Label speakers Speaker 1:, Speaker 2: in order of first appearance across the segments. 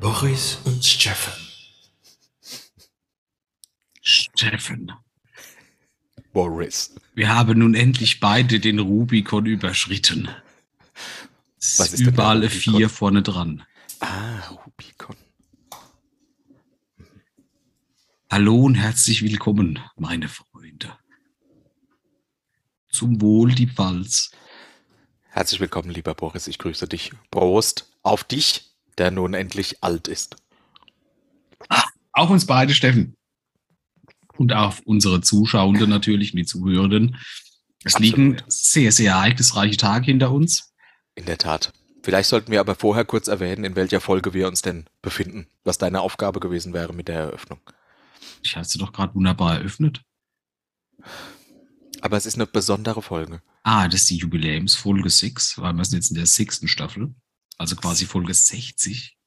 Speaker 1: Boris und Steffen. Steffen.
Speaker 2: Boris.
Speaker 1: Wir haben nun endlich beide den Rubikon überschritten. Es
Speaker 2: Was
Speaker 1: ist
Speaker 2: ist denn
Speaker 1: überall
Speaker 2: der
Speaker 1: eine
Speaker 2: Rubikon?
Speaker 1: 4 vorne dran.
Speaker 2: Ah, Rubicon.
Speaker 1: Hallo und herzlich willkommen, meine Freunde. Zum Wohl die Pfalz.
Speaker 2: Herzlich willkommen, lieber Boris. Ich grüße dich. Prost auf dich, der nun endlich alt ist.
Speaker 1: Auch uns beide, Steffen. Und auf unsere Zuschauenden natürlich, die Zuhörenden. Es
Speaker 2: Absolut,
Speaker 1: liegen
Speaker 2: ja.
Speaker 1: sehr, sehr ereignisreiche Tage hinter uns.
Speaker 2: In der Tat. Vielleicht sollten wir aber vorher kurz erwähnen, in welcher Folge wir uns denn befinden, was deine Aufgabe gewesen wäre mit der Eröffnung.
Speaker 1: Ich hatte sie doch gerade wunderbar eröffnet.
Speaker 2: Aber es ist eine besondere Folge.
Speaker 1: Ah, das ist die Jubiläumsfolge 6, weil wir sind jetzt in der sechsten Staffel. Also quasi Folge 60.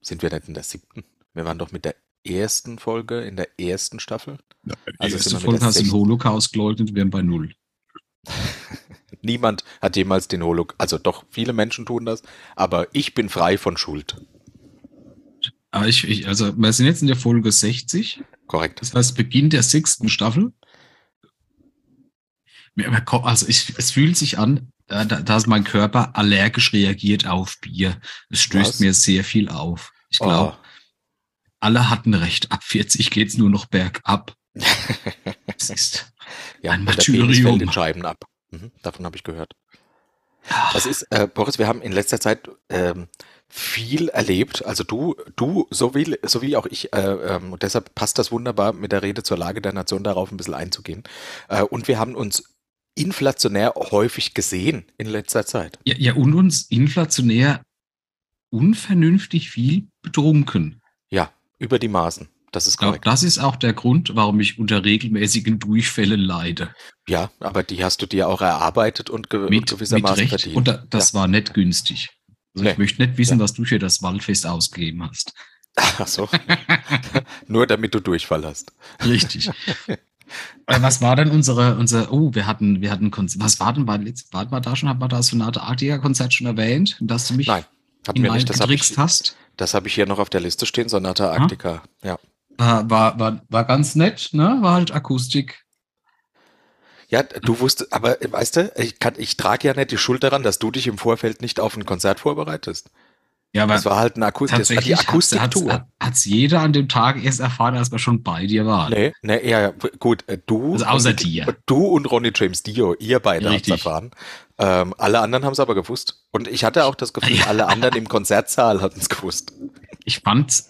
Speaker 2: Sind wir nicht in der siebten? Wir waren doch mit der ersten Folge in der ersten Staffel.
Speaker 1: Also
Speaker 2: Also
Speaker 1: erste
Speaker 2: sind wir mit
Speaker 1: Folge
Speaker 2: der
Speaker 1: hast du den
Speaker 2: sechsten.
Speaker 1: Holocaust geleugnet, wir haben bei null.
Speaker 2: Niemand hat jemals den Holocaust. Also doch, viele Menschen tun das, aber ich bin frei von Schuld.
Speaker 1: Aber ich, ich, also wir sind jetzt in der Folge 60.
Speaker 2: Korrekt.
Speaker 1: Das heißt, Beginn der sechsten Staffel. Mir- mir ko- Also ich, es fühlt sich an, äh, da- dass mein Körper allergisch reagiert auf Bier. Es stößt
Speaker 2: Was?
Speaker 1: mir sehr viel auf. Ich glaube,
Speaker 2: Oh.
Speaker 1: alle hatten recht. Ab 40 geht's nur noch bergab. Es ist,
Speaker 2: Ja,
Speaker 1: Ein
Speaker 2: und der
Speaker 1: Martyrium.
Speaker 2: Penis fällt in Scheiben ab. Mhm, davon habe ich gehört. Das ist, äh, Boris, wir haben in letzter Zeit ähm, viel erlebt. Also du, du, so wie, so wie auch ich, äh, ähm, und deshalb passt das wunderbar mit der Rede zur Lage der Nation darauf ein bisschen einzugehen. Äh, und wir haben uns inflationär häufig gesehen in letzter Zeit.
Speaker 1: ja, ja, und uns inflationär unvernünftig viel betrunken.
Speaker 2: Ja, über die Maßen. Das ist
Speaker 1: Ich glaube,
Speaker 2: korrekt.
Speaker 1: das ist auch der Grund, warum ich unter regelmäßigen Durchfällen leide.
Speaker 2: Ja, aber die hast du dir auch erarbeitet und ge
Speaker 1: Mit, mit
Speaker 2: Äh, gewissermaßen
Speaker 1: Recht.
Speaker 2: verdient.
Speaker 1: Und da, das war nicht günstig. Also
Speaker 2: Nee.
Speaker 1: Ich möchte nicht wissen, was du für das Waldfest ausgegeben hast.
Speaker 2: Ach so. Nur damit du Durchfall hast.
Speaker 1: Richtig. Äh, was war denn unsere, unser, oh, wir hatten, wir hatten Konzert, was war denn bei, letzt- waren wir da schon, hat man das Sonate Arctica Konzert schon erwähnt, dass du mich
Speaker 2: Nein, hatten
Speaker 1: in
Speaker 2: wir
Speaker 1: meinen
Speaker 2: nicht. Das habe ich,
Speaker 1: getrickst hast?
Speaker 2: das hab ich hier noch auf der Liste stehen, Sonata Arctica. Ja.
Speaker 1: War, war, war, war ganz nett, ne? War halt Akustik.
Speaker 2: ja, du wusstest, aber weißt du, ich, kann, ich trage ja nicht die Schuld daran, dass du dich im Vorfeld nicht auf ein Konzert vorbereitest.
Speaker 1: Ja, aber
Speaker 2: Das war halt ein Akus das war die
Speaker 1: tatsächlich
Speaker 2: Akustiktour.
Speaker 1: hat es jeder an dem Tag erst erfahren, als wir schon bei dir waren.
Speaker 2: Nee, nee, ja, ja, gut, äh, du,
Speaker 1: Also außer
Speaker 2: und-
Speaker 1: dir.
Speaker 2: du und Ronnie James Dio, ihr beide habt
Speaker 1: Richtig.
Speaker 2: erfahren. Ähm, alle anderen haben es aber gewusst. Und ich hatte auch das Gefühl,
Speaker 1: Ja.
Speaker 2: alle anderen im Konzertsaal hatten es gewusst.
Speaker 1: ich fand,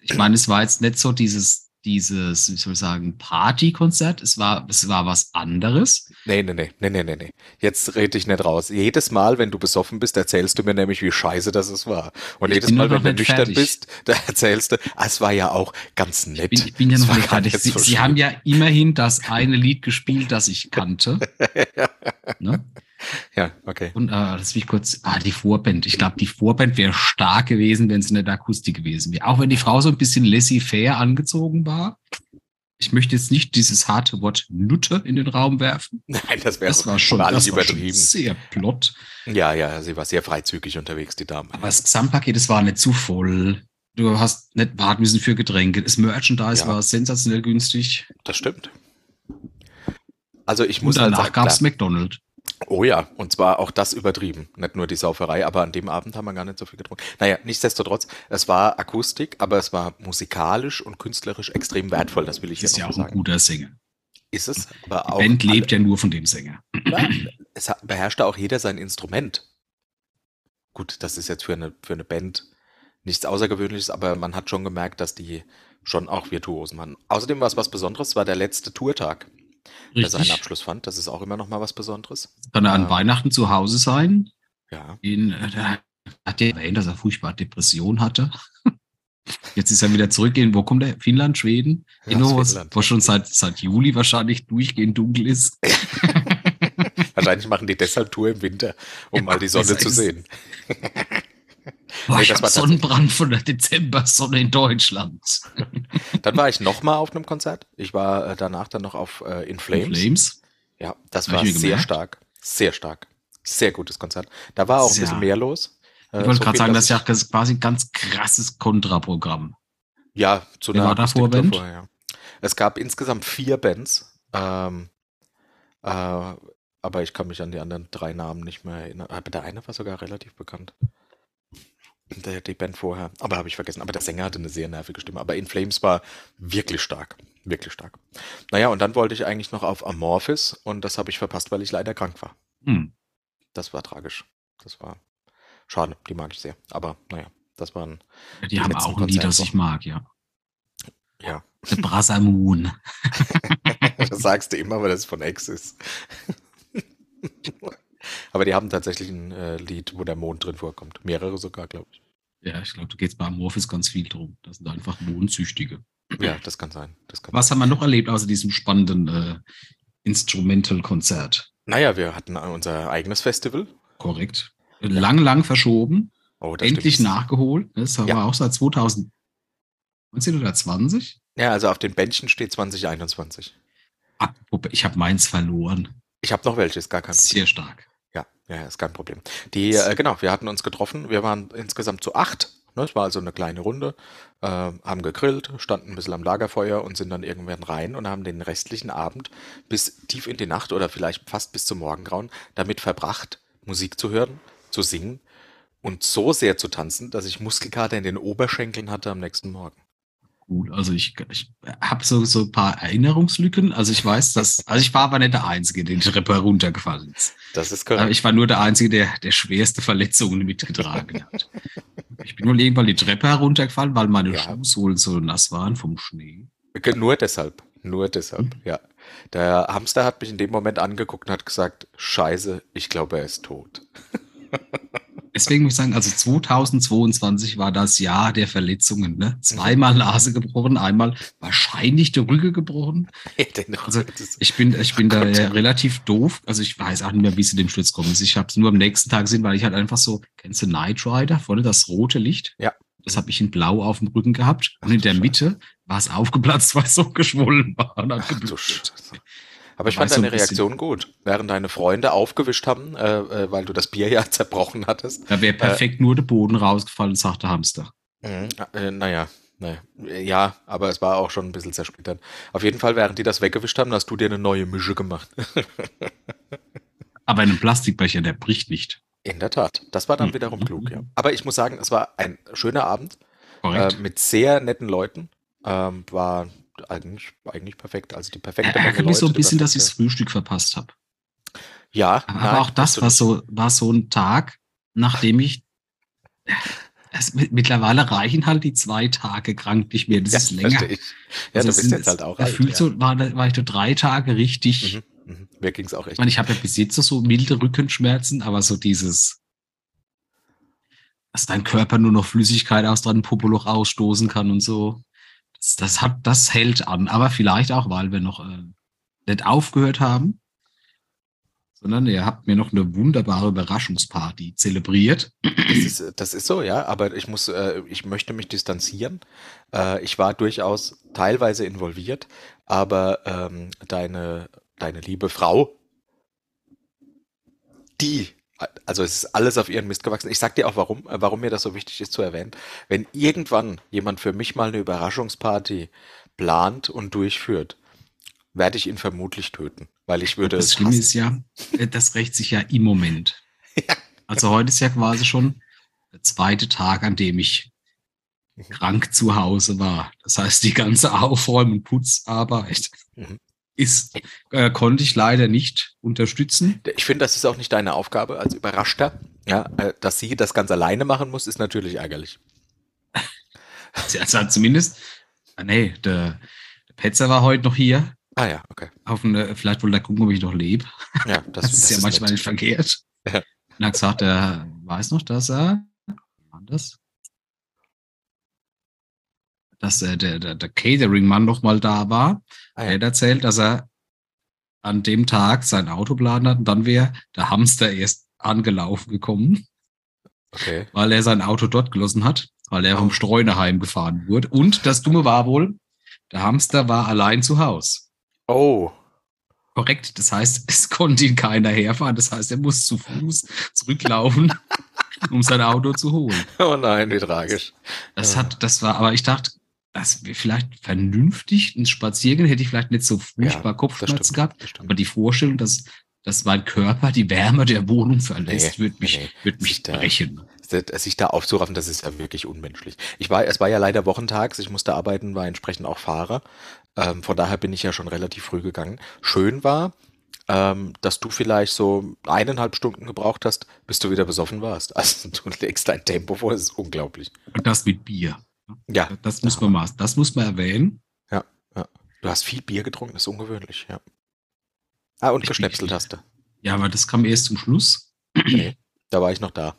Speaker 1: ich meine, es war jetzt nicht so dieses, dieses, wie soll ich sagen, Partykonzert. Es war, es war was anderes.
Speaker 2: Nee, nee, nee, nee, nee, nee, nee. Jetzt red ich nicht raus. Jedes Mal, wenn du besoffen bist, erzählst du mir nämlich, wie scheiße das es war. Und
Speaker 1: Ich
Speaker 2: jedes
Speaker 1: bin
Speaker 2: Mal, wenn
Speaker 1: nur noch
Speaker 2: du
Speaker 1: nicht
Speaker 2: nüchtern
Speaker 1: fertig.
Speaker 2: bist, da erzählst du, ah, es war ja auch ganz nett.
Speaker 1: Ich bin, ich bin ja
Speaker 2: Es
Speaker 1: noch
Speaker 2: war
Speaker 1: nicht
Speaker 2: gar
Speaker 1: fertig.
Speaker 2: nicht
Speaker 1: Sie,
Speaker 2: so
Speaker 1: Sie haben ja immerhin das eine Lied gespielt, das ich kannte. ne?
Speaker 2: schlimm. Ja, okay.
Speaker 1: Und äh, lass mich kurz, ah, die Vorband. Ich glaube, die Vorband wäre stark gewesen, wenn es in der Akustik gewesen wäre. Auch wenn die Frau so ein bisschen laissez-faire angezogen war. Ich möchte jetzt nicht dieses harte Wort Nutte in den Raum werfen.
Speaker 2: Nein, das wäre
Speaker 1: Das war schon,
Speaker 2: alles
Speaker 1: das war schon
Speaker 2: übertrieben.
Speaker 1: sehr plott.
Speaker 2: Ja, ja, sie war sehr freizügig unterwegs, die Dame.
Speaker 1: Aber das Gesamtpaket, es war nicht zu voll. Du hast nicht warten müssen für Getränke. Das Merchandise
Speaker 2: Ja.
Speaker 1: war sensationell günstig.
Speaker 2: Das stimmt. Also ich
Speaker 1: Und
Speaker 2: muss halt
Speaker 1: danach
Speaker 2: sagen,
Speaker 1: gab
Speaker 2: klar,
Speaker 1: es McDonald's.
Speaker 2: Oh ja, und zwar auch das übertrieben. Nicht nur die Sauferei, aber an dem Abend haben wir gar nicht so viel getrunken. Naja, nichtsdestotrotz, es war Akustik, aber es war musikalisch und künstlerisch extrem wertvoll, das will ich
Speaker 1: Das
Speaker 2: hier
Speaker 1: ist ja
Speaker 2: noch
Speaker 1: auch
Speaker 2: mal
Speaker 1: ein
Speaker 2: sagen.
Speaker 1: guter Sänger.
Speaker 2: Ist es, aber
Speaker 1: Die
Speaker 2: auch.
Speaker 1: Band lebt ja nur von dem Sänger.
Speaker 2: Ja, es hat- beherrschte auch jeder sein Instrument. Gut, das ist jetzt für eine, für eine Band nichts Außergewöhnliches, aber man hat schon gemerkt, dass die schon auch Virtuosen waren. Außerdem war es was Besonderes, war der letzte Tourtag, der seinen
Speaker 1: Richtig.
Speaker 2: Abschluss fand. Das ist auch immer noch mal was Besonderes.
Speaker 1: Kann er an
Speaker 2: Ja.
Speaker 1: Weihnachten zu Hause sein.
Speaker 2: Ja.
Speaker 1: In, äh, da hat er erwähnt, dass er furchtbar Depression hatte. Jetzt ist er wieder zurück in, wo kommt er? Finnland, Schweden?
Speaker 2: Ja,
Speaker 1: Irgendwo,
Speaker 2: aus
Speaker 1: Genau, was-
Speaker 2: Finnland.
Speaker 1: wo schon seit, seit Juli wahrscheinlich durchgehend dunkel ist.
Speaker 2: Wahrscheinlich machen die deshalb Tour im Winter, um
Speaker 1: Ja,
Speaker 2: mal die Sonne
Speaker 1: das
Speaker 2: zu
Speaker 1: ist-
Speaker 2: sehen.
Speaker 1: Boah,
Speaker 2: Nee,
Speaker 1: ich
Speaker 2: das
Speaker 1: hab
Speaker 2: war
Speaker 1: Sonnenbrand von der Dezembersonne in Deutschland.
Speaker 2: Dann war ich nochmal auf einem Konzert. Ich war äh, danach dann noch auf äh, In Flames.
Speaker 1: Flames.
Speaker 2: Ja, das
Speaker 1: Hab
Speaker 2: war
Speaker 1: ich mir
Speaker 2: sehr
Speaker 1: gemerkt.
Speaker 2: stark. Sehr stark. Sehr gutes Konzert. Da war auch ein
Speaker 1: Ja.
Speaker 2: bisschen mehr los. Äh,
Speaker 1: Ich wollte gerade sagen, das ist ja quasi ein ganz krasses Kontraprogramm.
Speaker 2: Ja, zu
Speaker 1: Wer
Speaker 2: einer
Speaker 1: war da
Speaker 2: Akustik
Speaker 1: Vorband?
Speaker 2: davor, ja. Es gab insgesamt vier Bands, ähm, äh, aber ich kann mich an die anderen drei Namen nicht mehr erinnern. Aber der eine war sogar relativ bekannt. Der, die Band vorher. Aber habe ich vergessen. Aber der Sänger hatte eine sehr nervige Stimme. Aber In Flames war wirklich stark. Wirklich stark. Naja, und dann wollte ich eigentlich noch auf Amorphis und das habe ich verpasst, weil ich leider krank war.
Speaker 1: Hm.
Speaker 2: Das war tragisch. Das war schade. Die mag ich sehr. Aber naja, das waren
Speaker 1: Die,
Speaker 2: Die
Speaker 1: haben
Speaker 2: letzten
Speaker 1: auch ein Lied, das
Speaker 2: Konzerte.
Speaker 1: ich mag, ja.
Speaker 2: Ja.
Speaker 1: The Brother Moon.
Speaker 2: Das sagst du immer, weil das von Ex ist. Aber die haben tatsächlich ein äh, Lied, wo der Mond drin vorkommt. Mehrere sogar, glaube ich.
Speaker 1: Ja, ich glaube, da geht es bei Amorphis ganz viel drum. Das sind einfach Mondsüchtige.
Speaker 2: Ja, das kann sein. Das kann
Speaker 1: Was haben wir noch erlebt außer diesem spannenden äh, Instrumental-Konzert?
Speaker 2: sein. Naja, wir hatten unser eigenes Festival.
Speaker 1: Korrekt. Lang, lang verschoben,
Speaker 2: Oh, da
Speaker 1: endlich
Speaker 2: stimmt's.
Speaker 1: nachgeholt. ne? Das war
Speaker 2: Ja.
Speaker 1: auch seit 2019 oder 20?
Speaker 2: Ja, also auf den Bändchen steht 2021.
Speaker 1: Ah, wobei, ich habe meins verloren.
Speaker 2: Ich habe noch welche, ist gar kein
Speaker 1: Sehr stark.
Speaker 2: Ja, ja, ist kein Problem. Die, äh, genau, wir hatten uns getroffen. Wir waren insgesamt zu acht. Ne? Es war also eine kleine Runde. Äh, haben gegrillt, standen ein bisschen am Lagerfeuer und sind dann irgendwann rein und haben den restlichen Abend bis tief in die Nacht oder vielleicht fast bis zum Morgengrauen damit verbracht, Musik zu hören, zu singen und so sehr zu tanzen, dass ich Muskelkater in den Oberschenkeln hatte am nächsten Morgen.
Speaker 1: Cool. Also ich, ich habe so, so ein paar Erinnerungslücken. Also ich weiß, dass, also ich war aber nicht der Einzige, der die Treppe runtergefallen ist.
Speaker 2: Das ist
Speaker 1: Aber
Speaker 2: korrekt.
Speaker 1: ich war nur der Einzige, der, der schwerste Verletzungen mitgetragen hat. Ich bin nur irgendwann die Treppe heruntergefallen, weil meine
Speaker 2: Ja.
Speaker 1: Schuhsohlen so nass waren vom Schnee.
Speaker 2: Ge- Äh, Nur deshalb. Nur deshalb,
Speaker 1: Mhm.
Speaker 2: ja. Der Hamster hat mich in dem Moment angeguckt und hat gesagt, scheiße, ich glaube, er ist tot.
Speaker 1: Deswegen muss ich sagen, also 2022 war das Jahr der Verletzungen. Ne? Zweimal Nase gebrochen, einmal wahrscheinlich der Rüge gebrochen.
Speaker 2: Den
Speaker 1: Also,
Speaker 2: das ist-
Speaker 1: Ich bin, ich bin da
Speaker 2: Gott.
Speaker 1: äh, relativ doof. Also ich weiß auch nicht mehr, wie sie dem Schluss kommen. ist. Ich habe es nur am nächsten Tag gesehen, weil ich halt einfach so, kennst du Night Rider, vorne das rote Licht?
Speaker 2: Ja.
Speaker 1: Das habe ich in blau auf dem Rücken gehabt.
Speaker 2: Ach
Speaker 1: Und in
Speaker 2: du
Speaker 1: der
Speaker 2: Scheiße.
Speaker 1: Mitte war es aufgeplatzt, weil es so geschwollen war. Und hat
Speaker 2: Ach du
Speaker 1: geblutet.
Speaker 2: Scheiße. Aber ich fand
Speaker 1: Weiß so ein
Speaker 2: deine Reaktion gut. Während deine Freunde aufgewischt haben, äh, äh, weil du das Bier ja zerbrochen hattest.
Speaker 1: da wäre perfekt nur der Boden rausgefallen, sagte Hamster.
Speaker 2: Mhm. Äh, naja, naja. Äh, Ja, aber es war auch schon ein bisschen zersplittert. Auf jeden Fall, während die das weggewischt haben, hast du dir eine neue Mische gemacht.
Speaker 1: Aber in einem Plastikbecher, der bricht nicht.
Speaker 2: In der Tat. Das war dann
Speaker 1: Mhm.
Speaker 2: wiederum klug, ja. Hm. Aber ich muss sagen, es war ein schöner Abend äh,
Speaker 1: Korrekt?
Speaker 2: mit sehr netten Leuten. Ähm, war eigentlich, eigentlich perfekt. Also die perfekte Menge
Speaker 1: Ärgert mich so ein
Speaker 2: Leute, die
Speaker 1: bisschen, dass ich das
Speaker 2: perfekte-
Speaker 1: Frühstück verpasst habe.
Speaker 2: Ja,
Speaker 1: Aber
Speaker 2: nein,
Speaker 1: auch das
Speaker 2: absolut.
Speaker 1: war so, war so ein Tag, nachdem ich. Es, mittlerweile reichen halt die zwei Tage krank nicht mehr. Das
Speaker 2: ja,
Speaker 1: ist länger.
Speaker 2: verstehe ich. Ja,
Speaker 1: Also
Speaker 2: du
Speaker 1: es
Speaker 2: bist
Speaker 1: sind-
Speaker 2: jetzt halt auch alt,
Speaker 1: Gefühlt
Speaker 2: ja.
Speaker 1: so war, da- war ich nur drei Tage richtig.
Speaker 2: Mhm, mhm. Mir ging es auch
Speaker 1: Ich
Speaker 2: echt.
Speaker 1: meine, ich habe ja bis jetzt so, so milde Rückenschmerzen, aber so dieses, dass dein Körper nur noch Flüssigkeit aus deinem Popoloch ausstoßen kann und so. Das, das hat, das hält an. Aber vielleicht auch, weil wir noch äh, nicht aufgehört haben, sondern ihr habt mir noch eine wunderbare Überraschungsparty zelebriert.
Speaker 2: Das ist, das ist so, ja, aber ich muss, äh, ich möchte mich distanzieren. Äh, ich war durchaus teilweise involviert, aber ähm, deine, deine liebe Frau, die, also es ist alles auf ihren Mist gewachsen. Ich sag dir auch warum, äh, warum mir das so wichtig ist zu erwähnen. Wenn irgendwann jemand für mich mal eine Überraschungsparty plant und durchführt, werde ich ihn vermutlich töten, weil ich würde
Speaker 1: Das
Speaker 2: es
Speaker 1: Schlimme
Speaker 2: hassen.
Speaker 1: ist ja, äh, das rächt sich ja im Moment. Also heute ist ja quasi schon der zweite Tag, an dem ich Mhm. krank zu Hause war. Das heißt, die ganze Aufräum- und Putzarbeit
Speaker 2: Mhm.
Speaker 1: ist, äh, konnte ich leider nicht unterstützen.
Speaker 2: Ich finde, das ist auch nicht deine Aufgabe als Überraschter. Ja, äh, dass sie das ganz alleine machen muss, ist natürlich ärgerlich.
Speaker 1: Sie hat halt zumindest, ah, nee, der, der Petzer war heute noch hier.
Speaker 2: Ah ja, okay.
Speaker 1: Auf eine, vielleicht wollte er gucken, ob ich noch lebe.
Speaker 2: Ja, das,
Speaker 1: Das, ist ja manchmal
Speaker 2: nett.
Speaker 1: nicht verkehrt.
Speaker 2: Ja.
Speaker 1: Und hat gesagt, er weiß noch, dass er, war das? Dass äh, der, der, der Catering-Mann noch mal da war.
Speaker 2: Ah,
Speaker 1: Er
Speaker 2: ja.
Speaker 1: hat erzählt, dass er an dem Tag sein Auto beladen hat und dann wäre der Hamster erst angelaufen gekommen,
Speaker 2: Okay.
Speaker 1: weil er sein Auto dort gelassen hat, weil er
Speaker 2: Oh.
Speaker 1: vom Streuner heimgefahren wurde. Und das Dumme war wohl, der Hamster war allein zu Hause.
Speaker 2: Oh,
Speaker 1: Korrekt, das heißt, es konnte ihn keiner herfahren. Das heißt, er muss zu Fuß zurücklaufen um sein Auto zu holen.
Speaker 2: Oh nein, wie tragisch.
Speaker 1: Das hat, das war, aber ich dachte, das wäre vielleicht vernünftig, ein Spaziergang hätte ich vielleicht nicht so furchtbar
Speaker 2: Ja, das
Speaker 1: Kopfschmerzen
Speaker 2: stimmt,
Speaker 1: gehabt,
Speaker 2: das stimmt.
Speaker 1: aber die Vorstellung, dass, dass mein Körper die Wärme der Wohnung verlässt,
Speaker 2: Nee,
Speaker 1: wird mich,
Speaker 2: nee,
Speaker 1: wird mich
Speaker 2: sich da-
Speaker 1: brechen.
Speaker 2: sich da aufzuraffen, das ist ja wirklich unmenschlich. Ich war, es war ja leider Wochentags, ich musste arbeiten, war entsprechend auch Fahrer. Ähm, von daher bin ich ja schon relativ früh gegangen. Schön war, ähm, dass du vielleicht so eineinhalb Stunden gebraucht hast, bis du wieder besoffen warst. Also du legst dein Tempo vor, das ist unglaublich.
Speaker 1: Und das mit Bier.
Speaker 2: Ja,
Speaker 1: Das muss man mal, das muss man erwähnen.
Speaker 2: du hast viel Bier getrunken, das ist ungewöhnlich, ja. Ah, und
Speaker 1: Ich-
Speaker 2: geschnäpselt hast du.
Speaker 1: Ja, aber das kam erst zum Schluss.
Speaker 2: Nee, da war ich noch da.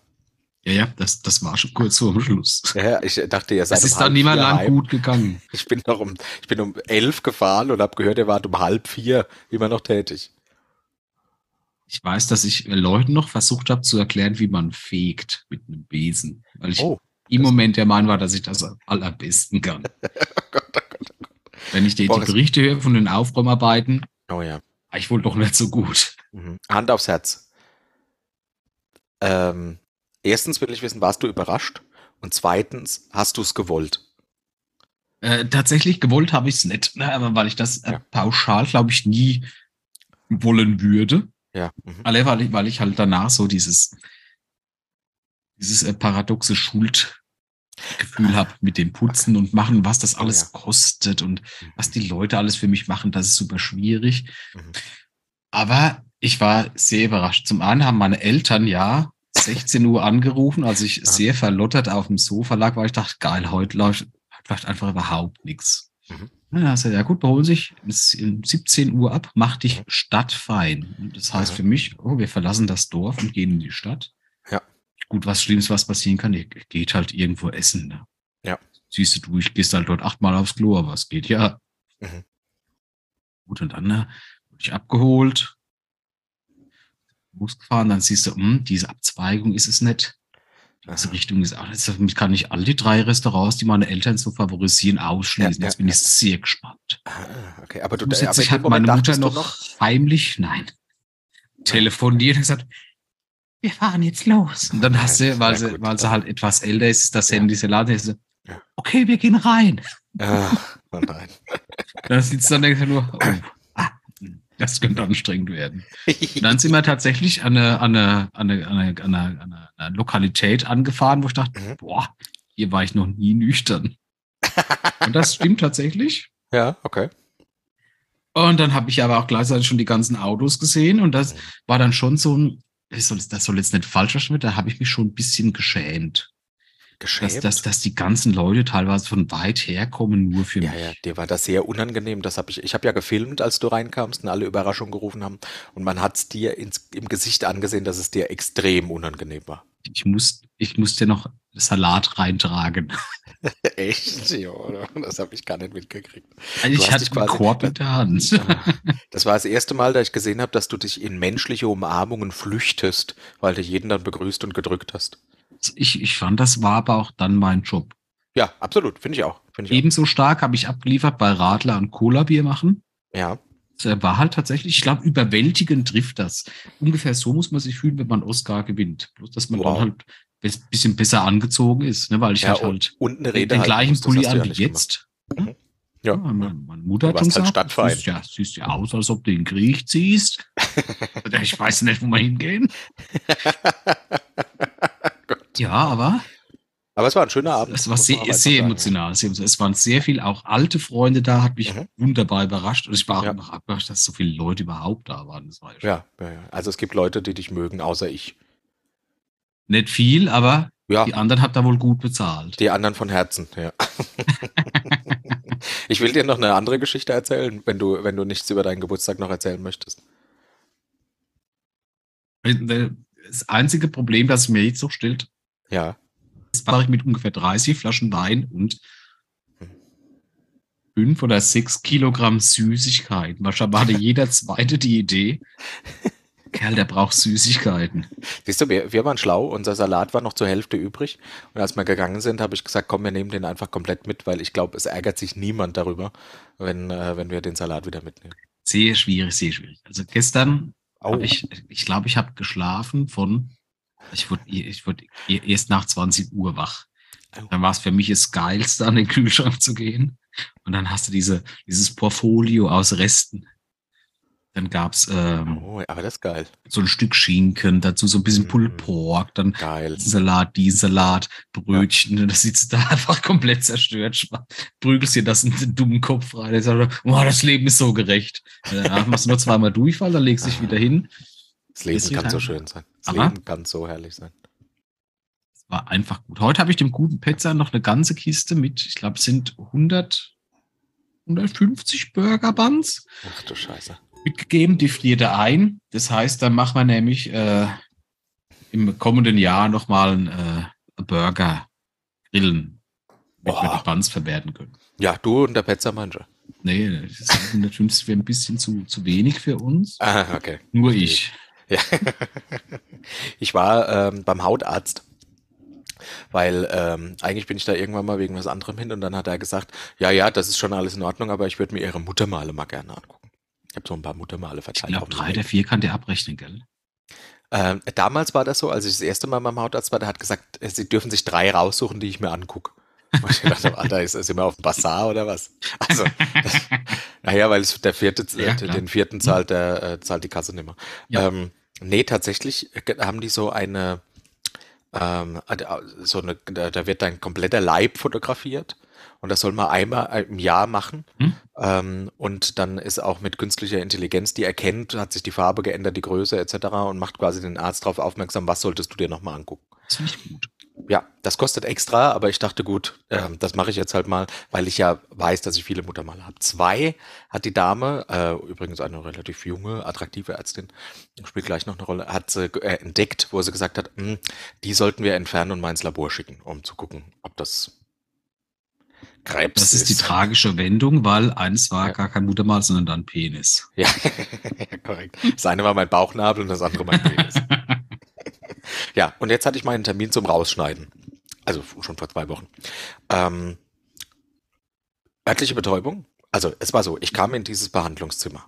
Speaker 1: Ja, ja, das, das war schon kurz vor dem Schluss.
Speaker 2: Ja, Ja, ich dachte, ihr seid um
Speaker 1: Es ist
Speaker 2: halb
Speaker 1: dann niemand
Speaker 2: vier
Speaker 1: lang
Speaker 2: heim.
Speaker 1: gut gegangen.
Speaker 2: Ich bin noch um, ich bin um elf gefahren und habe gehört, ihr wart um halb vier immer noch tätig.
Speaker 1: Ich weiß, dass ich äh, Leuten noch versucht habe zu erklären, wie man fegt mit einem Besen. Weil ich
Speaker 2: Oh,
Speaker 1: im
Speaker 2: das- Oh
Speaker 1: Moment der Meinung war, dass ich das am allerbesten kann. Wenn ich die, die
Speaker 2: Boris.
Speaker 1: Berichte höre von den Aufräumarbeiten,
Speaker 2: Oh ja.
Speaker 1: war ich wohl doch nicht so gut.
Speaker 2: Mhm. Hand aufs Herz. Ähm, erstens will ich wissen, warst du überrascht? Und zweitens, hast du es gewollt?
Speaker 1: Äh, tatsächlich gewollt habe ich es nicht, ne? aber weil ich das äh,
Speaker 2: Ja.
Speaker 1: pauschal, glaube ich, nie wollen würde.
Speaker 2: Ja. Mhm.
Speaker 1: Alle, weil ich, weil ich halt danach so dieses, dieses äh, paradoxe Schuldgefühl habe mit dem Putzen und Machen, was das alles
Speaker 2: Ja.
Speaker 1: kostet und was die Leute alles für mich machen, das ist super schwierig.
Speaker 2: Mhm.
Speaker 1: Aber ich war sehr überrascht. Zum einen haben meine Eltern ja 16 Uhr angerufen, als ich sehr verlottert auf dem Sofa lag, weil ich dachte, geil, heute läuft, heute läuft einfach überhaupt nichts.
Speaker 2: Mhm.
Speaker 1: Ja, ist ja, ja gut, wir holen sich bis um 17 Uhr ab, mach dich
Speaker 2: Mhm.
Speaker 1: stadtfein. Und Das heißt
Speaker 2: Mhm.
Speaker 1: für mich, oh, wir verlassen das Dorf und gehen in die Stadt.
Speaker 2: Ja.
Speaker 1: Gut, was Schlimmes, was passieren kann, ihr geht halt irgendwo essen. Ne?
Speaker 2: Ja.
Speaker 1: Siehst du, du, ich gehst halt dort achtmal aufs Klo, aber es geht ja.
Speaker 2: Mhm.
Speaker 1: Gut, und dann ne, wurde ich abgeholt, Bus gefahren, dann siehst du, hm, diese Abzweigung ist es nicht. Diese
Speaker 2: Aha.
Speaker 1: Richtung ist auch nicht. so. Ich kann nicht all die drei Restaurants, die meine Eltern so favorisieren, ausschließen.
Speaker 2: Ja, ja,
Speaker 1: Jetzt bin
Speaker 2: ja.
Speaker 1: ich sehr gespannt.
Speaker 2: Ah, okay, aber du aber in
Speaker 1: Zusätzlich
Speaker 2: dem
Speaker 1: hat
Speaker 2: Moment
Speaker 1: meine Mutter
Speaker 2: dachtest du
Speaker 1: noch, heimlich, nein, telefoniert und gesagt, wir fahren jetzt los. Und dann hast
Speaker 2: Ja,
Speaker 1: du, weil
Speaker 2: na
Speaker 1: sie,
Speaker 2: gut,
Speaker 1: weil sie
Speaker 2: dann-
Speaker 1: halt etwas älter ist, ist das
Speaker 2: Ja.
Speaker 1: Handy Salat.
Speaker 2: Ja.
Speaker 1: Okay, wir gehen rein.
Speaker 2: Ah, oh nein.
Speaker 1: Dann sitzt dann denkst du nur, oh, ah, das könnte anstrengend werden. Und dann sind wir tatsächlich an eine, an eine, an eine, an eine, an eine, an eine Lokalität angefahren, wo ich dachte,
Speaker 2: Mhm.
Speaker 1: boah, hier war ich noch nie nüchtern. Und das stimmt tatsächlich.
Speaker 2: ja, okay.
Speaker 1: Und dann habe ich aber auch gleichzeitig schon die ganzen Autos gesehen und das
Speaker 2: Mhm.
Speaker 1: war dann schon so ein, das soll, das soll jetzt nicht falsch verstanden werden, da habe ich mich schon ein bisschen geschämt. Dass,
Speaker 2: Geschämt.
Speaker 1: dass, dass die ganzen Leute teilweise von weit herkommen, nur für
Speaker 2: Ja,
Speaker 1: mich.
Speaker 2: ja, dir war das sehr unangenehm. Das habe ich, ich habe ja gefilmt, als du reinkamst und alle Überraschung gerufen haben. Und man hat es dir ins, im Gesicht angesehen, dass es dir extrem unangenehm war.
Speaker 1: Ich muss, ich muss dir noch Salat reintragen.
Speaker 2: Echt? Ja, oder? Das habe ich gar nicht mitgekriegt.
Speaker 1: Also
Speaker 2: hast
Speaker 1: ich hatte
Speaker 2: dich
Speaker 1: einen
Speaker 2: quasi-
Speaker 1: Korb in der Hand.
Speaker 2: Das war das erste Mal, da ich gesehen habe, dass du dich in menschliche Umarmungen flüchtest, weil du jeden dann begrüßt und gedrückt hast.
Speaker 1: Ich, ich fand, das war aber auch dann mein Job.
Speaker 2: Ja, absolut, finde ich auch. Finde ich
Speaker 1: Ebenso stark habe ich abgeliefert bei Radler und Cola-Bier machen.
Speaker 2: auch. Ja.
Speaker 1: Das war halt tatsächlich, ich glaube, überwältigend trifft das. Ungefähr so muss man sich fühlen, wenn man Oscar gewinnt. Bloß, dass man
Speaker 2: Wow.
Speaker 1: dann halt ein bisschen besser angezogen ist, ne? weil ich
Speaker 2: Ja,
Speaker 1: halt, halt
Speaker 2: Und eine Rede
Speaker 1: den
Speaker 2: halten
Speaker 1: gleichen
Speaker 2: musst, das
Speaker 1: Pulli
Speaker 2: hast du
Speaker 1: an
Speaker 2: ja
Speaker 1: wie
Speaker 2: nicht
Speaker 1: jetzt.
Speaker 2: Mhm.
Speaker 1: Ja,
Speaker 2: Ja.
Speaker 1: meine, meine Mutter
Speaker 2: Du
Speaker 1: hat schon
Speaker 2: warst halt
Speaker 1: gesagt, du
Speaker 2: stadtfeind.
Speaker 1: siehst ja, siehst ja aus, als ob du in den Krieg ziehst. ich weiß nicht, wo wir hingehen. Ja, aber
Speaker 2: Aber es war ein schöner Abend.
Speaker 1: Es war
Speaker 2: muss man
Speaker 1: sehr,
Speaker 2: aber einfach
Speaker 1: sehr
Speaker 2: sagen.
Speaker 1: emotional. sehr emotional. Es waren sehr viel, auch alte Freunde da, hat mich
Speaker 2: Mhm.
Speaker 1: wunderbar überrascht. Und ich war
Speaker 2: Ja.
Speaker 1: auch überrascht, dass so viele Leute überhaupt da waren. Das war ja schon
Speaker 2: Ja, ja, ja. Also es gibt Leute, die dich mögen, außer ich.
Speaker 1: nicht viel, aber
Speaker 2: Ja,
Speaker 1: die anderen habt ihr wohl gut bezahlt.
Speaker 2: Die anderen von Herzen, ja. ich will dir noch eine andere Geschichte erzählen, wenn du, wenn du nichts über deinen Geburtstag noch erzählen möchtest.
Speaker 1: Das einzige Problem, das mir jetzt noch stellt,
Speaker 2: Ja.
Speaker 1: ist, war ich mit ungefähr 30 Flaschen Wein und fünf oder sechs Kilogramm Süßigkeiten. Wahrscheinlich hatte jeder zweite die Idee. Kerl, der braucht Süßigkeiten.
Speaker 2: Siehst du, wir, wir waren schlau, unser Salat war noch zur Hälfte übrig. Und als wir gegangen sind, habe ich gesagt, komm, wir nehmen den einfach komplett mit, weil ich glaube, es ärgert sich niemand darüber, wenn, äh, wenn wir den Salat wieder mitnehmen.
Speaker 1: Sehr schwierig, sehr schwierig. Also gestern
Speaker 2: Oh,
Speaker 1: Hab ich glaube, ich, glaub, ich habe geschlafen von Ich wurde, ich wurde e, erst nach 20 Uhr wach. Dann war es für mich das Geilste, an den Kühlschrank zu gehen. Und dann hast du diese, dieses Portfolio aus Resten. Dann gab's ähm,
Speaker 2: Oh, aber das ist geil.
Speaker 1: so ein Stück Schinken, dazu so ein bisschen
Speaker 2: Mm.
Speaker 1: Pulled Pork, dann
Speaker 2: Geil.
Speaker 1: Salat, die Salat, Brötchen. Und das sitzt da einfach komplett zerstört. schwa- Prügelst dir das in den dummen Kopf rein. Ich sage, oh, das Leben ist so gerecht. Und danach machst du nur zweimal Durchfall, dann legst du dich wieder hin.
Speaker 2: Das Leben
Speaker 1: Bisschen
Speaker 2: kann so
Speaker 1: lang.
Speaker 2: schön sein. Das
Speaker 1: Aber-
Speaker 2: Leben kann so herrlich sein.
Speaker 1: Es war einfach gut. Heute habe ich dem guten Petzer noch eine ganze Kiste mit, ich glaube, es sind 100, 150 Burger Buns
Speaker 2: Ach du Scheiße.
Speaker 1: mitgegeben. Die friert er ein. Das heißt, dann machen wir nämlich äh, im kommenden Jahr nochmal einen äh, Burger grillen, damit wir
Speaker 2: Boah.
Speaker 1: die Buns verwerten können.
Speaker 2: Ja, du und der Petzermanche.
Speaker 1: Nee, das ist 150 wäre ein bisschen zu, zu wenig für uns.
Speaker 2: Ah, okay.
Speaker 1: Nur ich.
Speaker 2: Ja. Ich war ähm, beim Hautarzt, weil ähm, eigentlich bin ich da irgendwann mal wegen was anderem hin und dann hat er gesagt, ja, ja, das ist schon alles in Ordnung, aber ich würde mir ihre Muttermale mal gerne angucken. Ich habe so ein paar Muttermale
Speaker 1: Ich
Speaker 2: verteilt.
Speaker 1: glaube,
Speaker 2: auf dem
Speaker 1: drei
Speaker 2: Weg.
Speaker 1: der vier kann der abrechnen, gell?
Speaker 2: Ähm, damals war das so, als ich das erste Mal beim Hautarzt war, der hat gesagt, äh, sie dürfen sich drei raussuchen, die ich mir angucke. Und ich dachte, Alter, ist das immer auf dem Bazar oder was? Also, das, naja, weil es der vierte, äh,
Speaker 1: Ja, klar. Mhm.
Speaker 2: den vierten zahlt, der, äh, zahlt die Kasse nicht mehr.
Speaker 1: Ja.
Speaker 2: Ähm, nee, tatsächlich äh, haben die so eine, ähm, äh, so eine, da, da wird dein kompletter Leib fotografiert und das soll man einmal im Jahr machen.
Speaker 1: Hm?
Speaker 2: Ähm, und dann ist auch mit künstlicher Intelligenz, die erkennt, hat sich die Farbe geändert, die Größe etc. und macht quasi den Arzt darauf aufmerksam, was solltest du dir nochmal angucken.
Speaker 1: Das finde ich gut.
Speaker 2: Ja, das kostet extra, aber ich dachte, gut, ähm, das mache ich jetzt halt mal, weil ich ja weiß, dass ich viele Muttermale habe. Zwei hat die Dame, äh, übrigens eine relativ junge, attraktive Ärztin, spielt gleich noch eine Rolle, hat sie äh, entdeckt, wo sie gesagt hat, "Hm, die sollten wir entfernen und mal ins Labor schicken, um zu gucken, ob das Krebs
Speaker 1: Das ist die
Speaker 2: ist.
Speaker 1: tragische Wendung, weil eines war
Speaker 2: Ja.
Speaker 1: gar kein Muttermal, sondern dann Penis.
Speaker 2: Ja, ja, korrekt. Das eine war mein Bauchnabel und das andere mein Penis. ja, und jetzt hatte ich meinen Termin zum Rausschneiden. Also f- schon vor zwei Wochen. Ähm, örtliche Betäubung. Also es war so, ich kam in dieses Behandlungszimmer.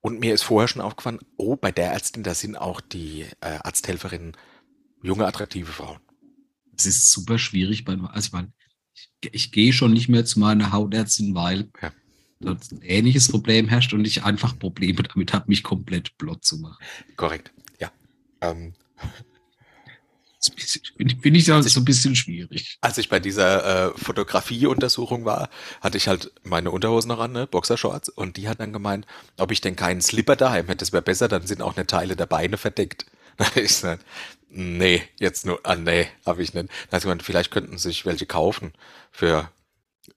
Speaker 2: Und mir ist vorher schon aufgefallen, oh, bei der Ärztin, da sind auch die äh, Arzthelferinnen junge, attraktive Frauen.
Speaker 1: Es ist super schwierig, weil, also weil ich, ich gehe schon nicht mehr zu meiner Hautärztin, weil
Speaker 2: Ja.
Speaker 1: dort ein ähnliches Problem herrscht und ich einfach Probleme damit habe, mich komplett blott zu machen.
Speaker 2: Korrekt, ja. Ähm,
Speaker 1: Das ist ein bisschen- Finde find ich also so ein bisschen schwierig.
Speaker 2: Als ich bei dieser äh, Fotografieuntersuchung war, hatte ich halt meine Unterhosen noch an, ne? Boxershorts, und die hat dann gemeint, ob ich denn keinen Slipper daheim hätte, das wäre besser, dann sind auch nicht Teile der Beine verdeckt. Da hab ich gesagt, nee, jetzt nur, ah nee, habe ich nicht. Da hat sie gemeint, vielleicht könnten sie sich welche kaufen für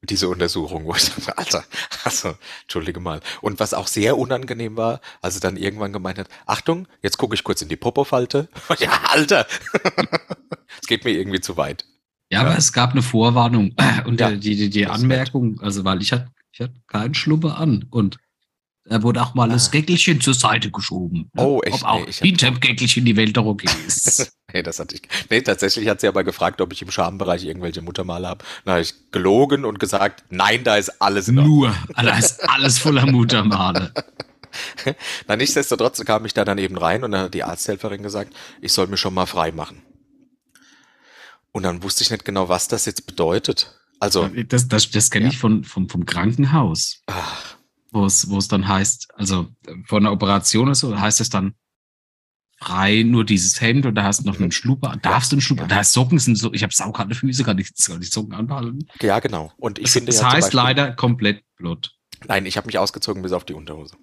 Speaker 2: diese Untersuchung, wo ich dachte, Alter, also, entschuldige mal. Und was auch sehr unangenehm war, als sie dann irgendwann gemeint hat, Achtung, jetzt gucke ich kurz in die Popofalte. Ja, Alter! Es geht mir irgendwie zu weit.
Speaker 1: Ja, aber es gab eine Vorwarnung und
Speaker 2: Ja,
Speaker 1: der- die, die, die
Speaker 2: das ist
Speaker 1: Anmerkung, also weil ich hatte ich hatte keinen Schlummer an und da wurde auch mal das
Speaker 2: Ah.
Speaker 1: Gäckelchen zur Seite geschoben. ne?
Speaker 2: Oh, echt?
Speaker 1: Ob auch
Speaker 2: Nee, ich hab-
Speaker 1: hinterm Gäckelchen die Welt doch okay ist.
Speaker 2: Nee, das hatte ich. Nee, tatsächlich hat sie aber gefragt, ob ich im Schambereich irgendwelche Muttermale habe. Dann habe ich gelogen und gesagt, nein, da ist alles in Ordnung.
Speaker 1: Nur, alles, alles voller Muttermale.
Speaker 2: Na, nichtsdestotrotz kam ich da dann eben rein und dann hat die Arzthelferin gesagt, ich soll mir schon mal frei machen. Und dann wusste ich nicht genau, was das jetzt bedeutet. Also,
Speaker 1: Äh, Das, das, das kenne
Speaker 2: Ja.
Speaker 1: ich von, vom, vom Krankenhaus,
Speaker 2: ach,
Speaker 1: wo es, wo es dann heißt, also äh, von einer Operation oder so, heißt es dann frei nur dieses Hemd und da hast du noch
Speaker 2: Mhm.
Speaker 1: einen Schlupper. Darfst du einen Schlupper?
Speaker 2: Ja.
Speaker 1: Da hast Socken sind so, ich habe saukarte Füße, kann ich, kann ich Socken anbehalten.
Speaker 2: ja, genau. Und ich
Speaker 1: Das,
Speaker 2: finde
Speaker 1: Also das
Speaker 2: ja zum
Speaker 1: heißt
Speaker 2: Beispiel-
Speaker 1: leider komplett Blut.
Speaker 2: Nein, ich habe mich ausgezogen bis auf die Unterhose.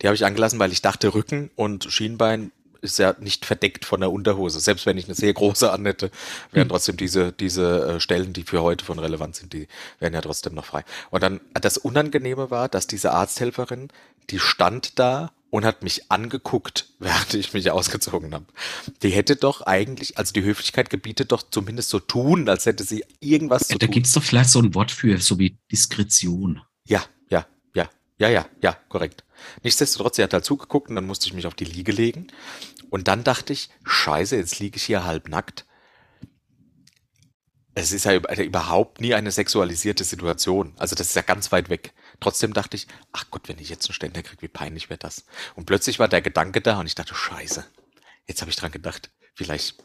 Speaker 2: Die habe ich angelassen, weil ich dachte, Rücken und Schienbein ist ja nicht verdeckt von der Unterhose. Selbst wenn ich eine sehr große anhätte, wären trotzdem diese, diese äh, Stellen, die für heute von Relevanz sind, die wären ja trotzdem noch frei. Und dann äh, das Unangenehme war, dass diese Arzthelferin, die stand da und hat mich angeguckt, während ich mich ausgezogen habe. Die hätte doch eigentlich, also die Höflichkeit gebietet doch zumindest so tun, als hätte sie irgendwas
Speaker 1: Ja,
Speaker 2: zu
Speaker 1: Äh, da
Speaker 2: tun.
Speaker 1: gibt's doch vielleicht so ein Wort für, so wie Diskretion.
Speaker 2: Ja, ja, ja, ja, ja, ja, korrekt. Nichtsdestotrotz, sie hat halt zugeguckt und dann musste ich mich auf die Liege legen. Und dann dachte ich, scheiße, jetzt liege ich hier halbnackt. Es ist ja über- also überhaupt nie eine sexualisierte Situation. Also das ist ja ganz weit weg. Trotzdem dachte ich, ach Gott, wenn ich jetzt einen Ständer kriege, wie peinlich wäre das. Und plötzlich war der Gedanke da und ich dachte, scheiße, jetzt habe ich dran gedacht. Vielleicht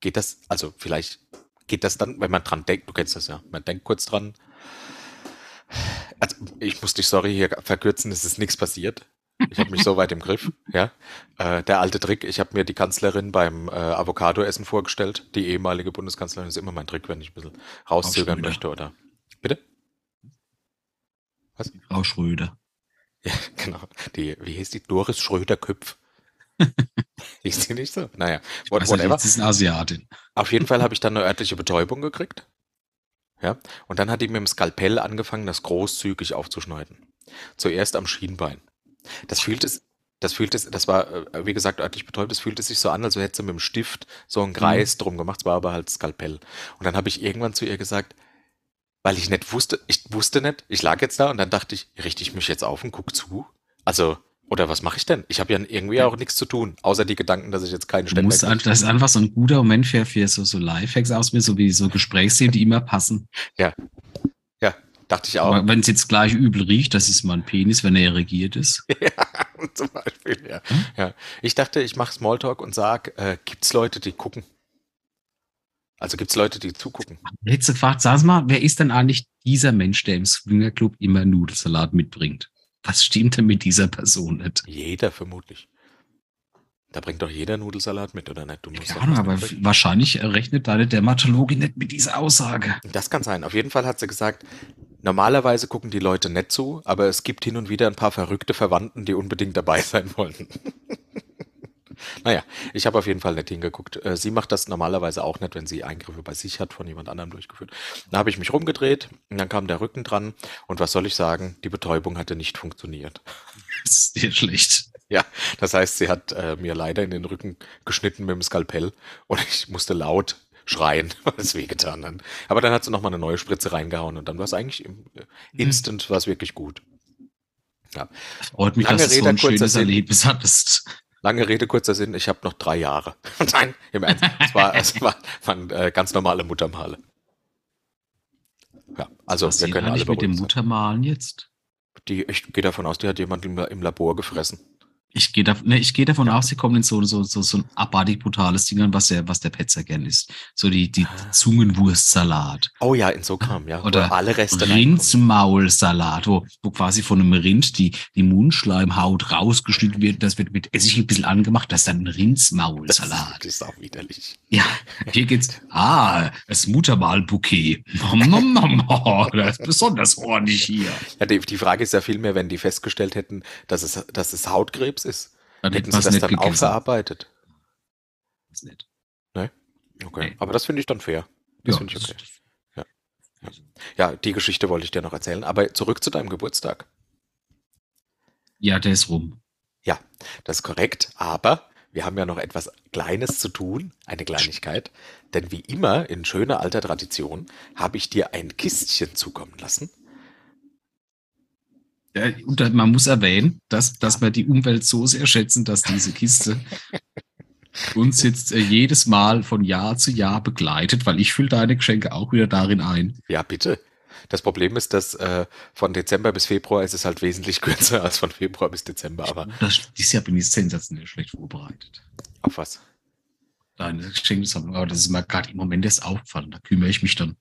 Speaker 2: geht das, also vielleicht geht das dann, wenn man dran denkt, du kennst das ja, man denkt kurz dran. Also ich muss dich, sorry, hier verkürzen, es ist nichts passiert. Ich habe mich so weit im Griff. Ja, äh, der alte Trick. Ich habe mir die Kanzlerin beim äh, Avocado-Essen vorgestellt. Die ehemalige Bundeskanzlerin ist immer mein Trick, wenn ich ein bisschen rauszögern
Speaker 1: Schröder.
Speaker 2: möchte oder. Bitte? Was?
Speaker 1: Frau Schröder.
Speaker 2: Ja, genau. Die, wie hieß die? Doris Schröder-Köpf. hieß die nicht so? Naja, what,
Speaker 1: Also
Speaker 2: whatever.
Speaker 1: jetzt ist eine Asiatin.
Speaker 2: Auf jeden Fall habe ich dann eine örtliche Betäubung gekriegt. Ja, und dann hat die mit dem Skalpell angefangen, das großzügig aufzuschneiden. Zuerst am Schienbein. Das fühlte es, das fühlte es, das war, äh, wie gesagt, örtlich betäubt, das fühlte sich so an, als hätte sie mit dem Stift so einen Kreis drum gemacht, es war aber halt Skalpell. Und dann habe ich irgendwann zu ihr gesagt, weil ich nicht wusste, ich wusste nicht, ich lag jetzt da und dann dachte ich, richte ich mich jetzt auf und guck zu? Also, oder was mache ich denn? Ich habe ja irgendwie auch nichts zu tun, außer die Gedanken, dass ich jetzt keine
Speaker 1: Du musst,
Speaker 2: Stelle
Speaker 1: an- das ist einfach so ein guter Moment für, für so, so Lifehacks aus mir, so wie so Gesprächsthemen, die immer passen.
Speaker 2: dachte ich auch.
Speaker 1: Aber wenn es jetzt gleich übel riecht, das ist mal ein Penis, wenn er irrigiert ist.
Speaker 2: Zum Beispiel, ja.
Speaker 1: Hm?
Speaker 2: ja. Ich dachte, ich mache Smalltalk und sag, äh, gibt's Leute, die gucken? Also gibt's Leute, die zugucken?
Speaker 1: Hättest du gefragt, sag mal, wer ist denn eigentlich dieser Mensch, der im Swingerclub immer Nudelsalat mitbringt? Was stimmt denn mit dieser Person nicht?
Speaker 2: Jeder vermutlich. Da bringt doch jeder Nudelsalat mit, oder nicht? Du musst
Speaker 1: Keine
Speaker 2: doch
Speaker 1: Ahnung,
Speaker 2: was
Speaker 1: aber
Speaker 2: mitbringen.
Speaker 1: wahrscheinlich rechnet deine Dermatologin nicht mit dieser Aussage.
Speaker 2: Das kann sein. Auf jeden Fall hat sie gesagt, normalerweise gucken die Leute nicht zu, aber es gibt hin und wieder ein paar verrückte Verwandten, die unbedingt dabei sein wollen. naja, ich habe auf jeden Fall nicht hingeguckt. Äh, Sie macht das normalerweise auch nicht, wenn sie Eingriffe bei sich hat, von jemand anderem durchgeführt. Da habe ich mich rumgedreht und dann kam der Rücken dran und was soll ich sagen, die Betäubung hatte nicht funktioniert.
Speaker 1: Das ist sehr schlecht.
Speaker 2: Das heißt, sie hat äh, mir leider in den Rücken geschnitten mit dem Skalpell und ich musste laut schreien, weil es wehgetan hat. Aber dann hat sie nochmal eine neue Spritze reingehauen und dann war es eigentlich im, äh,
Speaker 1: Mhm.
Speaker 2: instant war's wirklich gut.
Speaker 1: Freut mich,
Speaker 2: Lange
Speaker 1: dass du so
Speaker 2: Rede,
Speaker 1: ein
Speaker 2: kurzer
Speaker 1: schönes
Speaker 2: Sinn.
Speaker 1: Erlebnis hattest.
Speaker 2: Lange Rede, kurzer Sinn, ich habe noch drei Jahre. Nein, im Ernst, es war, es war, waren äh, ganz normale Muttermale. Ja, also
Speaker 1: Was
Speaker 2: wir können alle
Speaker 1: eigentlich mit dem
Speaker 2: beruhigt sein.
Speaker 1: Muttermalen jetzt?
Speaker 2: Die, ich gehe davon aus, die hat jemand im, im Labor gefressen.
Speaker 1: Ich gehe dav ne, ich geh davon aus, sie kommen in so, so, so, so ein abartig brutales Ding an, was der, was der Petzer gern ist. So die, die
Speaker 2: Ah.
Speaker 1: Zungenwurstsalat.
Speaker 2: Oh ja, in so kam, ja. wo
Speaker 1: Oder
Speaker 2: alle Reste reinkommen.
Speaker 1: Rindsmaulsalat, wo, wo quasi von einem Rind die, die Mundschleimhaut rausgeschnitten wird. Das wird mit Essig ein bisschen angemacht. Das ist dann ein
Speaker 2: Das
Speaker 1: Rindsmaulsalat.
Speaker 2: ist auch widerlich.
Speaker 1: Ja, hier geht's. Ah, das Muttermalbouquet. Nom, nom, nom. Oh, das ist besonders ordentlich hier.
Speaker 2: Ja, die, die Frage ist ja vielmehr, wenn die festgestellt hätten, dass es, dass es Hautkrebs ist,
Speaker 1: Dann
Speaker 2: hätten
Speaker 1: hätten
Speaker 2: sie
Speaker 1: wir
Speaker 2: das
Speaker 1: es nicht
Speaker 2: dann auch
Speaker 1: gegessen.
Speaker 2: verarbeitet.
Speaker 1: Das nicht.
Speaker 2: Okay.
Speaker 1: Nee.
Speaker 2: Aber das finde ich dann fair. Das
Speaker 1: Ja,
Speaker 2: finde ich
Speaker 1: das-
Speaker 2: okay. Ja, die Geschichte wollte ich dir noch erzählen. Aber zurück zu deinem Geburtstag.
Speaker 1: Ja, der ist rum.
Speaker 2: Das ist korrekt, aber wir haben ja noch etwas Kleines zu tun, eine Kleinigkeit. Denn wie immer, in schöner alter Tradition, habe ich dir ein Kistchen zukommen lassen.
Speaker 1: Ja, und da- man muss erwähnen, dass, dass wir die Umwelt so sehr schätzen, dass diese Kiste uns jetzt äh, jedes Mal von Jahr zu Jahr begleitet, weil ich fülle deine Geschenke auch wieder darin ein.
Speaker 2: Ja, bitte. Das Problem ist, dass äh, von Dezember bis Februar ist es halt wesentlich kürzer als von Februar bis Dezember. Aber
Speaker 1: Das, dieses Jahr bin ich sensationell schlecht vorbereitet.
Speaker 2: auf was?
Speaker 1: Deine Geschenkesammlung, aber das ist mir gerade im Moment erst aufgefallen. Da kümmere ich mich dann.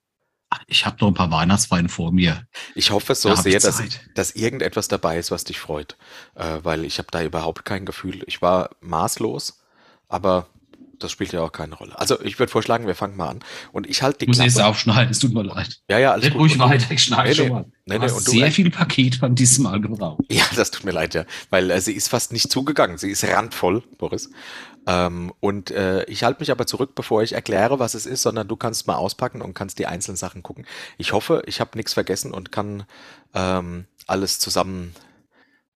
Speaker 1: Ach, Ich habe noch ein paar Weihnachtsfeiern vor mir.
Speaker 2: Ich hoffe so
Speaker 1: Da hab
Speaker 2: sehr,
Speaker 1: ich
Speaker 2: dass,
Speaker 1: Zeit.
Speaker 2: dass irgendetwas dabei ist, was dich freut. Äh, weil ich habe da überhaupt kein Gefühl. Ich war maßlos, aber das spielt ja auch keine Rolle. Also ich würde vorschlagen, wir fangen mal an. Und ich halte die
Speaker 1: Ich muss jetzt
Speaker 2: Klappe.
Speaker 1: aufschneiden, es tut mir leid.
Speaker 2: Ja, ja, alles
Speaker 1: Red
Speaker 2: gut.
Speaker 1: ruhig
Speaker 2: Und du-
Speaker 1: weiter, ich schneide
Speaker 2: Nee,
Speaker 1: schon
Speaker 2: nee.
Speaker 1: mal.
Speaker 2: Nee,
Speaker 1: Du
Speaker 2: nee,
Speaker 1: hast
Speaker 2: und du,
Speaker 1: sehr viel Paket beim diesem Mal gebraucht.
Speaker 2: Ja, das tut mir leid, ja. Weil äh, sie ist fast nicht zugegangen. Sie ist randvoll, Boris. Ähm, und äh, ich halte mich aber zurück, bevor ich erkläre, was es ist, sondern du kannst mal auspacken und kannst die einzelnen Sachen gucken. Ich hoffe, ich habe nichts vergessen und kann ähm, alles zusammen,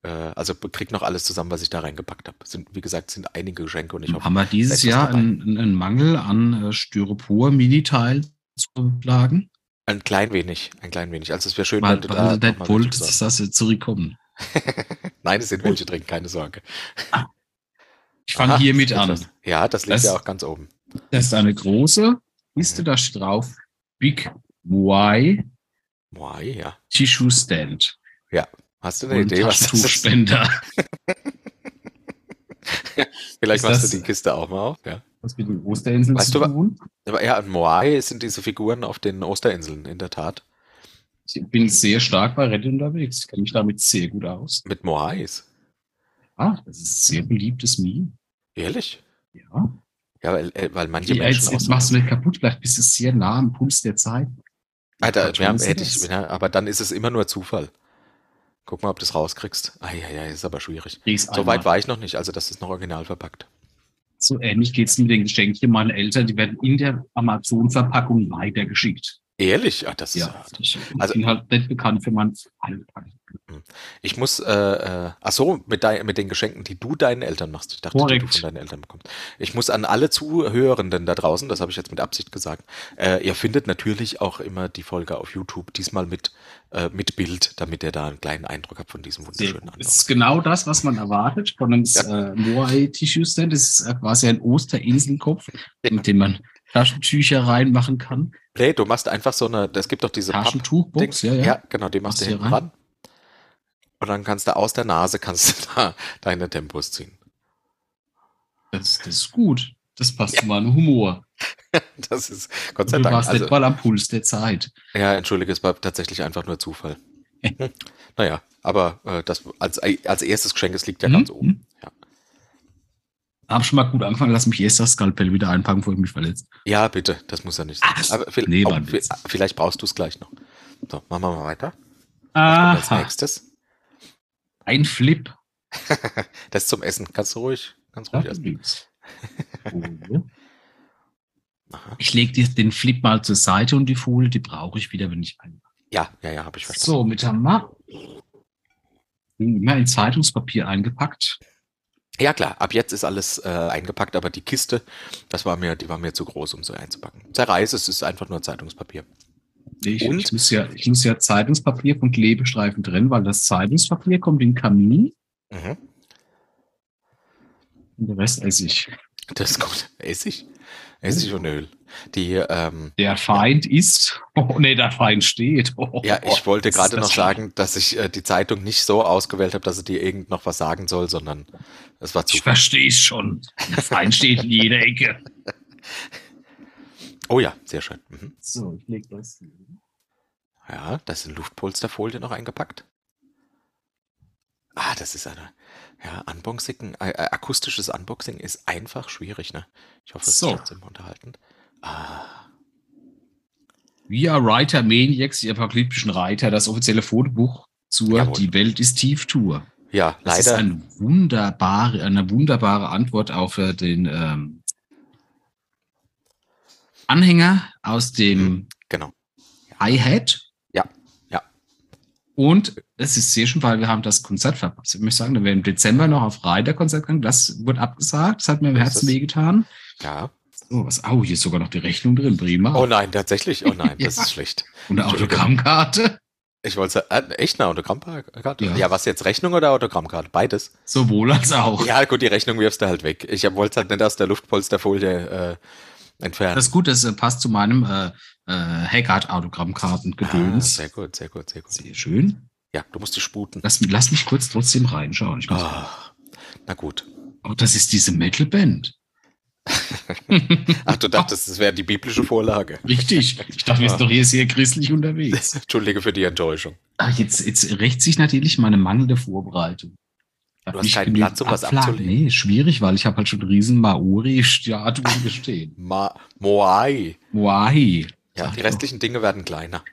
Speaker 2: äh, also krieg noch alles zusammen, was ich da reingepackt habe. Sind, wie gesagt, sind einige Geschenke und ich hoffe.
Speaker 1: Haben wir dieses
Speaker 2: da ist was
Speaker 1: Jahr
Speaker 2: dabei.
Speaker 1: einen, einen Mangel an äh, Styropor-Miniteilen zu beklagen?
Speaker 2: Ein klein wenig, ein klein wenig. Also es wäre schön, wenn
Speaker 1: Weil,
Speaker 2: du da
Speaker 1: weil
Speaker 2: noch
Speaker 1: das
Speaker 2: mal
Speaker 1: wollte,
Speaker 2: welche
Speaker 1: dass das jetzt zurückkommen.
Speaker 2: besorgst. Nein, es sind welche drin, keine Sorge.
Speaker 1: Ich fange
Speaker 2: Aha,
Speaker 1: hiermit
Speaker 2: das
Speaker 1: an.
Speaker 2: ist was. Ja, das liegt
Speaker 1: Das-
Speaker 2: ja auch ganz oben.
Speaker 1: Das Mhm. ist eine große Kiste, da steht drauf Big Why
Speaker 2: Moai, ja.
Speaker 1: Tissue Stand.
Speaker 2: Hast du eine
Speaker 1: Und
Speaker 2: Idee, was das ist?
Speaker 1: Taschentuchspender.
Speaker 2: Vielleicht machst
Speaker 1: Ist
Speaker 2: du
Speaker 1: das-
Speaker 2: die Kiste auch mal auf, ja.
Speaker 1: Was mit den Osterinseln
Speaker 2: Weißt du,
Speaker 1: zu
Speaker 2: wa-
Speaker 1: tun?
Speaker 2: Aber ja, in Moai sind diese Figuren auf den Osterinseln, in der Tat.
Speaker 1: Ich bin sehr stark bei Reddit unterwegs. Ich kenne mich damit sehr gut aus.
Speaker 2: Mit Moais.
Speaker 1: Ah, das ist ein sehr beliebtes Meme.
Speaker 2: Ehrlich?
Speaker 1: Ja.
Speaker 2: Ja, weil, äh, weil manche
Speaker 1: ja jetzt,
Speaker 2: Menschen auch
Speaker 1: jetzt
Speaker 2: so.
Speaker 1: machst du nicht kaputt, vielleicht bist du sehr nah am Puls der Zeit.
Speaker 2: Alter, wir haben,
Speaker 1: Scheiße,
Speaker 2: hätte ich,
Speaker 1: das-
Speaker 2: ja, aber dann ist es immer nur Zufall. Guck mal, ob du es rauskriegst. Ah, ja, ja, ist aber schwierig.
Speaker 1: Krieg's
Speaker 2: So weit
Speaker 1: einmal.
Speaker 2: war ich noch nicht, also das ist noch original verpackt.
Speaker 1: So ähnlich geht's mit den Geschenken meiner Eltern. Die werden in der Amazon-Verpackung weitergeschickt.
Speaker 2: Ehrlich? Ah, das
Speaker 1: Ja,
Speaker 2: ist,
Speaker 1: ich
Speaker 2: Also-
Speaker 1: bin halt nicht bekannt für mein Alltag.
Speaker 2: ich muss, äh, äh, ach so, mit, dein, mit den Geschenken, die du deinen Eltern machst. Ich dachte, die du
Speaker 1: Korrekt.
Speaker 2: von deinen Eltern bekommst. Ich muss an alle Zuhörenden da draußen, das habe ich jetzt mit Absicht gesagt, äh, ihr findet natürlich auch immer die Folge auf YouTube, diesmal mit, äh, mit Bild, damit ihr da einen kleinen Eindruck habt von diesem
Speaker 1: Sehr
Speaker 2: wunderschönen
Speaker 1: gut.
Speaker 2: Anlass.
Speaker 1: Es ist genau das, was man erwartet von einem äh, Moai-Tissue-Stand. Das ist äh, quasi ein Osterinselkopf, mit dem man Taschentücher reinmachen kann.
Speaker 2: Nee, du machst einfach so eine, es gibt doch diese Also Papp-
Speaker 1: Taschentuchbox, ja,
Speaker 2: ja.
Speaker 1: ja.
Speaker 2: genau, die machst du
Speaker 1: Machst du
Speaker 2: hinten
Speaker 1: hier
Speaker 2: ran. Und dann kannst du aus der Nase kannst du da deine Tempos ziehen.
Speaker 1: Das, das ist gut. Das passt zu meinem Humor.
Speaker 2: Das ist Gott sei
Speaker 1: Du
Speaker 2: Dank.
Speaker 1: warst
Speaker 2: Also,
Speaker 1: nicht mal am Puls der Zeit.
Speaker 2: ja, entschuldige, es war tatsächlich einfach nur Zufall. Hm. naja, aber äh, das als, als erstes Geschenk, es liegt ja
Speaker 1: Hm?
Speaker 2: ganz oben.
Speaker 1: Hm?
Speaker 2: Ja.
Speaker 1: Hab schon mal gut angefangen, lass mich erst das Skalpell wieder einpacken, bevor ich mich verletze.
Speaker 2: Ja, bitte, das muss ja nicht sein.
Speaker 1: Ach,
Speaker 2: aber vi-
Speaker 1: nee,
Speaker 2: auch,
Speaker 1: war ein
Speaker 2: vi-
Speaker 1: Witz.
Speaker 2: vielleicht brauchst du es gleich noch. So, machen wir mal weiter. Was kommt als
Speaker 1: Ah,
Speaker 2: nächstes?
Speaker 1: ein Flip.
Speaker 2: Das zum Essen. Kannst du ruhig, ganz ruhig essen. Aha.
Speaker 1: Ich lege den Flip mal zur Seite und die Folie, die brauche ich wieder, wenn ich ein.
Speaker 2: Ja, ja, ja, habe ich verstanden.
Speaker 1: So, mit Hammer. Immer in Zeitungspapier eingepackt.
Speaker 2: Ja klar, ab jetzt ist alles äh, eingepackt, aber die Kiste, das war mir, die war mir zu groß, um so einzupacken. Zerreiß es, es ist einfach nur Zeitungspapier.
Speaker 1: Ich,
Speaker 2: Und?
Speaker 1: ich, muss ja, ich muss ja Zeitungspapier von Klebestreifen trennen, weil das Zeitungspapier kommt in den Kamin
Speaker 2: Mhm.
Speaker 1: und der Rest esse ich.
Speaker 2: Das ist gut. Essig,
Speaker 1: Mhm.
Speaker 2: Essig und Öl. Die, ähm,
Speaker 1: Der Feind ist. Oh nee, der Feind steht. Oh,
Speaker 2: ja, ich wollte
Speaker 1: das
Speaker 2: gerade
Speaker 1: ist
Speaker 2: noch
Speaker 1: das
Speaker 2: sagen, dass ich äh, die Zeitung nicht so ausgewählt habe, dass sie dir irgend noch was sagen soll, sondern es war zu.
Speaker 1: Ich verstehe es schon. Der Feind steht in jeder Ecke.
Speaker 2: Oh ja, sehr schön. Mhm.
Speaker 1: So, ich lege das hier.
Speaker 2: Ja, das sind Luftpolsterfolie noch eingepackt. Ah, das ist eine. Ja, Unboxing, äh, äh, akustisches Unboxing ist einfach schwierig, ne? Ich hoffe, es
Speaker 1: So.
Speaker 2: ist trotzdem unterhaltend. Ah,
Speaker 1: Via Writer Maniacs, die apokalyptischen Reiter, das offizielle Fotobuch zur
Speaker 2: Jawohl.
Speaker 1: Die Welt ist tief Tour.
Speaker 2: ja,
Speaker 1: Das
Speaker 2: leider.
Speaker 1: ist eine wunderbare, eine wunderbare Antwort auf äh, den ähm, Anhänger aus dem
Speaker 2: genau.
Speaker 1: Hi-Hat.
Speaker 2: Ja, ja.
Speaker 1: Und es ist sehr schön, weil wir haben das Konzert verpasst. Ich möchte sagen, wenn wir im Dezember noch auf Reiter-Konzert gegangen, das wurde abgesagt. Das hat mir im
Speaker 2: Das
Speaker 1: Herzen
Speaker 2: ist-
Speaker 1: wehgetan.
Speaker 2: Ja.
Speaker 1: Oh, was? Au, hier ist sogar noch die Rechnung drin. Prima.
Speaker 2: Oh nein, tatsächlich. Oh nein, das
Speaker 1: Ja.
Speaker 2: ist schlecht.
Speaker 1: Und eine Autogrammkarte.
Speaker 2: Ich wollte äh, echt eine Autogrammkarte. Ja.
Speaker 1: Ja.
Speaker 2: was jetzt Rechnung oder Autogrammkarte? Beides.
Speaker 1: Sowohl als auch.
Speaker 2: Ja, gut, die Rechnung wirfst du halt weg. Ich wollte es halt nicht aus der Luftpolsterfolie äh, entfernen.
Speaker 1: Das ist gut, das äh, passt zu meinem äh, äh,
Speaker 2: ah,
Speaker 1: Haggard-Autogrammkarten-Gedöns.
Speaker 2: sehr gut, sehr gut, sehr gut.
Speaker 1: sehr schön.
Speaker 2: Ja, du musst die sputen.
Speaker 1: Lass, mich- lass mich kurz trotzdem reinschauen. Ich muss,
Speaker 2: Ah, na gut.
Speaker 1: Oh, das ist diese Metal-Band.
Speaker 2: Ach, du dachtest, es wäre die biblische Vorlage.
Speaker 1: Richtig. Ich dachte, wir sind doch hier sehr christlich unterwegs.
Speaker 2: Entschuldige für die Enttäuschung.
Speaker 1: Ah, jetzt, jetzt rächt sich natürlich meine mangelnde Vorbereitung. Ich hab
Speaker 2: Du hast
Speaker 1: nicht
Speaker 2: keinen
Speaker 1: genügend
Speaker 2: Platz, um was
Speaker 1: Abflagen.
Speaker 2: abzulegen.
Speaker 1: Nee, schwierig, weil ich habe halt schon riesen Maori-Statuen hier stehen.
Speaker 2: Ma Moai.
Speaker 1: Wahi.
Speaker 2: Ja,
Speaker 1: Sag
Speaker 2: die
Speaker 1: ich doch.
Speaker 2: restlichen Dinge werden kleiner.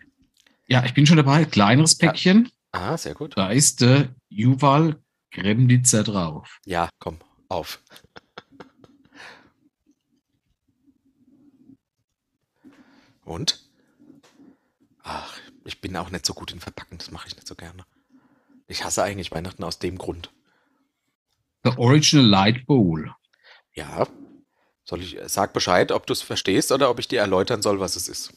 Speaker 1: Ja, ich bin schon dabei. Kleineres
Speaker 2: Ja.
Speaker 1: Päckchen.
Speaker 2: Ah, sehr gut.
Speaker 1: Da ist der Juval Gremlitzer drauf.
Speaker 2: Ja, komm, auf. Und? Ach, ich bin auch nicht so gut in Verpacken, das mache ich nicht so gerne. Ich hasse eigentlich Weihnachten aus dem Grund.
Speaker 1: The Original Light Bowl.
Speaker 2: Ja. Soll ich, äh, sag Bescheid, ob du es verstehst oder ob ich dir erläutern soll, was es ist.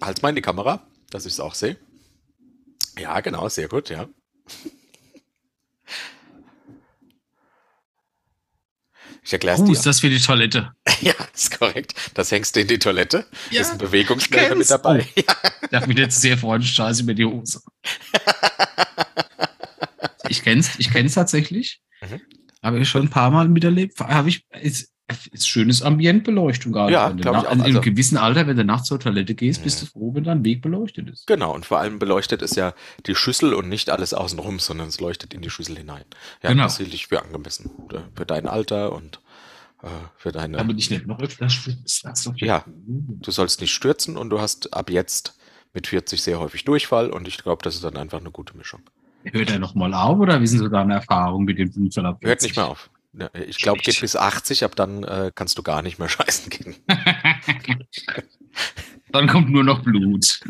Speaker 2: Halt's mal in die Kamera, dass ich es auch sehe. Ja, genau, sehr gut, ja. Ich erkläre es
Speaker 1: Oh, ist
Speaker 2: dir.
Speaker 1: das für die Toilette?
Speaker 2: Ja, ist korrekt. Das hängst du in die Toilette. ist ein Bewegungsmelder mit
Speaker 1: kenn's.
Speaker 2: dabei. Ja,
Speaker 1: Darf mich jetzt sehr freuen, scheiße über die Hose. Ich kenn's, ich kenn's tatsächlich.
Speaker 2: Mhm.
Speaker 1: Habe ich schon ein paar Mal miterlebt. Habe ich, ist, ist schönes Ambientbeleuchtung gerade.
Speaker 2: Ja,
Speaker 1: Wenn du
Speaker 2: glaub ich
Speaker 1: nach-
Speaker 2: auch.
Speaker 1: In einem
Speaker 2: Also-
Speaker 1: gewissen Alter, wenn du nachts zur Toilette gehst, bist
Speaker 2: Mhm.
Speaker 1: du froh, wenn dein Weg beleuchtet ist.
Speaker 2: Genau, und vor allem beleuchtet ist ja die Schüssel und nicht alles außenrum, sondern es leuchtet in die Schüssel hinein. Ja,
Speaker 1: Genau.
Speaker 2: das hielt ich für angemessen. Oder für dein Alter und äh, für deine.
Speaker 1: Damit ich nicht noch öfter schwitze. Das ist doch-
Speaker 2: Ja. du sollst nicht stürzen und du hast ab jetzt mit 40 sehr häufig Durchfall und ich glaube, das ist dann einfach eine gute Mischung.
Speaker 1: Hört er noch mal auf oder wie sind so deine Erfahrungen mit dem Unfall ab?
Speaker 2: Hört nicht mehr auf. Ja, Ich glaube, geht
Speaker 1: Schlecht.
Speaker 2: bis 80, ab dann äh, kannst du gar nicht mehr scheißen gehen.
Speaker 1: Dann kommt nur noch Blut.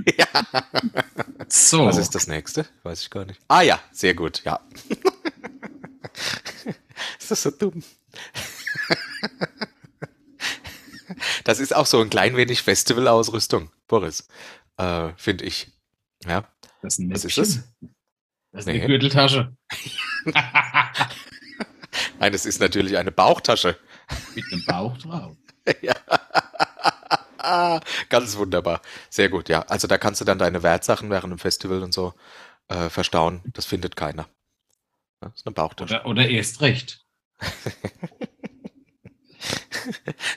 Speaker 1: So.
Speaker 2: Was ist das nächste? Weiß ich gar nicht. Oh. Ah ja, sehr gut, ja. ist das so dumm? das ist auch so ein klein wenig Festivalausrüstung, Boris, äh, finde ich. Ja,
Speaker 1: Das ist ein
Speaker 2: was ist
Speaker 1: Näppchen.
Speaker 2: das?
Speaker 1: Das ist eine
Speaker 2: Nee.
Speaker 1: Gürteltasche.
Speaker 2: Nein, das ist natürlich eine Bauchtasche.
Speaker 1: Mit einem Bauch drauf.
Speaker 2: Ah, ganz wunderbar. Sehr gut, ja. Also da kannst du dann deine Wertsachen während dem Festival und so äh, verstauen. Das findet keiner. Das ist eine Bauchtasche.
Speaker 1: Oder, oder erst recht.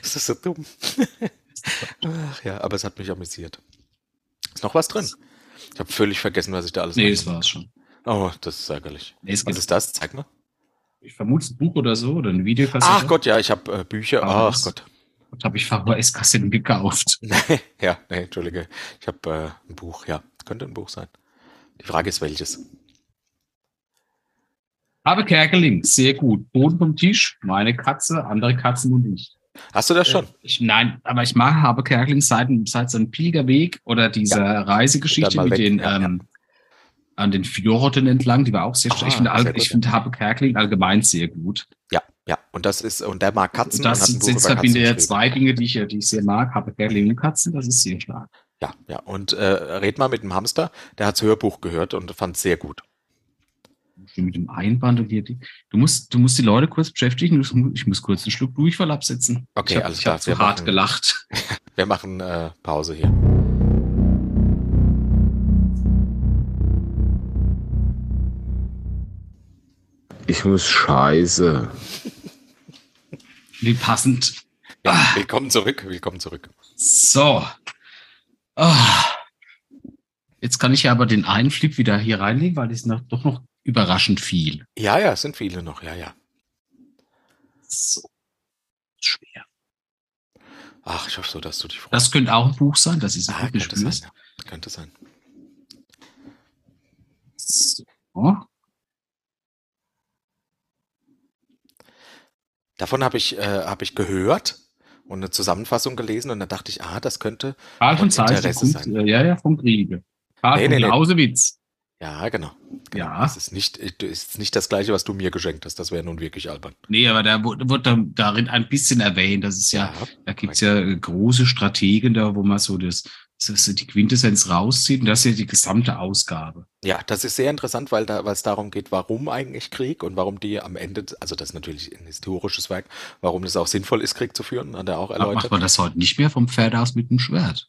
Speaker 2: Das ist so dumm. Ach ja, aber es hat mich amüsiert. Ist noch was drin? Ich habe völlig vergessen, was ich da alles
Speaker 1: Nee,
Speaker 2: rein-
Speaker 1: das war's schon.
Speaker 2: Oh, das ist ärgerlich.
Speaker 1: Nee, es
Speaker 2: Was
Speaker 1: gibt,
Speaker 2: ist das? Zeig mal.
Speaker 1: ich vermute ein Buch oder so oder ein Video.
Speaker 2: Ach Gott, ja, ich habe äh, Bücher.
Speaker 1: Aber
Speaker 2: Ach
Speaker 1: das-
Speaker 2: Gott.
Speaker 1: Habe ich VHS-Kassetten gekauft.
Speaker 2: Nee, ja, nee, Entschuldige. Ich habe äh, ein Buch, ja. Könnte ein Buch sein. Die Frage ist, welches?
Speaker 1: Habe Kerkeling, sehr gut. Boden vom Tisch, meine Katze, andere Katzen und ich.
Speaker 2: Hast du
Speaker 1: Äh.
Speaker 2: das schon?
Speaker 1: Ich, nein, aber ich mag Habe Kerkeling seit, seit seinem Pilgerweg oder dieser
Speaker 2: Dann
Speaker 1: Reisegeschichte
Speaker 2: mal weg,
Speaker 1: mit den,
Speaker 2: ja,
Speaker 1: ähm, an den Fjorden entlang, die war auch sehr
Speaker 2: Ah,
Speaker 1: stark. Ich finde,
Speaker 2: sehr
Speaker 1: all-
Speaker 2: gut,
Speaker 1: ich
Speaker 2: ja.
Speaker 1: finde Habe Kerkeling allgemein sehr gut.
Speaker 2: Ja, ja. Und das ist, und der mag Katzen.
Speaker 1: Und das
Speaker 2: und hat ein
Speaker 1: sind halt
Speaker 2: Buch
Speaker 1: jetzt
Speaker 2: über Katzen
Speaker 1: verbinde ja
Speaker 2: geschrieben.
Speaker 1: zwei Dinge, die ich, ja- die ich sehr mag. Habe Kerkeling und Katzen, das ist sehr stark.
Speaker 2: Ja, ja. Und äh, red mal mit dem Hamster. Der hat's Hörbuch gehört und fand's sehr gut.
Speaker 1: Mit dem Einband und hier, die- du musst, du musst die Leute kurz beschäftigen. Ich muss- Ich muss kurz einen Schluck Durchfall absetzen.
Speaker 2: Okay,
Speaker 1: ich hab-
Speaker 2: alles
Speaker 1: ich habe
Speaker 2: klar, wir
Speaker 1: zu hart
Speaker 2: machen-
Speaker 1: gelacht.
Speaker 2: Wir machen äh, Pause hier.
Speaker 3: Ich muss scheiße.
Speaker 1: Wie passend.
Speaker 2: Ja,
Speaker 1: Ah.
Speaker 2: Willkommen zurück. Willkommen zurück.
Speaker 1: So. Ah. Jetzt kann ich ja aber den einen Flip wieder hier reinlegen, weil das ist noch, doch noch überraschend viel.
Speaker 2: Ja, ja, es sind viele noch. Ja, ja.
Speaker 1: So. Schwer.
Speaker 2: Ach, ich hoffe so, dass du dich freust.
Speaker 1: Das könnte auch ein Buch sein, das ist
Speaker 2: ah,
Speaker 1: ein
Speaker 2: könnte sein.
Speaker 1: Gespür.
Speaker 2: Ja. Könnte sein.
Speaker 1: So.
Speaker 2: Davon habe ich, äh, hab ich gehört und eine Zusammenfassung gelesen und dann dachte ich, ah, das könnte.
Speaker 1: Karl von
Speaker 2: Von
Speaker 1: Zeichen.
Speaker 2: Interesse
Speaker 1: kommt-
Speaker 2: sein.
Speaker 1: äh, Ja, ja, vom Kriege. Karl
Speaker 2: Nee,
Speaker 1: von
Speaker 2: nee, nee.
Speaker 1: Clausewitz.
Speaker 2: Ja, genau.
Speaker 1: Ja.
Speaker 2: Es ist nicht, äh, es ist nicht das gleiche, was du mir geschenkt hast. Das wäre nun wirklich albern.
Speaker 1: Nee, aber da wurde, wurde dann darin ein bisschen erwähnt. Das ist ja, da gibt's ja äh, große Strategen da, wo man so das, das die Quintessenz rauszieht. Und das ist ja die gesamte Ausgabe.
Speaker 2: Ja, das ist sehr interessant, weil da, weil es darum geht, warum eigentlich Krieg und warum die am Ende, also das ist natürlich ein historisches Werk, warum es auch sinnvoll ist, Krieg zu führen, hat er auch
Speaker 1: Macht
Speaker 2: erläutert.
Speaker 1: man das heute nicht mehr vom Pferd aus mit dem Schwert?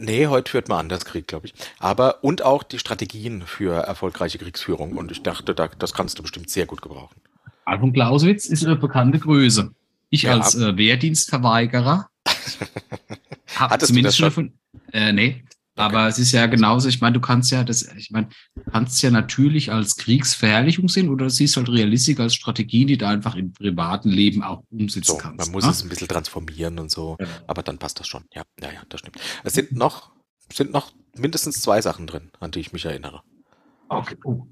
Speaker 2: Nee, heute führt man anders Krieg, glaube ich. Aber, und auch die Strategien für erfolgreiche Kriegsführung. Und ich dachte, da, das kannst du bestimmt sehr gut gebrauchen.
Speaker 1: Karl von Clausewitz ist eine bekannte Größe. Ich
Speaker 2: Ja.
Speaker 1: als äh, Wehrdienstverweigerer habe
Speaker 2: Hattest du
Speaker 1: zumindest
Speaker 2: das
Speaker 1: schon davon. Äh, nee. Aber es ist ja genauso, ich meine, du kannst ja das, ich meine, du kannst ja natürlich als Kriegsverherrlichung sehen oder du siehst halt Realistik als Strategien, die du einfach im privaten Leben auch umsetzen
Speaker 2: So,
Speaker 1: kannst.
Speaker 2: man muss
Speaker 1: ne?
Speaker 2: es ein bisschen transformieren und so.
Speaker 1: Genau.
Speaker 2: Aber dann passt das schon. Ja, ja, ja, das stimmt. Es sind noch, sind noch mindestens zwei Sachen drin, an die ich mich erinnere.
Speaker 1: Okay. Oh.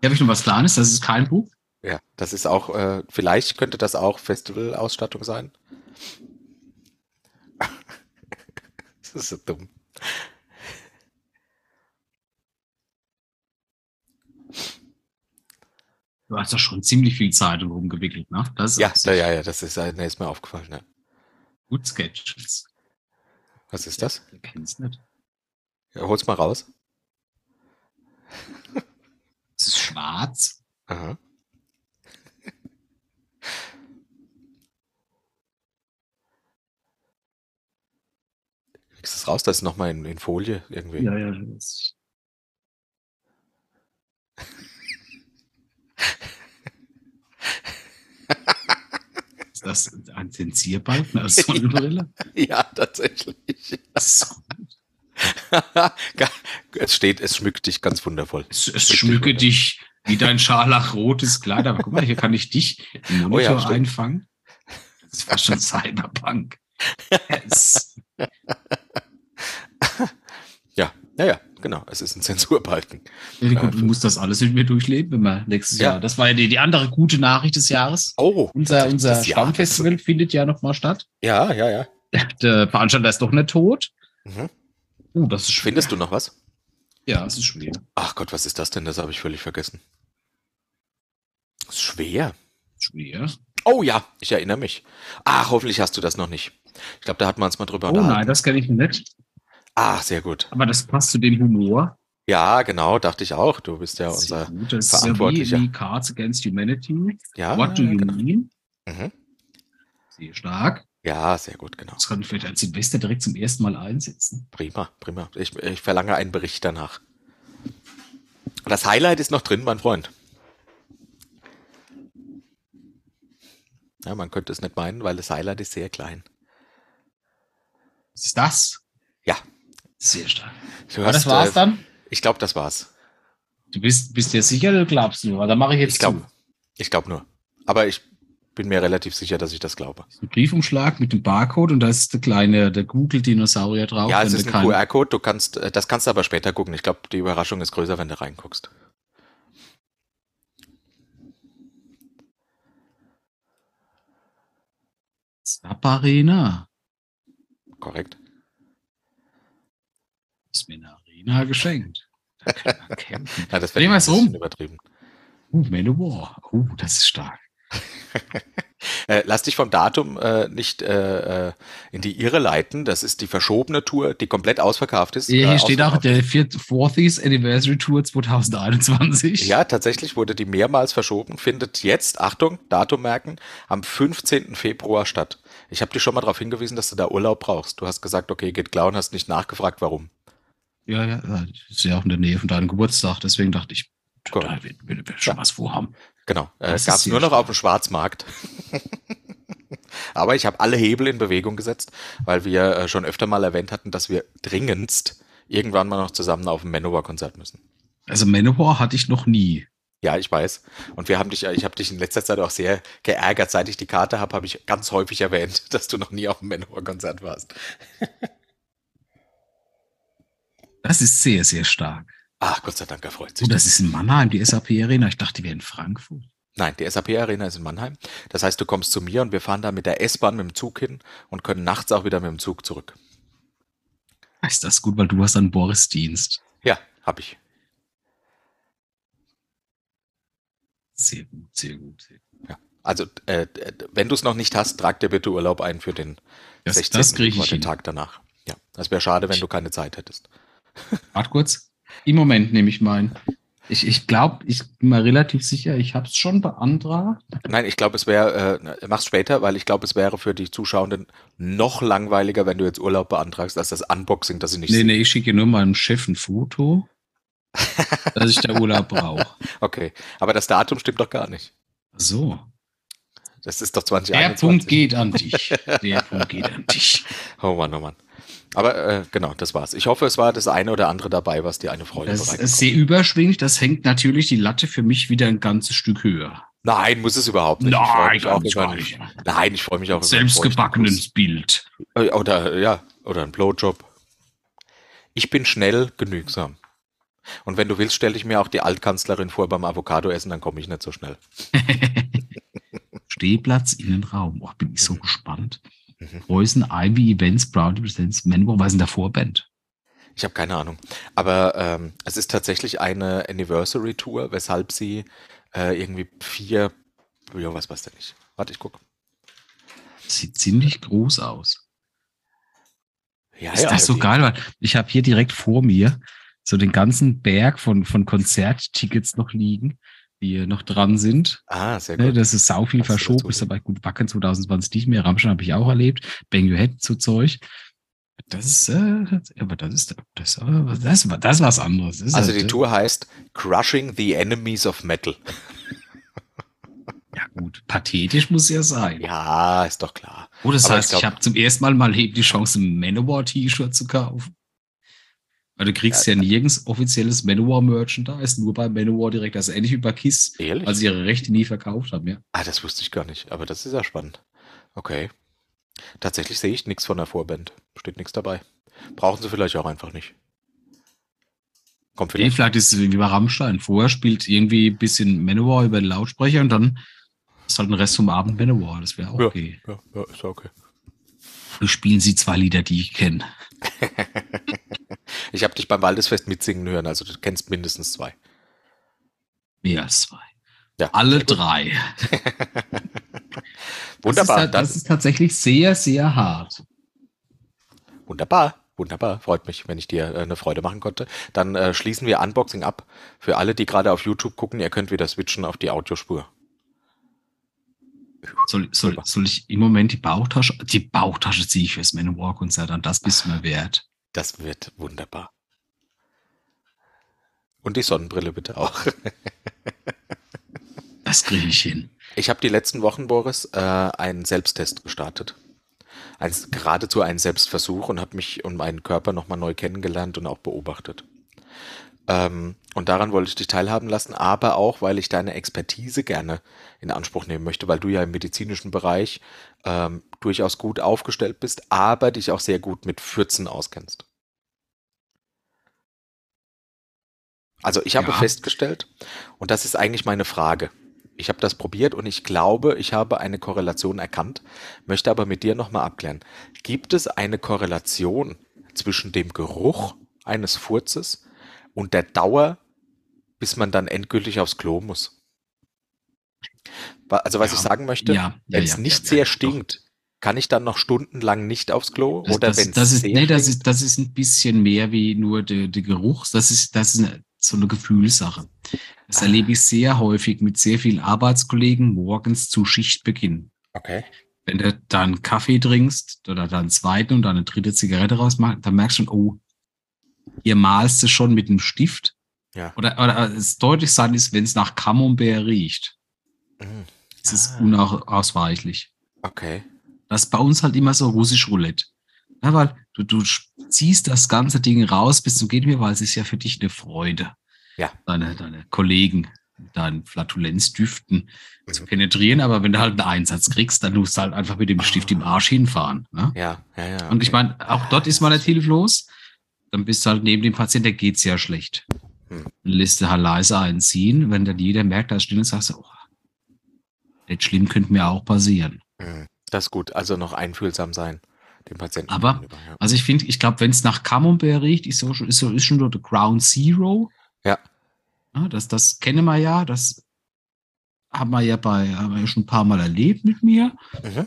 Speaker 1: Hier habe ich noch was Kleines, das ist kein Buch.
Speaker 2: Ja, das ist auch, äh, vielleicht könnte das auch Festivalausstattung sein. das ist so dumm.
Speaker 1: Du hast doch schon ziemlich viel Zeitung rumgewickelt, ne? Das ist
Speaker 2: Ja,
Speaker 1: auch so
Speaker 2: ja, ja, ja, das ist, äh, nee, ist mir aufgefallen. Ja.
Speaker 1: gut Sketches.
Speaker 2: Was ist das?
Speaker 1: Du kennst nicht.
Speaker 2: Ja, hol's mal raus.
Speaker 1: Es ist schwarz.
Speaker 2: Aha. Kriegst du es raus? Das ist nochmal in, in Folie irgendwie.
Speaker 1: ja. Das das ein Sensierbalken als Sonnenbrille?
Speaker 2: Ja, tatsächlich.
Speaker 1: Das ist gut.
Speaker 2: es steht, es schmückt dich ganz wundervoll.
Speaker 1: Es, es schmücke dich wie dein scharlachrotes Kleid. Aber guck mal, hier kann ich dich im
Speaker 2: Oh ja,
Speaker 1: Monitor
Speaker 2: stimmt.
Speaker 1: einfangen. Das war schon Cyberpunk. Yes.
Speaker 2: Ja, ja, ja, genau. Es ist ein Zensurbalken.
Speaker 1: Ja, gut, du musst das alles mit mir durchleben, wenn wir nächstes
Speaker 2: Ja.
Speaker 1: Jahr. Das war ja die, die andere gute Nachricht des Jahres.
Speaker 2: Oh,
Speaker 1: Unser, unser
Speaker 2: das Jahr.
Speaker 1: Stammfestival findet ja nochmal statt.
Speaker 2: Ja, ja, ja.
Speaker 1: Der Veranstalter ist doch nicht tot.
Speaker 2: Mhm.
Speaker 1: Uh, das ist schwer.
Speaker 2: Findest du noch was?
Speaker 1: Ja, das ist schwer.
Speaker 2: Ach Gott, was ist das denn? Das habe ich völlig vergessen. Ist schwer.
Speaker 1: Schwer.
Speaker 2: Oh ja, ich erinnere mich. Ach, hoffentlich hast du das noch nicht. Ich glaube, da hatten wir uns mal drüber
Speaker 1: Oh nein,
Speaker 2: unterhalten.
Speaker 1: das kenne ich nicht.
Speaker 2: Ah, sehr gut.
Speaker 1: Aber das passt zu dem Humor.
Speaker 2: Ja, genau, dachte ich auch. Du bist ja
Speaker 1: Sehr
Speaker 2: unser.
Speaker 1: gut. Das ist ja wie,
Speaker 2: Verantwortlicher.
Speaker 1: wie Cards Against Humanity.
Speaker 2: Ja,
Speaker 1: What do
Speaker 2: ja,
Speaker 1: you
Speaker 2: genau.
Speaker 1: mean?
Speaker 2: Mhm.
Speaker 1: Sehr stark.
Speaker 2: ja, sehr gut, genau.
Speaker 1: Das kann ich vielleicht als Silvester direkt zum ersten Mal einsetzen.
Speaker 2: Prima, prima. Ich, ich verlange einen Bericht danach. Das Highlight ist noch drin, mein Freund. Ja, man könnte es nicht meinen, weil das Highlight ist sehr klein.
Speaker 1: Was ist das?
Speaker 2: Ja.
Speaker 1: Sehr stark.
Speaker 2: Du
Speaker 1: Aber das
Speaker 2: hast,
Speaker 1: war's
Speaker 2: äh,
Speaker 1: dann?
Speaker 2: Ich glaube, das war's.
Speaker 1: Du bist, bist dir sicher, du glaubst nur. Da mache ich jetzt
Speaker 2: Ich glaube
Speaker 1: zu.
Speaker 2: ich glaub nur. Aber ich bin mir relativ sicher, dass ich das glaube.
Speaker 1: einen Briefumschlag mit dem Barcode und da ist der kleine, der Google-Dinosaurier drauf.
Speaker 2: ja, es
Speaker 1: wenn
Speaker 2: ist
Speaker 1: du
Speaker 2: ein
Speaker 1: keinen-
Speaker 2: QR-Code. Du kannst, äh, das kannst du aber später gucken. Ich glaube, die Überraschung ist größer, wenn du reinguckst.
Speaker 1: Sub-Arena.
Speaker 2: Korrekt?
Speaker 1: Ist mir eine Arena geschenkt. Da kann man kämpfen.
Speaker 2: Ja, das
Speaker 1: Drehen wir es
Speaker 2: ein bisschen
Speaker 1: rum.
Speaker 2: übertrieben.
Speaker 1: Uh, Man of War. Uh, das ist stark.
Speaker 2: Äh, lass dich vom Datum äh, nicht äh, äh, in die Irre leiten. Das ist die verschobene Tour, die komplett ausverkauft ist.
Speaker 1: Ja,
Speaker 2: äh,
Speaker 1: hier steht auch
Speaker 2: ausverkauft.
Speaker 1: der 40th Anniversary Tour 2021.
Speaker 2: Ja, tatsächlich wurde die mehrmals verschoben. Findet jetzt, Achtung, Datum merken, am 15. Februar statt. Ich habe dich schon mal darauf hingewiesen, dass du da Urlaub brauchst. Du hast gesagt, okay, geht klar und hast nicht nachgefragt, warum.
Speaker 1: ja, ja. ja, Ist ja auch in der Nähe von deinem Geburtstag. Deswegen dachte ich,
Speaker 2: Cool.
Speaker 1: da wird, wird, wird schon was vorhaben.
Speaker 2: Genau. Äh,
Speaker 1: Das ist
Speaker 2: gab's
Speaker 1: sehr
Speaker 2: nur noch
Speaker 1: stark.
Speaker 2: auf dem Schwarzmarkt. Aber ich habe alle Hebel in Bewegung gesetzt, weil wir äh, schon öfter mal erwähnt hatten, dass wir dringendst irgendwann mal noch zusammen auf ein Manowar-Konzert müssen.
Speaker 1: Also Manowar hatte ich noch nie.
Speaker 2: Ja, ich weiß. Und wir haben dich, äh, ich habe dich in letzter Zeit auch sehr geärgert. Seit ich die Karte habe, habe ich ganz häufig erwähnt, dass du noch nie auf einem Manowar-Konzert warst.
Speaker 1: Das ist sehr, sehr stark.
Speaker 2: Ach, Gott sei Dank, er freut
Speaker 1: Oh,
Speaker 2: sich.
Speaker 1: das ist in Mannheim, die SAP Arena. Ich dachte, die wäre in Frankfurt.
Speaker 2: Nein, die SAP-Arena ist in Mannheim. Das heißt, du kommst zu mir und wir fahren da mit der S-Bahn mit dem Zug hin und können nachts auch wieder mit dem Zug zurück.
Speaker 1: Ah, Ist das gut, weil du hast dann Boris Dienst.
Speaker 2: Ja, habe ich.
Speaker 1: Sehr gut, sehr gut. Sehr gut.
Speaker 2: Also, äh, d- wenn du es noch nicht hast, trag dir bitte Urlaub ein für den
Speaker 1: Das,
Speaker 2: 16.
Speaker 1: das kriege
Speaker 2: oder
Speaker 1: ich
Speaker 2: den
Speaker 1: hin.
Speaker 2: Tag danach. Ja, das wäre schade, wenn du keine Zeit hättest.
Speaker 1: Warte kurz. Im Moment nehme ich meinen. Ich, ich glaube, ich bin mir relativ sicher, ich habe es schon beantragt.
Speaker 2: Nein, ich glaube, es wäre, äh, mach's später, weil ich glaube, es wäre für die Zuschauenden noch langweiliger, wenn du jetzt Urlaub beantragst, als das Unboxing, das sie nicht
Speaker 1: Nee,
Speaker 2: sehen.
Speaker 1: nee, ich schicke nur meinem Chef ein Foto, dass ich da Urlaub brauche.
Speaker 2: Okay, aber das Datum stimmt doch gar nicht.
Speaker 1: So.
Speaker 2: Das ist doch
Speaker 1: Der Punkt
Speaker 2: 2021.
Speaker 1: geht an dich. Der Punkt geht an dich.
Speaker 2: Oh Mann, oh Mann. Aber äh, genau, das war's. Ich hoffe, es war das eine oder andere dabei, was dir eine Freude
Speaker 1: Das
Speaker 2: bereitet.
Speaker 1: ist sehr überschwinglich. Das hängt natürlich die Latte für mich wieder ein ganzes Stück höher.
Speaker 2: Nein, muss es überhaupt nicht. Ich freu mich auch über-
Speaker 1: nicht.
Speaker 2: Nein, ich freue mich auch über einen feuchten
Speaker 1: Selbstgebackenes Bild.
Speaker 2: Kuss. Äh, Oder ja, oder ein Blowjob. Ich bin schnell genügsam. Und wenn du willst, stelle ich mir auch die Altkanzlerin vor beim Avocado-Essen, dann komme ich nicht so schnell.
Speaker 1: Stehplatz, Innenraum. Oh, bin ich so gespannt.
Speaker 2: Mhm.
Speaker 1: Preußen, Ivy Events, Brownie Presents, Manowar, was ist denn der Vorband?
Speaker 2: Ich habe keine Ahnung. Aber ähm, es ist tatsächlich eine Anniversary Tour, weshalb sie äh, irgendwie vier. Ja, was weiß denn nicht. Warte, ich gucke.
Speaker 1: Sieht ziemlich groß aus.
Speaker 2: Ja,
Speaker 1: Ist das so
Speaker 2: die-
Speaker 1: geil? Weil ich habe hier direkt vor mir so den ganzen Berg von, von Konzerttickets noch liegen, die hier noch dran sind.
Speaker 2: Ah, sehr
Speaker 1: Ne,
Speaker 2: gut.
Speaker 1: das ist sau viel
Speaker 2: Kannst du
Speaker 1: verschoben.
Speaker 2: dazu
Speaker 1: Ist dabei gut Wacken 2020 nicht mehr. Rammstein habe ich auch erlebt. Bang Your Head zu Zeug. Das ist, äh, aber das ist, das, äh, das, das, war- das ist was anderes. Das ist
Speaker 2: also
Speaker 1: halt,
Speaker 2: die
Speaker 1: äh,
Speaker 2: Tour heißt Crushing the Enemies of Metal.
Speaker 1: Ja gut, pathetisch muss ja sein.
Speaker 2: Ja, ist doch klar.
Speaker 1: Oh, das
Speaker 2: Aber ich
Speaker 1: heißt, ich,
Speaker 2: glaub-
Speaker 1: habe zum ersten Mal in meinem Leben die Chance, ein Manowar-T-Shirt zu kaufen. Weil du kriegst ja, nirgends offizielles Manowar-Merchandise, nur bei Manowar direkt. Also ähnlich wie bei KISS,
Speaker 2: Ehrlich?
Speaker 1: weil sie ihre Rechte nie verkauft haben, ja.
Speaker 2: ah, das wusste ich gar nicht, aber das ist ja spannend. Okay. Tatsächlich sehe ich nichts von der Vorband. Steht nichts dabei. Brauchen sie vielleicht auch einfach nicht. Kommt
Speaker 1: Nee,
Speaker 2: vielleicht.
Speaker 1: vielleicht ist es wie bei Rammstein. Vorher spielt irgendwie ein bisschen Manowar über den Lautsprecher und dann ist halt ein Rest vom Abend Manowar. Das wäre auch okay.
Speaker 2: Ja, ja, ist ja okay.
Speaker 1: Dann spielen sie zwei Lieder, die ich kenne.
Speaker 2: Ich habe dich beim Waldesfest mitsingen hören, also du kennst mindestens zwei.
Speaker 1: Mehr als zwei.
Speaker 2: Ja,
Speaker 1: Alle
Speaker 2: sehr gut.
Speaker 1: drei.
Speaker 2: Wunderbar.
Speaker 1: Das ist, ta-
Speaker 2: dann-
Speaker 1: das ist tatsächlich sehr, sehr hart.
Speaker 2: Wunderbar, wunderbar. Freut mich, wenn ich dir äh, eine Freude machen konnte. Dann äh, schließen wir Unboxing ab. Für alle, die gerade auf YouTube gucken, ihr könnt wieder switchen auf die Audiospur.
Speaker 1: Soll, soll, soll ich im Moment die Bauchtasche, die Bauchtasche ziehe ich fürs Manowar-Konzert an, das bist du mir wert.
Speaker 2: Das wird wunderbar. Und die Sonnenbrille bitte auch.
Speaker 1: Das kriege ich hin.
Speaker 2: Ich habe die letzten Wochen, Boris, äh, einen Selbsttest gestartet. Ein, geradezu einen Selbstversuch und habe mich und meinen Körper nochmal neu kennengelernt und auch beobachtet. Ähm, und daran wollte ich dich teilhaben lassen, aber auch, weil ich deine Expertise gerne in Anspruch nehmen möchte, weil du ja im medizinischen Bereich ähm, durchaus gut aufgestellt bist, aber dich auch sehr gut mit Fürzen auskennst. Also ich habe
Speaker 1: Ja.
Speaker 2: festgestellt, und das ist eigentlich meine Frage. Ich habe das probiert und ich glaube, ich habe eine Korrelation erkannt, möchte aber mit dir nochmal abklären. Gibt es eine Korrelation zwischen dem Geruch eines Furzes und der Dauer, bis man dann endgültig aufs Klo muss? Wa- Also was
Speaker 1: Ja.
Speaker 2: ich sagen möchte,
Speaker 1: Ja, ja,
Speaker 2: wenn
Speaker 1: ja,
Speaker 2: es nicht
Speaker 1: ja,
Speaker 2: sehr
Speaker 1: ja, doch.
Speaker 2: stinkt, kann ich dann noch stundenlang nicht aufs Klo?
Speaker 1: Das,
Speaker 2: oder
Speaker 1: das,
Speaker 2: wenn
Speaker 1: das
Speaker 2: es
Speaker 1: ist,
Speaker 2: sehr
Speaker 1: nee, das
Speaker 2: stinkt?
Speaker 1: ist, das ist ein bisschen mehr wie nur der, der Geruch. Das ist, das ist eine, so eine Gefühlssache.
Speaker 2: Ah.
Speaker 1: Das erlebe ich sehr häufig mit sehr vielen Arbeitskollegen morgens zu Schichtbeginn.
Speaker 2: Okay.
Speaker 1: Wenn du dann Kaffee trinkst oder dann einen zweiten und dann eine dritte Zigarette rausmachst, dann merkst du schon, oh, hier malst du schon mit einem Stift.
Speaker 2: Ja.
Speaker 1: Oder, oder es deutlich sein ist, wenn es nach Camembert riecht.
Speaker 2: Mhm.
Speaker 1: Es ist
Speaker 2: Ah.
Speaker 1: unausweichlich.
Speaker 2: Okay.
Speaker 1: Das ist bei uns halt immer so russisch Roulette. Ja, weil du, du ziehst das ganze Ding raus bis zum Geht mir, weil es ist ja für dich eine Freude.
Speaker 2: Ja.
Speaker 1: Deine, deine Kollegen, mit deinen Flatulenzdüften
Speaker 2: Mhm.
Speaker 1: zu penetrieren, aber wenn du halt einen Einsatz kriegst, dann musst du halt einfach mit dem
Speaker 2: Ah.
Speaker 1: Stift im Arsch hinfahren. Ne?
Speaker 2: Ja, ja, ja.
Speaker 1: Und ich
Speaker 2: okay.
Speaker 1: meine, auch dort ist man nicht hilflos. Dann bist du halt neben dem Patienten, der geht's ja schlecht.
Speaker 2: Hm.
Speaker 1: Dann lässt du halt leise einziehen. Wenn dann jeder merkt, dass es still ist, sagst du, oh, nicht schlimm, könnte mir auch passieren.
Speaker 2: Mhm. Das ist gut. Also noch einfühlsam sein, dem Patienten.
Speaker 1: Aber-
Speaker 2: gegenüber, ja.
Speaker 1: Also ich finde, ich glaube, wenn es nach Camembert riecht, ist, so, schon- ist, so, ist schon so der Ground Zero.
Speaker 2: Ja.
Speaker 1: ja das, das kennen wir ja, das haben wir ja bei, haben wir ja schon ein paar Mal erlebt mit mir.
Speaker 2: Mhm.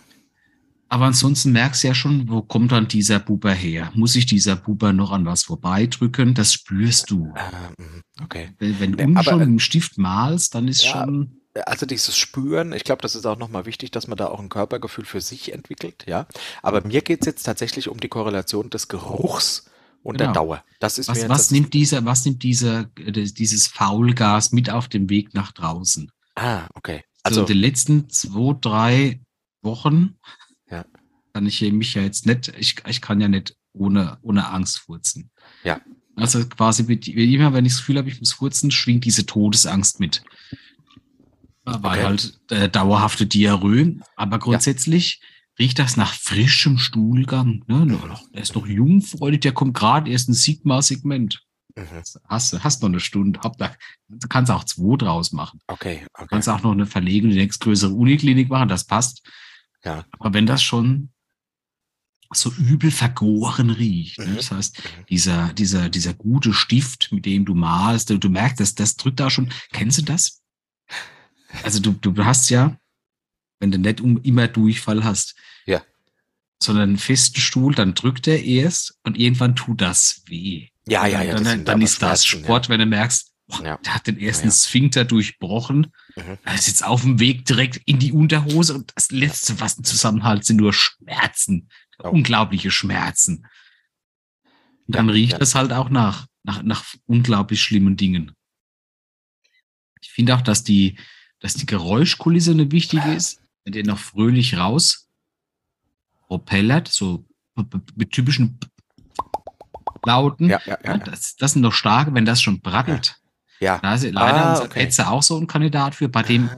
Speaker 1: Aber ansonsten merkst du ja schon, wo kommt dann dieser Buber her? Muss ich dieser Buber noch an was vorbeidrücken? Das spürst du.
Speaker 2: Ähm, mhm. okay.
Speaker 1: Wenn, wenn du
Speaker 2: Ne,
Speaker 1: unten
Speaker 2: aber-
Speaker 1: schon mit dem Stift malst, dann ist
Speaker 2: Ja.
Speaker 1: schon.
Speaker 2: Also dieses Spüren, ich glaube, das ist auch nochmal wichtig, dass man da auch ein Körpergefühl für sich entwickelt, ja. Aber mir geht es jetzt tatsächlich um die Korrelation des Geruchs und der
Speaker 1: Genau.
Speaker 2: Dauer. Das ist mir
Speaker 1: Was,
Speaker 2: jetzt
Speaker 1: was
Speaker 2: das-
Speaker 1: nimmt dieser, was nimmt dieser, äh, das- dieses Faulgas mit auf dem Weg nach draußen?
Speaker 2: Ah, okay. Also
Speaker 1: Also in den letzten zwei, drei Wochen
Speaker 2: Ja.
Speaker 1: kann ich hier mich ja jetzt nicht, ich, ich kann ja nicht ohne, ohne Angst furzen.
Speaker 2: Ja.
Speaker 1: Also quasi mit, immer, wenn ich das Gefühl habe, ich muss furzen, schwingt diese Todesangst mit. Weil
Speaker 2: Okay.
Speaker 1: halt äh, dauerhafte Diarrhoe. Aber grundsätzlich riecht das nach frischem Stuhlgang. Ne? Noch- Der ist noch jungfräulich, der kommt gerade erst ein Sigma-Segment.
Speaker 2: mhm.
Speaker 1: Hast, du- hast noch eine Stunde. Hab da, du kannst auch zwei draus machen.
Speaker 2: okay, okay.
Speaker 1: Du kannst auch noch eine Verlegung in die nächstgrößere Uniklinik machen, das passt.
Speaker 2: Ja.
Speaker 1: Aber wenn das schon so übel vergoren riecht, ne?
Speaker 2: Mhm.
Speaker 1: das heißt,
Speaker 2: Mhm.
Speaker 1: dieser, dieser, dieser gute Stift, mit dem du malst, du, du merkst, das, das drückt da schon. Kennst du das? Also du, du hast ja, wenn du nicht um, immer Durchfall hast,
Speaker 2: Ja.
Speaker 1: sondern einen festen Stuhl, dann drückt er erst und irgendwann tut das weh.
Speaker 2: ja, ja, ja. das
Speaker 1: Dann, dann,
Speaker 2: sind
Speaker 1: dann
Speaker 2: aber
Speaker 1: ist das
Speaker 2: Schmerzen, ja.
Speaker 1: Sport, wenn du merkst, boah,
Speaker 2: Ja.
Speaker 1: der hat den ersten
Speaker 2: Ja, ja.
Speaker 1: Sphinkter durchbrochen.
Speaker 2: Mhm.
Speaker 1: Er ist jetzt auf dem Weg direkt in die Unterhose und das Letzte, was ihn zusammenhält, sind nur Schmerzen.
Speaker 2: Oh.
Speaker 1: Unglaubliche Schmerzen. Und dann
Speaker 2: Ja,
Speaker 1: riecht
Speaker 2: ja.
Speaker 1: das halt auch nach, nach, nach unglaublich schlimmen Dingen. Ich finde auch, dass die, dass die Geräuschkulisse eine wichtige ist, wenn der noch fröhlich raus propellert, so mit typischen Lauten.
Speaker 2: Ja, ja, ja. ja.
Speaker 1: Das, das sind doch starke, wenn das schon brattelt.
Speaker 2: ja.
Speaker 1: Da ist leider
Speaker 2: Ah,
Speaker 1: unser
Speaker 2: okay. Ah.
Speaker 1: Petze auch so ein Kandidat für, bei dem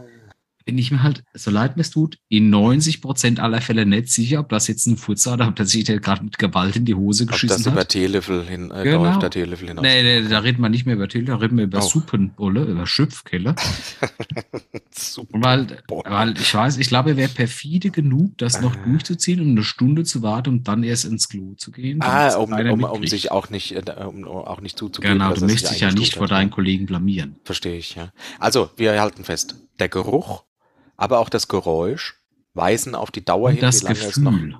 Speaker 1: bin ich mir halt, so leid mir es tut, in 90% aller Fälle nicht sicher, ob das jetzt ein Furzer oder ob das sich der gerade mit Gewalt in die Hose
Speaker 2: Ob das
Speaker 1: geschissen
Speaker 2: über
Speaker 1: hat.
Speaker 2: Teelöffel hin, äh,
Speaker 1: Genau.
Speaker 2: läuft, der Teelöffel hinaus.
Speaker 1: Nee, nee, da reden wir nicht mehr über Tilda, da reden wir über
Speaker 2: Oh.
Speaker 1: Suppenbulle, über Schöpfkelle.
Speaker 2: Super.
Speaker 1: Und Weil, weil ich weiß, ich glaube, er wäre perfide genug, das noch
Speaker 2: Ah.
Speaker 1: durchzuziehen und eine Stunde zu warten, um dann erst ins Klo zu gehen.
Speaker 2: Ah,
Speaker 1: damit's
Speaker 2: um,
Speaker 1: keiner
Speaker 2: um, um
Speaker 1: mitkriegt.
Speaker 2: sich auch nicht, äh, um, um auch nicht zuzugeben.
Speaker 1: Genau,
Speaker 2: dass
Speaker 1: du
Speaker 2: er sich
Speaker 1: möchtest dich ja
Speaker 2: eingestuft
Speaker 1: nicht vor
Speaker 2: hat.
Speaker 1: deinen Kollegen blamieren.
Speaker 2: Verstehe ich, ja. Also, wir halten fest, der Geruch, aber auch das Geräusch weisen auf die Dauer hin,
Speaker 1: Und das
Speaker 2: wie lange es noch.
Speaker 1: Gefühl.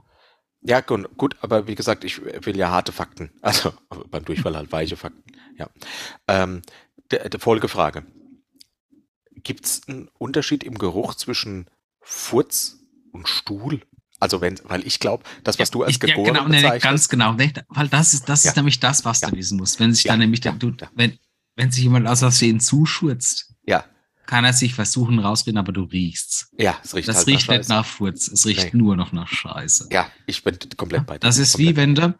Speaker 2: Ja, gut, gut, aber wie gesagt, ich will ja harte Fakten. Also beim Durchfall halt weiche Fakten. Ja. Ähm, der, der Folgefrage. Gibt es einen Unterschied im Geruch zwischen Furz und Stuhl? Also wenn, weil ich glaube, das, was du als
Speaker 1: Ich-
Speaker 2: geboren
Speaker 1: ja, genau, nee, nee,
Speaker 2: bezeichnest,
Speaker 1: ganz genau, ne, weil das ist das
Speaker 2: Ja.
Speaker 1: ist nämlich das, was
Speaker 2: Ja.
Speaker 1: du wissen musst. Wenn sich
Speaker 2: Ja.
Speaker 1: dann nämlich der,
Speaker 2: Ja.
Speaker 1: du,
Speaker 2: Ja.
Speaker 1: wenn wenn sich jemand aus Versehen zuschürzt,
Speaker 2: ja,
Speaker 1: kann er sich versuchen rausreden, aber du riechst's.
Speaker 2: ja, es riecht
Speaker 1: Das
Speaker 2: halt
Speaker 1: riecht nicht
Speaker 2: Scheiße.
Speaker 1: nach Furz, es riecht
Speaker 2: Nee.
Speaker 1: nur noch nach Scheiße.
Speaker 2: Ja, ich bin komplett bei dir.
Speaker 1: Das ist wie
Speaker 2: komplett.
Speaker 1: wenn du,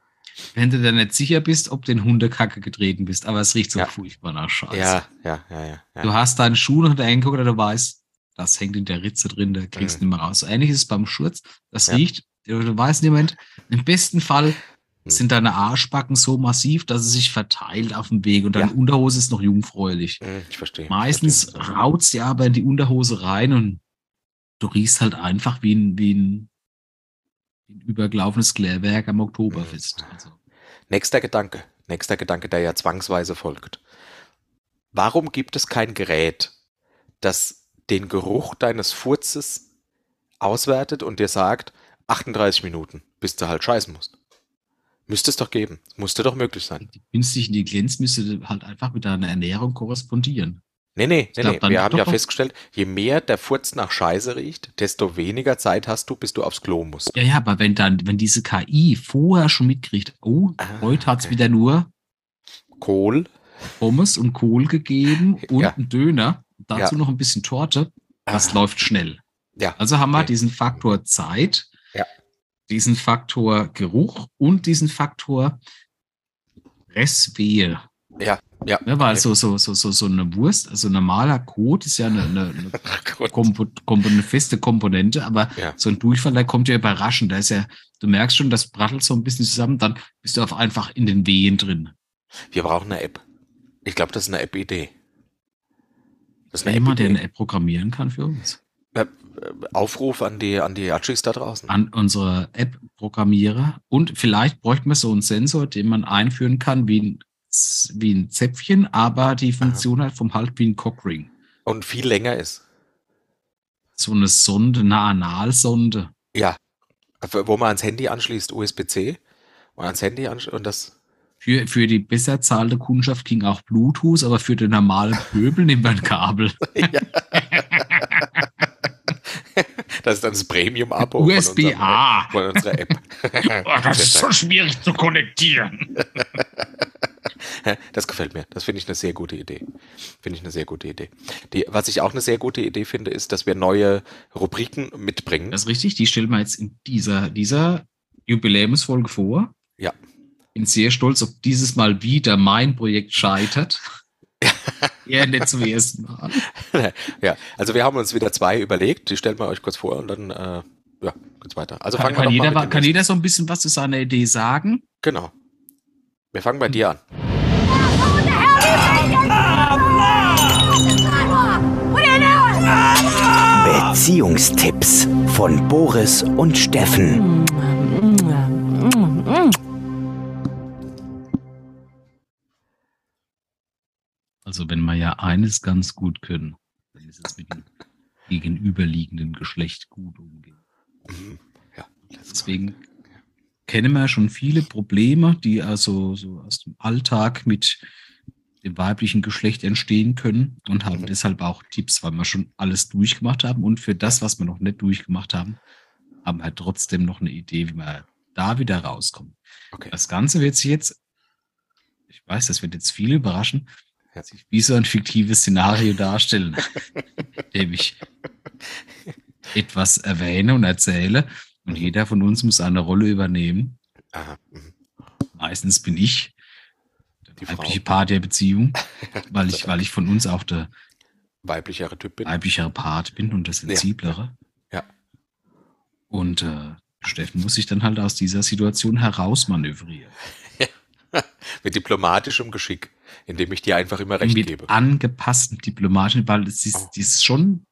Speaker 1: wenn du dir nicht sicher bist, ob du in Hundekacke getreten bist, aber es riecht so
Speaker 2: Ja.
Speaker 1: furchtbar nach Scheiße.
Speaker 2: Ja, ja, ja, ja. ja.
Speaker 1: Du hast deinen Schuh noch reingeguckt oder du weißt, das hängt in der Ritze drin, da kriegst du nicht mehr raus. So ähnlich ist es beim Schurz. Das
Speaker 2: Mhm. Ja.
Speaker 1: riecht, du weißt niemand, im besten Fall
Speaker 2: Mhm.
Speaker 1: sind deine Arschbacken so massiv, dass es sich verteilt auf dem Weg und deine
Speaker 2: Ja.
Speaker 1: Unterhose ist noch jungfräulich.
Speaker 2: Hm, ich verstehe.
Speaker 1: Meistens
Speaker 2: verstehe. Mhm.
Speaker 1: raut's ja aber in die Unterhose rein und du riechst halt einfach wie ein, wie ein, wie ein übergelaufenes Klärwerk am Oktoberfest.
Speaker 2: Mhm.
Speaker 1: Also,
Speaker 2: Nächster Gedanke, nächster Gedanke, der ja zwangsweise folgt. Warum gibt es kein Gerät, das den Geruch deines Furzes auswertet und dir sagt, 38 Minuten, bis du halt scheißen musst? Müsste es doch geben. Müsste doch möglich sein.
Speaker 1: die künstliche Intelligenz müsste halt einfach mit deiner Ernährung korrespondieren.
Speaker 2: Nee, nee, nee,
Speaker 1: glaub,
Speaker 2: nee.
Speaker 1: dann-
Speaker 2: Wir haben
Speaker 1: doch,
Speaker 2: ja
Speaker 1: doch.
Speaker 2: festgestellt, je mehr der Furz nach Scheiße riecht, desto weniger Zeit hast du, bis du aufs Klo musst.
Speaker 1: Ja, ja, aber wenn dann, wenn diese KI vorher schon mitkriegt, oh,
Speaker 2: Ah,
Speaker 1: heute hat's
Speaker 2: okay.
Speaker 1: wieder nur
Speaker 2: Kohl,
Speaker 1: Pommes und Kohl gegeben und
Speaker 2: Ja.
Speaker 1: einen Döner, dazu
Speaker 2: Ja.
Speaker 1: noch ein bisschen Torte, das
Speaker 2: Ah.
Speaker 1: läuft schnell.
Speaker 2: ja,
Speaker 1: Also haben wir
Speaker 2: Okay.
Speaker 1: diesen Faktor Zeit,
Speaker 2: Ja.
Speaker 1: diesen Faktor Geruch und diesen Faktor Restwehe.
Speaker 2: ja.
Speaker 1: Ne, weil
Speaker 2: Okay.
Speaker 1: so, so, so, so, so eine Wurst, also normaler Kot ist ja eine, eine, eine Kompo Kompo eine feste Komponente, aber
Speaker 2: Ja.
Speaker 1: so ein Durchfall, der kommt ja überraschend. Da ist ja, du merkst schon, das brattelt so ein bisschen zusammen, dann bist du auf einfach in den Wehen drin.
Speaker 2: Wir brauchen eine App. Ich glaube, das ist eine App-Idee. Das
Speaker 1: Ist da jemand, der eine App programmieren kann für uns?
Speaker 2: äh, Aufruf an die, an die Achis da draußen.
Speaker 1: An unsere App-Programmierer. Und vielleicht bräuchte man so einen Sensor, den man einführen kann wie ein, Z- wie ein Zäpfchen, aber die Funktion hat vom Halt wie ein Cockring.
Speaker 2: Und viel länger ist.
Speaker 1: So eine Sonde, eine Analsonde.
Speaker 2: Wo man ans Handy anschließt, USB-C. Und ans Handy anschließt. Und das.
Speaker 1: Für, für die besser zahlende Kundschaft ging auch Bluetooth, aber für den normalen Pöbel nimmt man ein Kabel.
Speaker 2: Ja. das ist dann das Premium-Abo. von unserem- äh,
Speaker 1: USB-A.
Speaker 2: Von unserer App.
Speaker 1: Oh, das ist so schwierig zu konnektieren.
Speaker 2: Das gefällt mir. Das finde ich eine sehr gute Idee. Finde ich eine sehr gute Idee. Die, was ich auch eine sehr gute Idee finde, ist, dass wir neue Rubriken mitbringen.
Speaker 1: Das ist richtig, die stellen wir jetzt in dieser, dieser Jubiläumsfolge vor.
Speaker 2: Ja.
Speaker 1: Bin sehr stolz, ob dieses Mal wieder mein Projekt scheitert. ja, nicht zum ersten Mal.
Speaker 2: Also Ja, also wir haben uns wieder zwei überlegt. Die stellen wir euch kurz vor und dann äh, ja, geht's weiter. Also
Speaker 1: Kann,
Speaker 2: fangen wir
Speaker 1: kann,
Speaker 2: doch
Speaker 1: jeder,
Speaker 2: mal mit
Speaker 1: wa-
Speaker 2: dem
Speaker 1: kann
Speaker 2: nächsten-
Speaker 1: jeder so ein bisschen was zu seiner Idee sagen?
Speaker 2: Genau. Wir fangen bei
Speaker 1: Mhm.
Speaker 2: dir an.
Speaker 4: Beziehungstipps von Boris und Steffen.
Speaker 1: Also, wenn wir ja eines ganz gut können, dann ist es mit dem gegenüberliegenden Geschlecht gut umgehen. Mhm.
Speaker 2: Ja, das ist
Speaker 1: Deswegen kennen wir schon viele Probleme, die also so aus dem Alltag mit dem weiblichen Geschlecht entstehen können und haben
Speaker 2: Mhm.
Speaker 1: deshalb auch Tipps, weil wir schon alles durchgemacht haben und für das, was wir noch nicht durchgemacht haben, haben wir trotzdem noch eine Idee, wie wir da wieder rauskommen.
Speaker 2: okay.
Speaker 1: Das Ganze wird sich jetzt, ich weiß, das wird jetzt viele überraschen,
Speaker 2: Ja.
Speaker 1: sich wie so ein fiktives Szenario darstellen, indem ich etwas erwähne und erzähle und jeder von uns muss eine Rolle übernehmen.
Speaker 2: Aha. mhm.
Speaker 1: Meistens bin ich
Speaker 2: Die
Speaker 1: der
Speaker 2: Frau.
Speaker 1: weibliche Part der Beziehung, weil ich, weil ich von uns auch der
Speaker 2: Weiblichere Typ bin.
Speaker 1: weiblichere Part bin und das sensiblere.
Speaker 2: Ja.
Speaker 1: Und äh, Steffen muss sich dann halt aus dieser Situation herausmanövrieren.
Speaker 2: Mit diplomatischem Geschick, indem ich dir einfach immer recht
Speaker 1: mit
Speaker 2: gebe.
Speaker 1: angepassten diplomatischen, weil es ist,
Speaker 2: Oh.
Speaker 1: die ist schon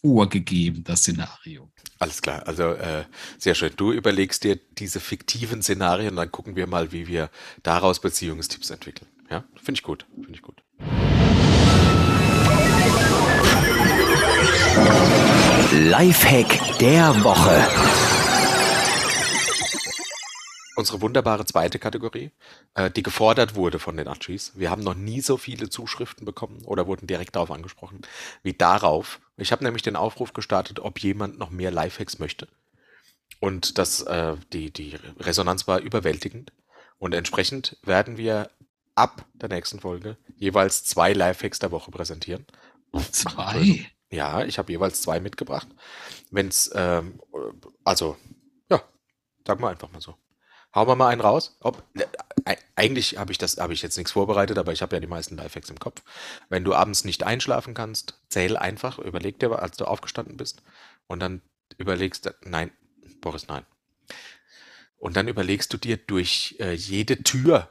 Speaker 1: vorgegeben, das Szenario.
Speaker 2: Alles klar, also äh, sehr schön. Du überlegst dir diese fiktiven Szenarien, dann gucken wir mal, wie wir daraus Beziehungstipps entwickeln. Ja, finde ich gut, finde ich gut.
Speaker 4: Lifehack der Woche.
Speaker 2: Unsere wunderbare zweite Kategorie, äh, die gefordert wurde von den Achis. Wir haben noch nie so viele Zuschriften bekommen oder wurden direkt darauf angesprochen, wie darauf. Ich habe nämlich den Aufruf gestartet, ob jemand noch mehr Lifehacks möchte. Und das, äh, die, die Resonanz war überwältigend. Und entsprechend werden wir ab der nächsten Folge jeweils zwei Lifehacks der Woche präsentieren.
Speaker 1: Zwei.
Speaker 2: Ja, ich habe jeweils zwei mitgebracht. Wenn's, ähm, also, ja, sag mal einfach mal so. Hauen wir mal einen raus. Ob, äh, eigentlich habe ich das, habe ich jetzt nichts vorbereitet, aber ich habe ja die meisten Lifehacks im Kopf. Wenn du abends nicht einschlafen kannst, zähl einfach, überleg dir, als du aufgestanden bist, und dann überlegst, nein, Boris, nein. Und dann überlegst du dir durch äh, jede Tür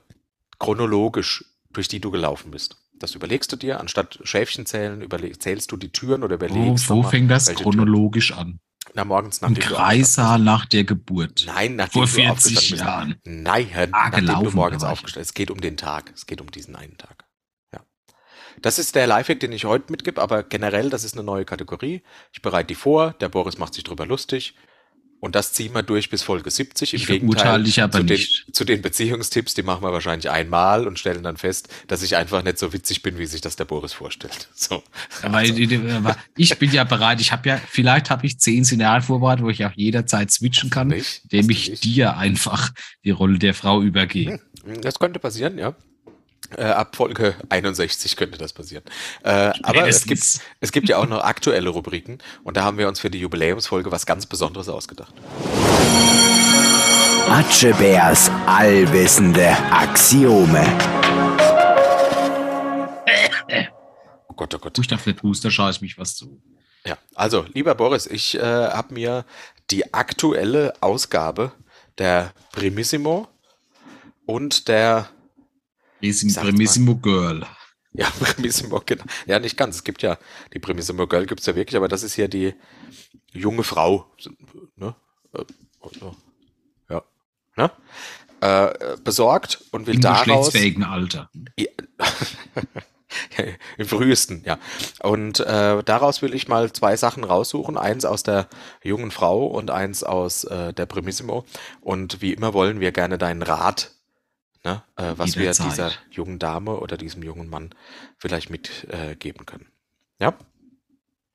Speaker 2: chronologisch, durch die du gelaufen bist. Das überlegst du dir, anstatt Schäfchen zählen, überleg, zählst du die Türen oder
Speaker 1: Wo,
Speaker 2: überlegst.
Speaker 1: wo
Speaker 2: nochmal,
Speaker 1: fängt das
Speaker 2: Also, welche
Speaker 1: chronologisch an?
Speaker 2: Tür- Na, morgens nach
Speaker 1: Im Kreissaal nach der Geburt.
Speaker 2: Nein, nachdem du
Speaker 1: Vor 40
Speaker 2: aufgestanden bist.
Speaker 1: Jahren.
Speaker 2: Nein,
Speaker 1: Ah,
Speaker 2: nachdem du
Speaker 1: gelaufen,
Speaker 2: morgens
Speaker 1: da war ich.
Speaker 2: aufgestanden Es geht um den Tag. Es geht um diesen einen Tag. Ja. Das ist der Lifehack, den ich heute mitgebe, aber generell, das ist eine neue Kategorie. Ich bereite die vor, der Boris macht sich drüber lustig. Und das ziehen wir durch bis Folge 70. Im
Speaker 1: Ich
Speaker 2: Gegenteil,
Speaker 1: verurteile dich aber
Speaker 2: zu, den,
Speaker 1: nicht.
Speaker 2: zu den Beziehungstipps, die machen wir wahrscheinlich einmal und stellen dann fest, dass ich einfach nicht so witzig bin, wie sich das der Boris vorstellt. So.
Speaker 1: Aber, aber ich bin ja bereit, ich habe ja, vielleicht habe ich zehn Szenarien vorbereitet, wo ich auch jederzeit switchen kann,
Speaker 2: Nicht?
Speaker 1: indem
Speaker 2: Hast du
Speaker 1: ich
Speaker 2: nicht? Hm.
Speaker 1: dir einfach die Rolle der Frau übergebe.
Speaker 2: Das könnte passieren, ja. Äh, ab Folge 61 könnte das passieren. Äh, aber es gibt,
Speaker 1: Spätestens.
Speaker 2: es gibt ja auch noch aktuelle Rubriken und da haben wir uns für die Jubiläumsfolge was ganz Besonderes ausgedacht.
Speaker 4: Atschebärs allwissende Axiome.
Speaker 2: Oh Gott, oh Gott.
Speaker 1: Ich dachte, der Booster schaue ich mich was zu.
Speaker 2: Ja, also, lieber Boris, ich äh, habe mir die aktuelle Ausgabe der Primissimo und der
Speaker 1: Resim,
Speaker 2: Sag's mal.
Speaker 1: Primissimo Girl.
Speaker 2: Ja, Primissimo, genau. Ja, nicht ganz. Es gibt ja, die Primissimo Girl gibt's ja wirklich, aber das ist hier die junge Frau. Ne? Äh, also, Ja. Ne? Äh, äh, besorgt und will
Speaker 1: Im
Speaker 2: daraus.
Speaker 1: geschlechtsfähigen Alter.
Speaker 2: Ja. Im frühesten, ja. Und äh, daraus will ich mal zwei Sachen raussuchen. Eins aus der jungen Frau und eins aus äh, der Primissimo. Und wie immer wollen wir gerne deinen Rat, ne, äh, was wir
Speaker 1: Jederzeit.
Speaker 2: dieser jungen Dame oder diesem jungen Mann vielleicht mitgeben äh, geben können. Ja?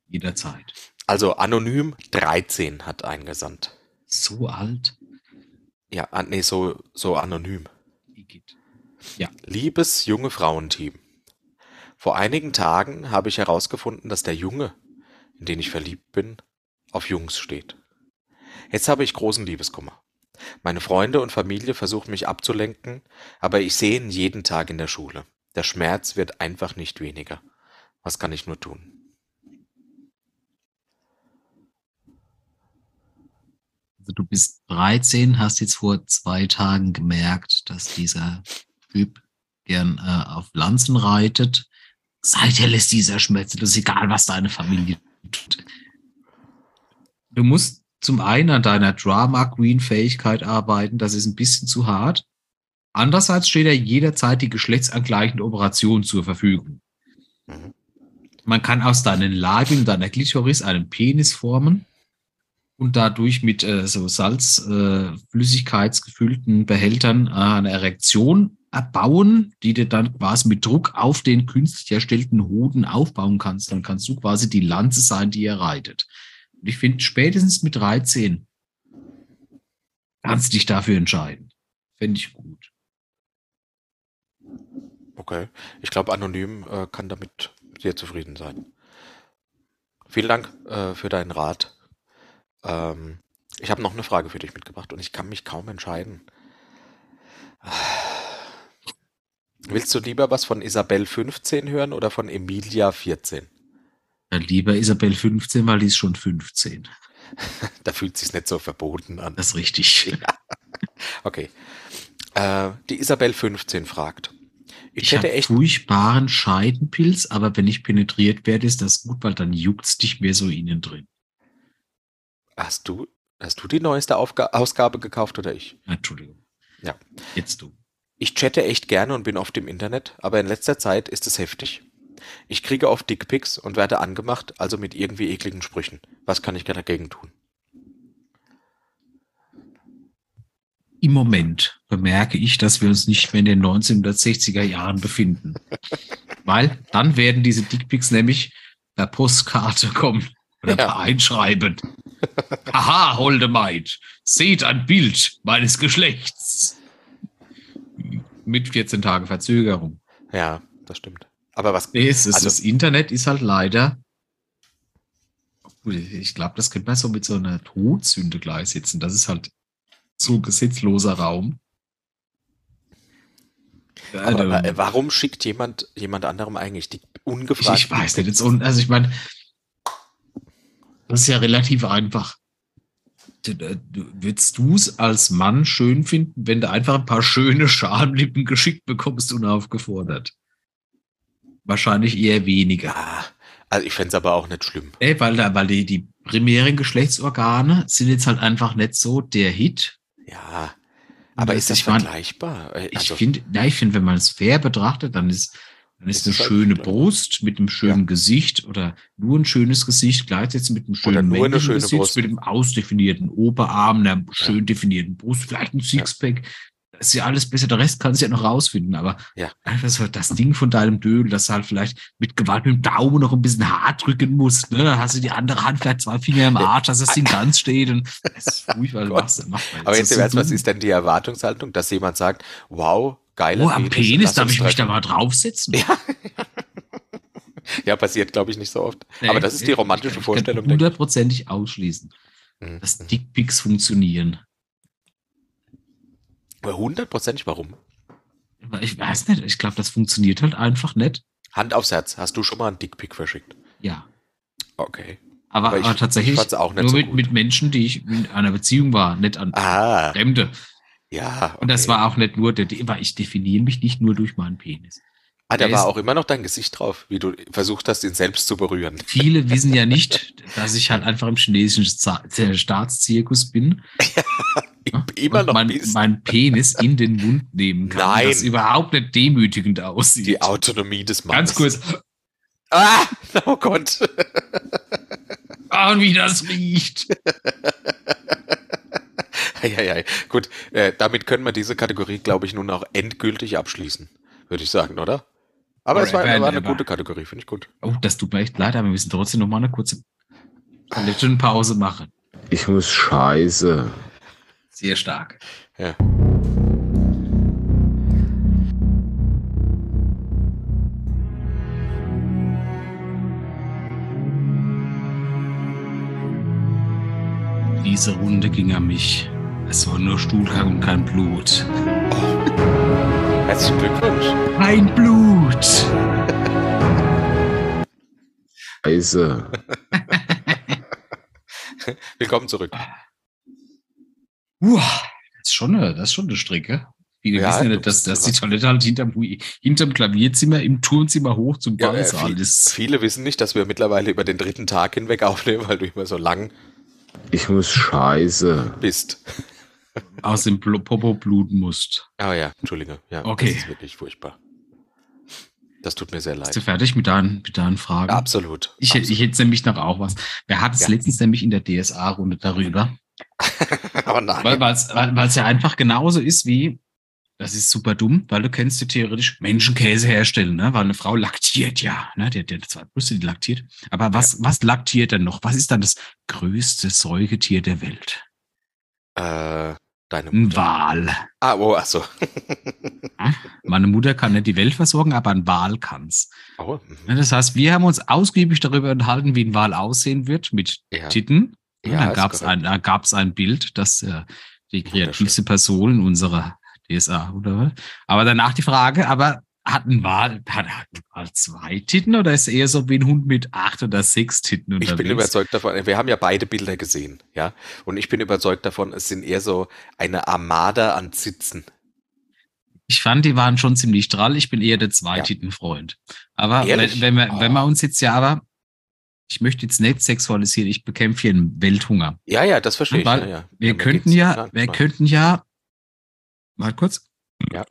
Speaker 1: Jederzeit.
Speaker 2: Also anonym 13 hat eingesandt.
Speaker 1: So alt.
Speaker 2: Ja, an, nee, so, so anonym.
Speaker 1: Igitt.
Speaker 2: Liebes junge Frauenteam, vor einigen Tagen habe ich herausgefunden, dass der Junge, in den ich verliebt bin, auf Jungs steht. Jetzt habe ich großen Liebeskummer. Meine Freunde und Familie versuchen mich abzulenken, aber ich sehe ihn jeden Tag in der Schule. Der Schmerz wird einfach nicht weniger. Was kann ich nur tun?
Speaker 1: Also du bist 13, hast jetzt vor zwei Tagen gemerkt, dass dieser Typ gern äh, auf Lanzen reitet. Seither lässt dieser Schmerz, das ist egal, was deine Familie tut. Du musst zum einen an deiner Drama-Queen-Fähigkeit arbeiten, das ist ein bisschen zu hart. Andererseits steht ja jederzeit die geschlechtsangleichende Operation zur Verfügung.
Speaker 2: Mhm.
Speaker 1: Man kann aus deinen Lagen, deiner Glitoris einen Penis formen und dadurch mit äh, so Salz, äh, flüssigkeitsgefüllten Behältern äh, eine Erektion erbauen, die du dann quasi mit Druck auf den künstlich erstellten Hoden aufbauen kannst. Dann kannst du quasi die Lanze sein, die ihr reitet. Und ich finde, spätestens mit 13 kannst du dich dafür entscheiden. Fände ich gut.
Speaker 2: Okay. Ich glaube, anonym äh, kann damit sehr zufrieden sein. Vielen Dank äh, für deinen Rat. Ähm, ich habe noch eine Frage für dich mitgebracht und ich kann mich kaum entscheiden. Willst du lieber was von Isabel 15 hören oder von Emilia 14?
Speaker 1: Ja, Lieber Isabel 15, weil die ist schon 15.
Speaker 2: Da fühlt sich's nicht so verboten an.
Speaker 1: Das ist richtig.
Speaker 2: Okay. Äh, die Isabel 15 fragt. Ich,
Speaker 1: Ich
Speaker 2: hätte
Speaker 1: habe
Speaker 2: echt.
Speaker 1: furchtbaren Scheidenpilz, aber wenn ich penetriert werde, ist das gut, weil dann juckt's nicht mehr so innen drin.
Speaker 2: Hast du, hast du die neueste Aufga Ausgabe gekauft oder ich?
Speaker 1: Ah, Entschuldigung.
Speaker 2: Ja.
Speaker 1: Jetzt du.
Speaker 2: Ich chatte echt gerne und bin oft im Internet, aber in letzter Zeit ist es heftig. Ich kriege oft Dickpics und werde angemacht, also mit irgendwie ekligen Sprüchen. Was kann ich dagegen tun?
Speaker 1: Im Moment bemerke ich, dass wir uns nicht mehr in den 1960er Jahren befinden. Weil dann werden diese Dickpics nämlich per Postkarte kommen oder
Speaker 2: Ja.
Speaker 1: per Einschreiben. Aha, holde Maid, seht ein Bild meines Geschlechts. Mit 14 Tagen Verzögerung.
Speaker 2: Ja, das stimmt. Aber was?
Speaker 1: Nee, es ist,
Speaker 2: Also-
Speaker 1: das Internet ist halt leider. Obwohl, Ich glaube, das könnte man so mit so einer Todsünde gleichsetzen. Das ist halt so ein gesetzloser Raum.
Speaker 2: Aber,
Speaker 1: Also,
Speaker 2: äh, warum schickt jemand jemand anderem eigentlich die
Speaker 1: ich,
Speaker 2: ungefragt?
Speaker 1: ich weiß nicht. Jetzt, und, also ich meine, das ist ja relativ einfach. Du- du- äh, du- Würdest du es als Mann schön finden, wenn du einfach ein paar schöne Schamlippen geschickt bekommst, unaufgefordert? Wahrscheinlich eher weniger.
Speaker 2: Ja, also ich fänd's aber auch nicht schlimm.
Speaker 1: Nee, weil, da, weil die, die primären Geschlechtsorgane sind jetzt halt einfach nicht so der Hit.
Speaker 2: Ja, aber ist das
Speaker 1: ich mein,
Speaker 2: vergleichbar? Äh,
Speaker 1: Ich
Speaker 2: also-
Speaker 1: finde, ja, ich finde, wenn man es fair betrachtet, dann ist, dann ist,
Speaker 2: Ist
Speaker 1: eine
Speaker 2: es halt
Speaker 1: schöne
Speaker 2: gleich.
Speaker 1: Brust mit einem schönen
Speaker 2: Ja.
Speaker 1: Gesicht oder nur ein schönes Gesicht gleichsetzt mit einem schönen
Speaker 2: nur eine
Speaker 1: männlichen
Speaker 2: schöne
Speaker 1: Gesicht,
Speaker 2: Brust.
Speaker 1: mit einem ausdefinierten Oberarm, einer schön definierten Brust, vielleicht ein Sixpack. Das ist ja alles besser. Der Rest kannst du ja noch rausfinden. Aber
Speaker 2: Ja.
Speaker 1: einfach so das Ding von deinem Dödel, dass du halt vielleicht mit Gewalt mit dem Daumen noch ein bisschen hart drücken musst. Ne? Dann hast du die andere Hand vielleicht zwei Finger im Arsch, dass das Ding ganz steht. Und das ist furchtbar.
Speaker 2: Gott.
Speaker 1: was macht man
Speaker 2: aber jetzt
Speaker 1: Das
Speaker 2: im Ernst,
Speaker 1: so
Speaker 2: was
Speaker 1: dumm.
Speaker 2: ist denn die Erwartungshaltung, dass jemand sagt, wow, geiler
Speaker 1: Oh, am
Speaker 2: Penis, halt
Speaker 1: Penis
Speaker 2: lass
Speaker 1: darf
Speaker 2: uns
Speaker 1: ich mich da
Speaker 2: treffen.
Speaker 1: mal draufsetzen.
Speaker 2: Ja, passiert, glaube ich, nicht so oft.
Speaker 1: Nee,
Speaker 2: aber das ist die
Speaker 1: ich-
Speaker 2: romantische
Speaker 1: Äh, ich kann
Speaker 2: Vorstellung. denke
Speaker 1: Hundertprozentig ausschließen,
Speaker 2: ich. Mhm.
Speaker 1: dass Dickpics funktionieren.
Speaker 2: Aber Hundertprozentig, warum?
Speaker 1: Aber Ich weiß nicht, ich glaube, das funktioniert halt einfach nicht.
Speaker 2: Hand aufs Herz, hast du schon mal einen Dickpick verschickt?
Speaker 1: Ja.
Speaker 2: Okay.
Speaker 1: Aber,
Speaker 2: Aber
Speaker 1: aber,
Speaker 2: ich-
Speaker 1: tatsächlich
Speaker 2: ich fand's auch nicht
Speaker 1: nur
Speaker 2: so
Speaker 1: mit,
Speaker 2: gut.
Speaker 1: mit Menschen, die ich in einer Beziehung war, nicht an
Speaker 2: Ah,
Speaker 1: Fremde.
Speaker 2: ja. Okay.
Speaker 1: Und das war auch nicht nur, der, weil ich definiere mich nicht nur durch meinen Penis.
Speaker 2: ah, da
Speaker 1: der
Speaker 2: war
Speaker 1: ist-
Speaker 2: auch immer noch dein Gesicht drauf, wie du versucht hast, ihn selbst zu berühren.
Speaker 1: Viele wissen ja nicht, dass ich halt einfach im chinesischen Za- äh, Staatszirkus bin
Speaker 2: Immer
Speaker 1: und
Speaker 2: noch
Speaker 1: mein,
Speaker 2: bist.
Speaker 1: meinen Penis in den Mund nehmen kann.
Speaker 2: Nein.
Speaker 1: Das überhaupt nicht demütigend aussieht.
Speaker 2: die Autonomie des Mannes.
Speaker 1: Ganz kurz.
Speaker 2: Ah, oh Gott.
Speaker 1: Ah, und wie das riecht.
Speaker 2: Eieiei. Gut, äh, damit können wir diese Kategorie, glaube ich, nun auch endgültig abschließen, würde ich sagen, oder? Aber es war,
Speaker 1: Forever and
Speaker 2: war eine
Speaker 1: ever.
Speaker 2: gute Kategorie, finde ich gut.
Speaker 1: Oh, das tut mir echt leid, aber wir müssen trotzdem noch mal eine kurze Toilettenpause machen.
Speaker 3: Ich muss scheiße.
Speaker 1: Sehr stark.
Speaker 2: Ja.
Speaker 1: Diese Runde ging an mich. Es war nur Stuhlgang und kein Blut.
Speaker 2: Herzlichen Glückwunsch.
Speaker 1: Kein Blut!
Speaker 3: Scheiße.
Speaker 2: Willkommen zurück.
Speaker 1: Uah, das, ist schon eine, das ist schon eine Strecke. Viele
Speaker 2: Ja,
Speaker 1: wissen ja
Speaker 2: du
Speaker 1: nicht, dass,
Speaker 2: bist
Speaker 1: dass die
Speaker 2: dran.
Speaker 1: Toilette halt hinterm, Hui- hinterm Klavierzimmer, im Turmzimmer hoch zum
Speaker 2: Ja, äh,
Speaker 1: Ballsaal
Speaker 2: viel-
Speaker 1: ist.
Speaker 2: Viele wissen nicht, dass wir mittlerweile über den dritten Tag hinweg aufnehmen, weil du immer so lang
Speaker 3: Ich muss scheiße.
Speaker 2: bist.
Speaker 1: Aus dem Blo- Popo bluten musst.
Speaker 2: Ah ja, Entschuldige. Ja,
Speaker 1: Okay.
Speaker 2: Das ist wirklich furchtbar. Das tut mir sehr
Speaker 1: Bist du
Speaker 2: leid.
Speaker 1: fertig mit deinen, mit deinen Fragen?
Speaker 2: Absolut.
Speaker 1: Ich,
Speaker 2: absolut.
Speaker 1: ich hätte nämlich noch auch was. Wir hatten es
Speaker 2: Ja.
Speaker 1: letztens nämlich in der DSA-Runde darüber,
Speaker 2: Aber Oh nein.
Speaker 1: weil es ja einfach genauso ist wie, das ist super dumm, weil du kannst ja theoretisch Menschenkäse herstellen, ne? weil eine Frau laktiert ja, ne? die hat ja zwei Brüste, die laktiert. Aber was, was laktiert denn noch? Was ist dann das größte Säugetier der Welt?
Speaker 2: Äh, deine
Speaker 1: Ein
Speaker 2: Mutter.
Speaker 1: Wal.
Speaker 2: Ah, oh, achso.
Speaker 1: Meine Mutter kann nicht die Welt versorgen, aber ein Wal kann's.
Speaker 2: Oh, mhm.
Speaker 1: Ne, Das heißt, wir haben uns ausgiebig darüber unterhalten, wie ein Wal aussehen wird mit
Speaker 2: ja.
Speaker 1: Titten.
Speaker 2: Ja,
Speaker 1: Ja, Ne, da
Speaker 2: ist
Speaker 1: gab es
Speaker 2: korrekt.
Speaker 1: ein, da gab's ein Bild, das äh, die kreativste
Speaker 2: Wunderschön.
Speaker 1: Person unserer DSA, oder? Aber danach die Frage, aber hat ein Wal, hat ein Wal zwei Titten oder ist er eher so wie ein Hund mit acht oder sechs Titten unterwegs?
Speaker 2: Ich bin überzeugt davon, wir haben ja beide Bilder gesehen, ja. Und ich bin überzeugt davon, es sind eher so eine Armada an Zitzen.
Speaker 1: Ich fand, die waren schon ziemlich drall. Ich bin eher der
Speaker 2: Ja.
Speaker 1: Zweititenfreund. Aber
Speaker 2: Ehrlich?
Speaker 1: wenn, wenn, wir,
Speaker 2: Oh.
Speaker 1: wenn wir uns jetzt ja aber, ich möchte jetzt nicht sexualisieren, ich bekämpfe hier einen Welthunger.
Speaker 2: Ja, ja, das verstehe ich.
Speaker 1: Weil
Speaker 2: ja, ja.
Speaker 1: Wir
Speaker 2: Ja, mir
Speaker 1: könnten
Speaker 2: geht's-
Speaker 1: ja,
Speaker 2: Nein,
Speaker 1: wir
Speaker 2: nein.
Speaker 1: könnten ja, mal kurz,
Speaker 2: Ja,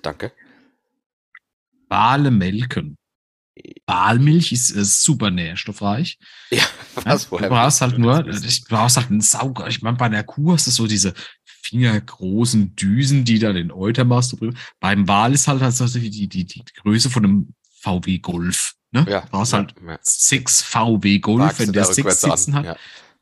Speaker 2: Danke.
Speaker 1: Wale melken. Walmilch ist äh, super nährstoffreich.
Speaker 2: Ja, was,
Speaker 1: Ja,
Speaker 2: woher
Speaker 1: du brauchst
Speaker 2: willst
Speaker 1: halt nur,
Speaker 2: das wissen?
Speaker 1: ich brauchst halt einen Sauger. Ich meine, bei einer Kuh hast du so diese fingergroßen Düsen, die dann den Eutermaß so drüber. Beim Wal ist halt also die, die, die, die Größe von einem VW Golf. Ne?
Speaker 2: Ja,
Speaker 1: Du brauchst
Speaker 2: ja,
Speaker 1: halt
Speaker 2: ja.
Speaker 1: sechs VW Golf,
Speaker 2: Wagst
Speaker 1: wenn
Speaker 2: du
Speaker 1: der
Speaker 2: da
Speaker 1: sechs
Speaker 2: rückwärts an,
Speaker 1: Sitzen hat.
Speaker 2: Ja.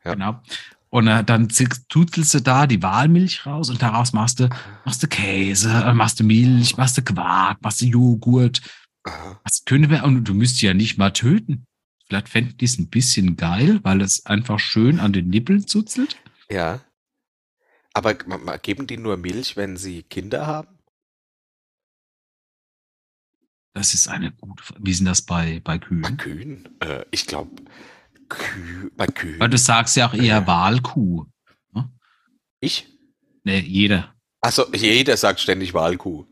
Speaker 2: ja.
Speaker 1: Genau. Und äh, dann zick- tutelst du da die Walmilch raus und daraus machst du, machst du Käse, äh, machst du Milch, machst du Quark, machst du Joghurt.
Speaker 2: Aha.
Speaker 1: Was könnte man, und du müsst die ja nicht mal töten. Vielleicht fänden die es ein bisschen geil, weil es einfach schön an den Nippeln zuzelt.
Speaker 2: ja. Aber g- ma- ma- geben die nur Milch, wenn sie Kinder haben?
Speaker 1: Das ist eine gute Frage. Wie ist denn das bei,
Speaker 2: Bei
Speaker 1: bei Kühen?
Speaker 2: Kühen? Äh, ich glaube, Kühe, bei Kühen.
Speaker 1: Weil du sagst ja auch eher
Speaker 2: Ja.
Speaker 1: Walkuh.
Speaker 2: ich?
Speaker 1: Ne, jeder.
Speaker 2: Achso, jeder sagt ständig Wahlkuh.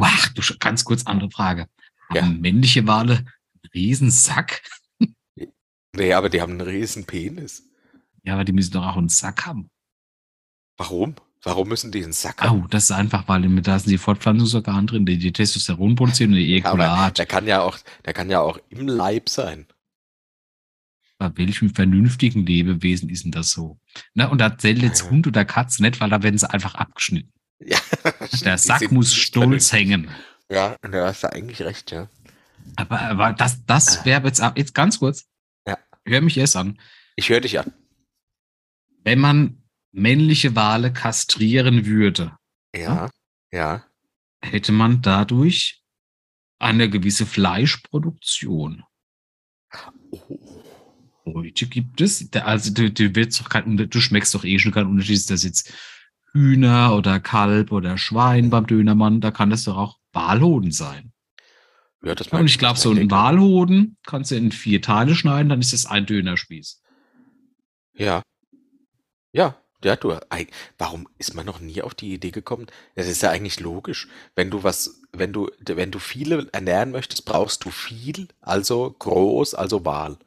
Speaker 1: Ach, du, Sch- ganz kurz andere Frage.
Speaker 2: Ja.
Speaker 1: Haben männliche Wale einen Riesensack?
Speaker 2: Nee, aber die haben einen riesen Penis.
Speaker 1: Ja, aber die müssen doch auch einen Sack haben.
Speaker 2: Warum? Warum müssen die einen Sack haben?
Speaker 1: Oh, das ist einfach, weil im- da sind die Fortpflanzungsorgane drin, die, die Testosteron produzieren und die
Speaker 2: Ja, aber
Speaker 1: Ejakulat.
Speaker 2: der kann ja auch, der kann ja auch im Leib sein.
Speaker 1: Bei welchem vernünftigen Lebewesen ist denn das so? Ne? Und da zählt jetzt
Speaker 2: Ja.
Speaker 1: Hund oder Katze nicht, weil da werden sie einfach abgeschnitten.
Speaker 2: Ja,
Speaker 1: Der
Speaker 2: die
Speaker 1: Sack
Speaker 2: sind
Speaker 1: muss
Speaker 2: nicht
Speaker 1: stolz
Speaker 2: vernünftig.
Speaker 1: hängen.
Speaker 2: Ja, da hast du eigentlich recht, ja.
Speaker 1: Aber, aber das, das wäre jetzt, ab- jetzt ganz kurz.
Speaker 2: Ah. Ja.
Speaker 1: Hör mich erst an.
Speaker 2: Ich höre dich an.
Speaker 1: Wenn man männliche Wale kastrieren würde, Hm?
Speaker 2: Ja, ja.
Speaker 1: hätte man dadurch eine gewisse Fleischproduktion.
Speaker 2: Oh.
Speaker 1: Heute gibt es, da- also du, du, wirst doch kein, Unter- du schmeckst doch eh schon keinen Unterschied, ist das jetzt Hühner oder Kalb oder Schwein beim Dönermann, da kann das doch auch Walhoden sein.
Speaker 2: Ja, das
Speaker 1: Und ich glaube, so einen
Speaker 2: Wahl.
Speaker 1: Walhoden kannst du in vier Teile schneiden, dann ist das ein Dönerspieß.
Speaker 2: Ja. Ja, ja, du. ei, Warum ist man noch nie auf die Idee gekommen? Das ist ja eigentlich logisch. Wenn du was, wenn du, wenn du viele ernähren möchtest, brauchst du viel, also groß, also Wahl.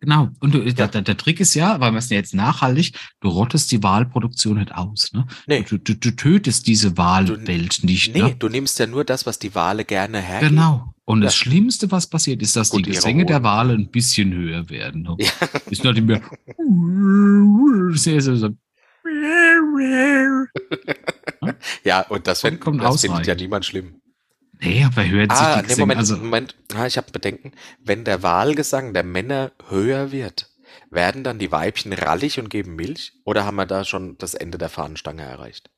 Speaker 1: Genau. Und du, der, der, der Trick ist ja, weil wir es ja jetzt nachhaltig, du rottest die Walproduktion nicht aus. Ne?
Speaker 2: Nee.
Speaker 1: Du, du, du tötest diese Walwelt nicht.
Speaker 2: Nee,
Speaker 1: ne?
Speaker 2: du nimmst ja nur das, was die Wale gerne hergeben.
Speaker 1: Genau. Und das
Speaker 2: Ja.
Speaker 1: Schlimmste, was passiert, ist, dass
Speaker 2: Gut,
Speaker 1: die
Speaker 2: ihre
Speaker 1: Gesänge der
Speaker 2: Ruhe.
Speaker 1: Wale ein bisschen höher werden. ne?
Speaker 2: Ja.
Speaker 1: Ist nicht mehr. Sehr, sehr, sehr.
Speaker 2: Ja, und das,
Speaker 1: Und
Speaker 2: find,
Speaker 1: kommt
Speaker 2: das findet
Speaker 1: ausreichend.
Speaker 2: ja niemand schlimm.
Speaker 1: Nee, aber hört sich
Speaker 2: Ah,
Speaker 1: die
Speaker 2: nee,
Speaker 1: Gesänge.
Speaker 2: Moment,
Speaker 1: also,
Speaker 2: Moment. Ah, ich habe Bedenken. Wenn der Wahlgesang der Männer höher wird, werden dann die Weibchen rallig und geben Milch? Oder haben wir da schon das Ende der Fahnenstange erreicht?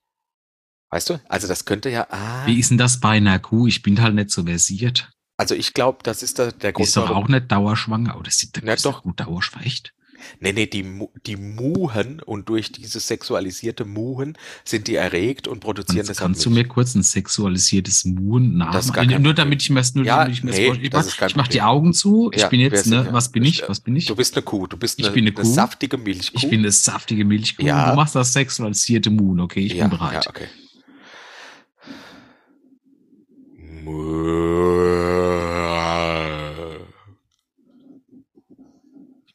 Speaker 2: Weißt du? Also das könnte ja. Ah,
Speaker 1: wie ist denn das bei einer Kuh? Ich bin halt nicht so versiert.
Speaker 2: also ich glaube, das ist da der
Speaker 1: Die
Speaker 2: Grund.
Speaker 1: ist doch
Speaker 2: warum-
Speaker 1: auch nicht dauerschwanger. Oder sieht
Speaker 2: Na doch.
Speaker 1: gut dauerschwächt?
Speaker 2: Nee, nee, die, Mu- die Muhen und durch dieses sexualisierte Muhen sind die erregt und produzieren
Speaker 1: Kannst,
Speaker 2: das
Speaker 1: kannst du mir kurz ein sexualisiertes Muhen
Speaker 2: Das ist gar kein
Speaker 1: nachmachen? Nur
Speaker 2: Problem.
Speaker 1: damit ich mir nur
Speaker 2: Ja,
Speaker 1: damit ich mir
Speaker 2: nee,
Speaker 1: ich
Speaker 2: das
Speaker 1: mach,
Speaker 2: ist kein
Speaker 1: ich mach die
Speaker 2: Problem.
Speaker 1: Augen zu. Ich
Speaker 2: Ja,
Speaker 1: bin jetzt,
Speaker 2: wer ist-
Speaker 1: ne, was bin ich?
Speaker 2: ja.
Speaker 1: Was bin ich?
Speaker 2: Du bist eine Kuh, du bist
Speaker 1: Ich
Speaker 2: eine,
Speaker 1: bin eine Kuh.
Speaker 2: saftige Milchkuh.
Speaker 1: Ich bin eine saftige Milchkuh.
Speaker 2: Ja.
Speaker 1: Du machst das sexualisierte Moon, okay? Ich
Speaker 2: ja,
Speaker 1: bin bereit.
Speaker 2: Ja, okay. Muah.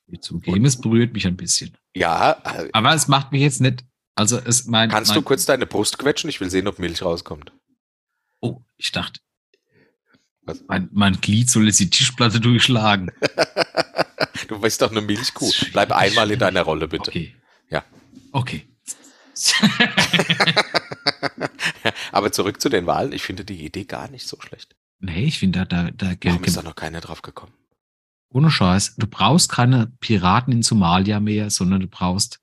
Speaker 1: Ich zugeben, es berührt mich ein bisschen.
Speaker 2: Ja, äh,
Speaker 1: Aber es macht mich jetzt nicht. Also es mein.
Speaker 2: kannst
Speaker 1: mein,
Speaker 2: du kurz deine Brust quetschen? Ich will sehen, ob Milch rauskommt.
Speaker 1: Oh, ich dachte.
Speaker 2: Was?
Speaker 1: Mein, mein Glied soll jetzt die Tischplatte durchschlagen.
Speaker 2: Du bist doch eine Milchkuh.
Speaker 1: Das ist
Speaker 2: Bleib
Speaker 1: schwierig.
Speaker 2: einmal in deiner Rolle, bitte.
Speaker 1: Okay.
Speaker 2: Ja.
Speaker 1: Okay.
Speaker 2: Aber zurück zu den Wahlen. Ich finde die Idee gar nicht so schlecht.
Speaker 1: nee, ich finde da, da, da
Speaker 2: Warum ist da noch keiner drauf gekommen?
Speaker 1: ohne Scheiß. Du brauchst keine Piraten in Somalia mehr, sondern du brauchst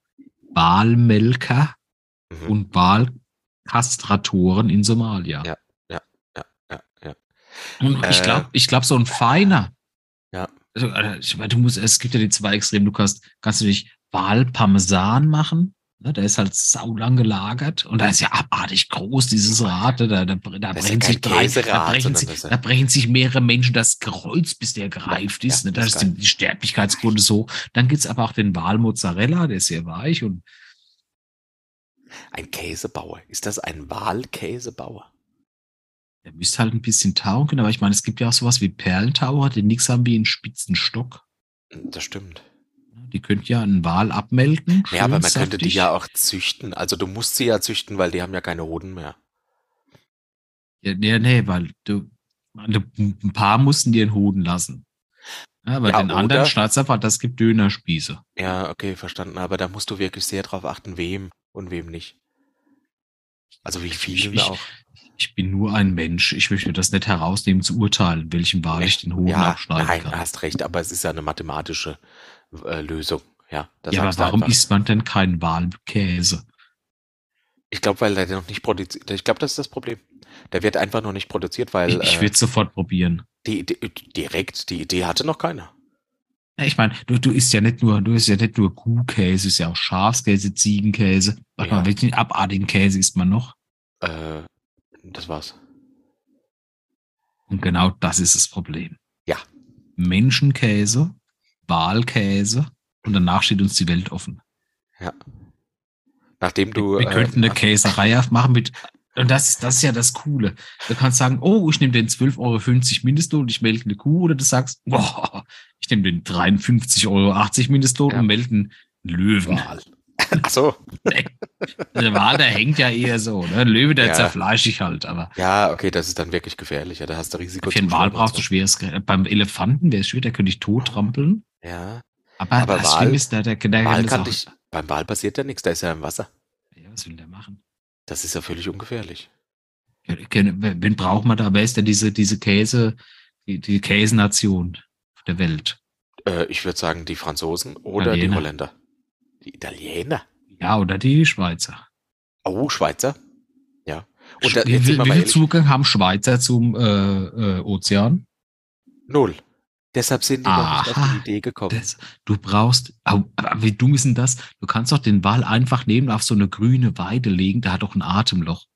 Speaker 1: Walmelker
Speaker 2: Mhm.
Speaker 1: und Walkastratoren in Somalia.
Speaker 2: Ja, ja.
Speaker 1: Und ich
Speaker 2: Äh.
Speaker 1: glaube, ich glaub, so ein feiner.
Speaker 2: Ja.
Speaker 1: Also, äh, ich meine, du musst, es gibt ja die zwei Extremen. Du kannst, kannst du dich Walparmesan machen. Ne? Der ist halt saulang gelagert und da ist ja abartig groß, dieses Rad. ne? Da, da, da
Speaker 2: Das ist ja
Speaker 1: brechen
Speaker 2: kein
Speaker 1: sich drei, da
Speaker 2: Käserad,
Speaker 1: brechen,
Speaker 2: sondern
Speaker 1: sich,
Speaker 2: das ist ja-
Speaker 1: da brechen sich mehrere Menschen das Kreuz, bis der gereift
Speaker 2: Ja,
Speaker 1: ist. ne?
Speaker 2: das
Speaker 1: Da
Speaker 2: ist
Speaker 1: ist die,
Speaker 2: geil.
Speaker 1: die Sterblichkeitsquote so. Dann gibt's aber auch den Walmozzarella, der ist sehr weich und
Speaker 2: Ein Käsebauer. Ist das ein Wahlkäsebauer?
Speaker 1: Der müsste halt ein bisschen tauchen können, aber ich meine, es gibt ja auch sowas wie Perlentaucher, die nichts haben wie einen spitzen Stock.
Speaker 2: Das stimmt.
Speaker 1: Die könnten ja einen Wal abmelken.
Speaker 2: Ja, aber
Speaker 1: schön
Speaker 2: man könnte die
Speaker 1: saftig.
Speaker 2: ja auch züchten. Also du musst sie ja züchten, weil die haben ja keine Hoden mehr.
Speaker 1: Ja, nee, nee, weil du, du, ein paar mussten dir den Hoden lassen. Ja, aber
Speaker 2: Ja,
Speaker 1: den
Speaker 2: oder-
Speaker 1: anderen Schnauzerpfad, das gibt Dönerspieße.
Speaker 2: Ja, okay, verstanden. Aber da musst du wirklich sehr drauf achten, wem und wem nicht. Also wie
Speaker 1: ich-
Speaker 2: viel
Speaker 1: ich-
Speaker 2: auch.
Speaker 1: Ich bin nur ein Mensch. Ich möchte mir das nicht herausnehmen, zu urteilen, welchem Wal ich den Hoden
Speaker 2: ne ja,
Speaker 1: abschneiden
Speaker 2: nein,
Speaker 1: kann.
Speaker 2: hast recht, aber es ist ja eine mathematische äh, Lösung. Ja, das
Speaker 1: Ja, aber
Speaker 2: sagst du
Speaker 1: warum
Speaker 2: einfach.
Speaker 1: isst man denn keinen Walkäse?
Speaker 2: Ich glaube, weil der noch nicht produziert. Ich glaube, das ist das Problem. Der wird einfach noch nicht produziert, weil
Speaker 1: Ich, ich
Speaker 2: äh,
Speaker 1: würde es sofort probieren.
Speaker 2: die, die, direkt die Idee hatte noch keiner.
Speaker 1: Ja, Ich meine, du, du isst ja nicht nur, du isst ja nicht nur Kuhkäse, ist ja auch Schafskäse, Ziegenkäse. Warte
Speaker 2: Ja.
Speaker 1: mal, welchen abartigen Käse isst man noch?
Speaker 2: Äh, das war's.
Speaker 1: Und genau das ist das Problem.
Speaker 2: Ja.
Speaker 1: Menschenkäse, Walkäse und danach steht uns die Welt offen.
Speaker 2: Nachdem du.
Speaker 1: Wir könnten eine
Speaker 2: äh,
Speaker 1: Käserei aufmachen mit. Und das ist, das ist ja das Coole. Du kannst sagen, oh, ich nehme den 12,50 Euro Mindestlohn und ich melde eine Kuh. Oder du sagst, boah, ich nehme den 53,80 Euro Mindestlohn
Speaker 2: Ja.
Speaker 1: und melde einen Löwen.
Speaker 2: Wahl. Ach so,
Speaker 1: Der Wal, der hängt ja eher so, ne? Ein Löwe, der
Speaker 2: Ja.
Speaker 1: zerfleische ich halt, aber
Speaker 2: ja, okay, das ist dann wirklich gefährlich. Ja, da hast du Risiko.
Speaker 1: für einen
Speaker 2: Zuschlag
Speaker 1: Wal
Speaker 2: und
Speaker 1: brauchst du
Speaker 2: so.
Speaker 1: schweres Gerät. äh, Beim Elefanten wäre es schwer, da könnte ich tot trampeln.
Speaker 2: Ja,
Speaker 1: Aber,
Speaker 2: Aber
Speaker 1: das
Speaker 2: Wal-
Speaker 1: Schlimme ist, der, der, der
Speaker 2: Wahl
Speaker 1: das
Speaker 2: kann
Speaker 1: auch-
Speaker 2: dich, beim Wahl passiert ja nichts, da ist ja im Wasser.
Speaker 1: Ja, was will der machen?
Speaker 2: Das ist ja völlig ungefährlich.
Speaker 1: Ja, Ken- Wen braucht man da? Wer ist denn diese, diese Käse, die, die Käsenation der Welt?
Speaker 2: Äh, ich würde sagen, die Franzosen oder die
Speaker 1: Italiener.
Speaker 2: Holländer. Die Italiener.
Speaker 1: Ja, oder die Schweizer.
Speaker 2: Oh, Schweizer. Ja. Und da,
Speaker 1: Sch- wie
Speaker 2: jetzt sind
Speaker 1: viel,
Speaker 2: wir
Speaker 1: wie
Speaker 2: mal
Speaker 1: viel
Speaker 2: ehrlich,
Speaker 1: Zugang haben Schweizer zum äh, äh, Ozean?
Speaker 2: null. Deshalb sind die noch nicht auf
Speaker 1: Aha.
Speaker 2: die Idee gekommen.
Speaker 1: Das, du brauchst, au, aber wie dumm ist denn das? Du kannst doch den Wal einfach nehmen, auf so eine grüne Weide legen, der hat doch ein Atemloch.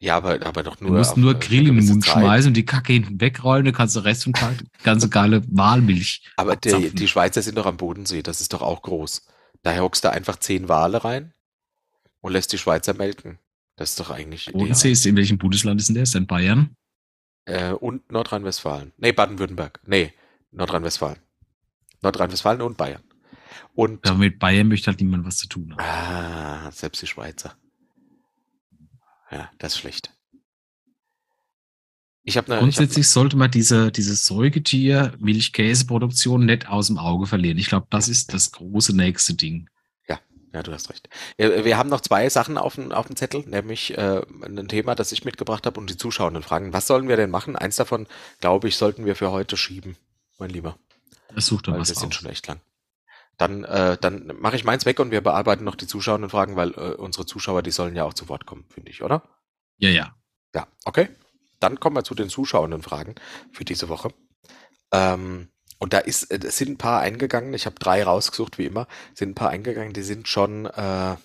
Speaker 2: ja, aber, aber doch
Speaker 1: Du
Speaker 2: nur.
Speaker 1: musst
Speaker 2: auf
Speaker 1: nur
Speaker 2: eine
Speaker 1: Grill in den
Speaker 2: gewisse
Speaker 1: Mund
Speaker 2: Zeit.
Speaker 1: schmeißen und die Kacke hinten wegrollen, dann kannst du den Rest vom Tag die ganze geile Walmilch.
Speaker 2: Aber die,
Speaker 1: abzapfen.
Speaker 2: die Schweizer sind doch am Bodensee, das ist doch auch groß. Daher hockst du einfach zehn Wale rein und lässt die Schweizer melken. Das ist doch eigentlich. ideal.
Speaker 1: Bodensee ist, in welchem Bundesland ist denn der? Ist der in Bayern?
Speaker 2: Äh, und Nordrhein-Westfalen. Nee, Baden-Württemberg. Nee, Nordrhein-Westfalen. Nordrhein-Westfalen und Bayern. Und.
Speaker 1: Ja, mit Bayern möchte halt niemand was zu tun haben.
Speaker 2: Ah, selbst die Schweizer. Ja, das ist schlecht. Äh, Ich habe eine. Ich hab, ne,
Speaker 1: Grundsätzlich sollte man diese, diese Säugetier-Milchkäseproduktion nicht aus dem Auge verlieren. Ich glaube, das ist das große nächste Ding.
Speaker 2: ja, du hast recht. Ja, Wir haben noch zwei Sachen auf dem, auf dem Zettel, nämlich äh, ein Thema, das ich mitgebracht habe und die Zuschauenden fragen. Was sollen wir denn machen? Eins davon, glaube ich, sollten wir für heute schieben, mein Lieber.
Speaker 1: Das sucht doch
Speaker 2: Weil
Speaker 1: was
Speaker 2: wir sind
Speaker 1: raus.
Speaker 2: schon echt lang. Dann, äh, dann mache ich meins weg und wir bearbeiten noch die zuschauenden Fragen, weil äh, unsere Zuschauer, die sollen ja auch zu Wort kommen, finde ich, oder?
Speaker 1: Ja, ja.
Speaker 2: Ja, okay. Dann kommen wir zu den zuschauenden Fragen für diese Woche. Ähm, und da ist, äh, es sind ein paar eingegangen. Ich habe drei rausgesucht, wie immer. Sind ein paar eingegangen, die sind schon, äh,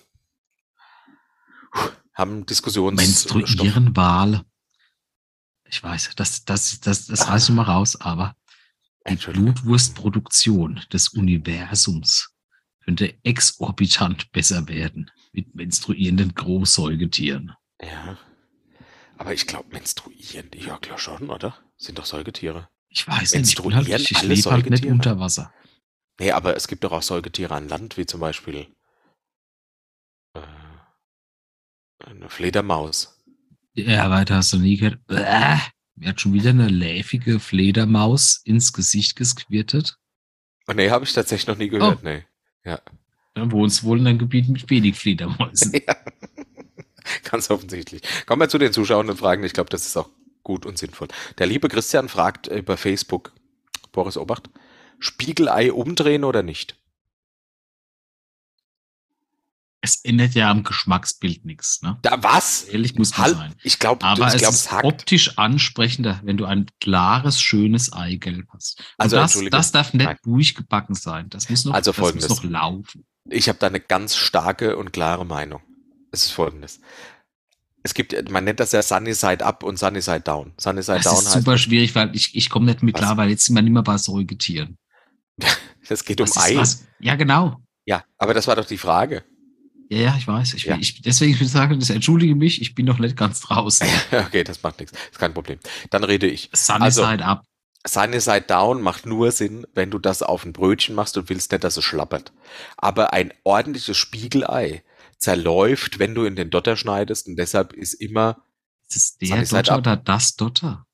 Speaker 2: haben Diskussions. Stoff.
Speaker 1: Menstruieren Wale. Ich weiß, das, das, das, das reißt du mal raus, aber die
Speaker 2: Entschuldigung.
Speaker 1: Blutwurstproduktion des Universums könnte exorbitant besser werden mit menstruierenden Großsäugetieren.
Speaker 2: Ja. Aber ich glaube, menstruieren, die- ja klar schon, oder? Sind doch Säugetiere.
Speaker 1: Ich weiß nicht, ich, bin halt, ich, ich
Speaker 2: Menstruieren alle
Speaker 1: lebe halt nicht
Speaker 2: Säugetiere?
Speaker 1: unter Wasser.
Speaker 2: Nee, aber es gibt doch auch Säugetiere an Land, wie zum Beispiel äh, eine Fledermaus.
Speaker 1: Ja, weiter hast du nie gehört. Bäh, mir hat schon wieder eine läfige Fledermaus ins Gesicht gesquirtet.
Speaker 2: Oh, nee, habe ich tatsächlich noch nie gehört, nee.
Speaker 1: Dann wohnst du wohl in einem Gebiet mit wenig Fledermäusen.
Speaker 2: Ganz offensichtlich. Kommen wir zu den zuschauenden Fragen. Ich glaube, das ist auch gut und sinnvoll. Der liebe Christian fragt über Facebook, Boris Obacht, Spiegelei umdrehen oder nicht?
Speaker 1: Es ändert ja am Geschmacksbild nichts. Ne?
Speaker 2: Da was?
Speaker 1: Ehrlich muss man
Speaker 2: Halt,
Speaker 1: sein.
Speaker 2: ich glaube,
Speaker 1: Aber
Speaker 2: ich
Speaker 1: es
Speaker 2: glaub,
Speaker 1: ist
Speaker 2: es hackt.
Speaker 1: optisch ansprechender, wenn du ein klares, schönes Eigelb hast. Und
Speaker 2: Also,
Speaker 1: das,
Speaker 2: Entschuldigung.
Speaker 1: das darf nicht
Speaker 2: Nein.
Speaker 1: durchgebacken sein. Das muss noch,
Speaker 2: Also
Speaker 1: das muss
Speaker 2: folgendes.
Speaker 1: noch laufen.
Speaker 2: Ich habe da eine ganz starke und klare Meinung. Es ist folgendes. Es gibt, man nennt das ja Sunny Side Up und Sunny Side Down. Sunny Side
Speaker 1: Das
Speaker 2: Down
Speaker 1: ist super schwierig, weil ich, ich komme nicht mit
Speaker 2: Was?
Speaker 1: klar, weil jetzt sind wir nicht mehr bei Säugetieren.
Speaker 2: es geht um
Speaker 1: Was ist
Speaker 2: Ei.
Speaker 1: was? Ja, genau.
Speaker 2: Ja, aber das war doch die Frage.
Speaker 1: Ja, ja, ich weiß. Ich,
Speaker 2: Ja.
Speaker 1: ich, deswegen würde ich sagen, das entschuldige mich, ich bin noch nicht ganz draußen.
Speaker 2: okay, das macht nichts. Ist kein Problem. Dann rede ich.
Speaker 1: Sunny
Speaker 2: Also-
Speaker 1: Side Up.
Speaker 2: Sunny Side Down macht nur Sinn, wenn du das auf ein Brötchen machst und willst nicht, dass es schlappert. Aber ein ordentliches Spiegelei zerläuft, wenn du in den Dotter schneidest und deshalb ist immer
Speaker 1: Ist es der
Speaker 2: Sunny Side
Speaker 1: Dotter
Speaker 2: Up.
Speaker 1: oder das Dotter?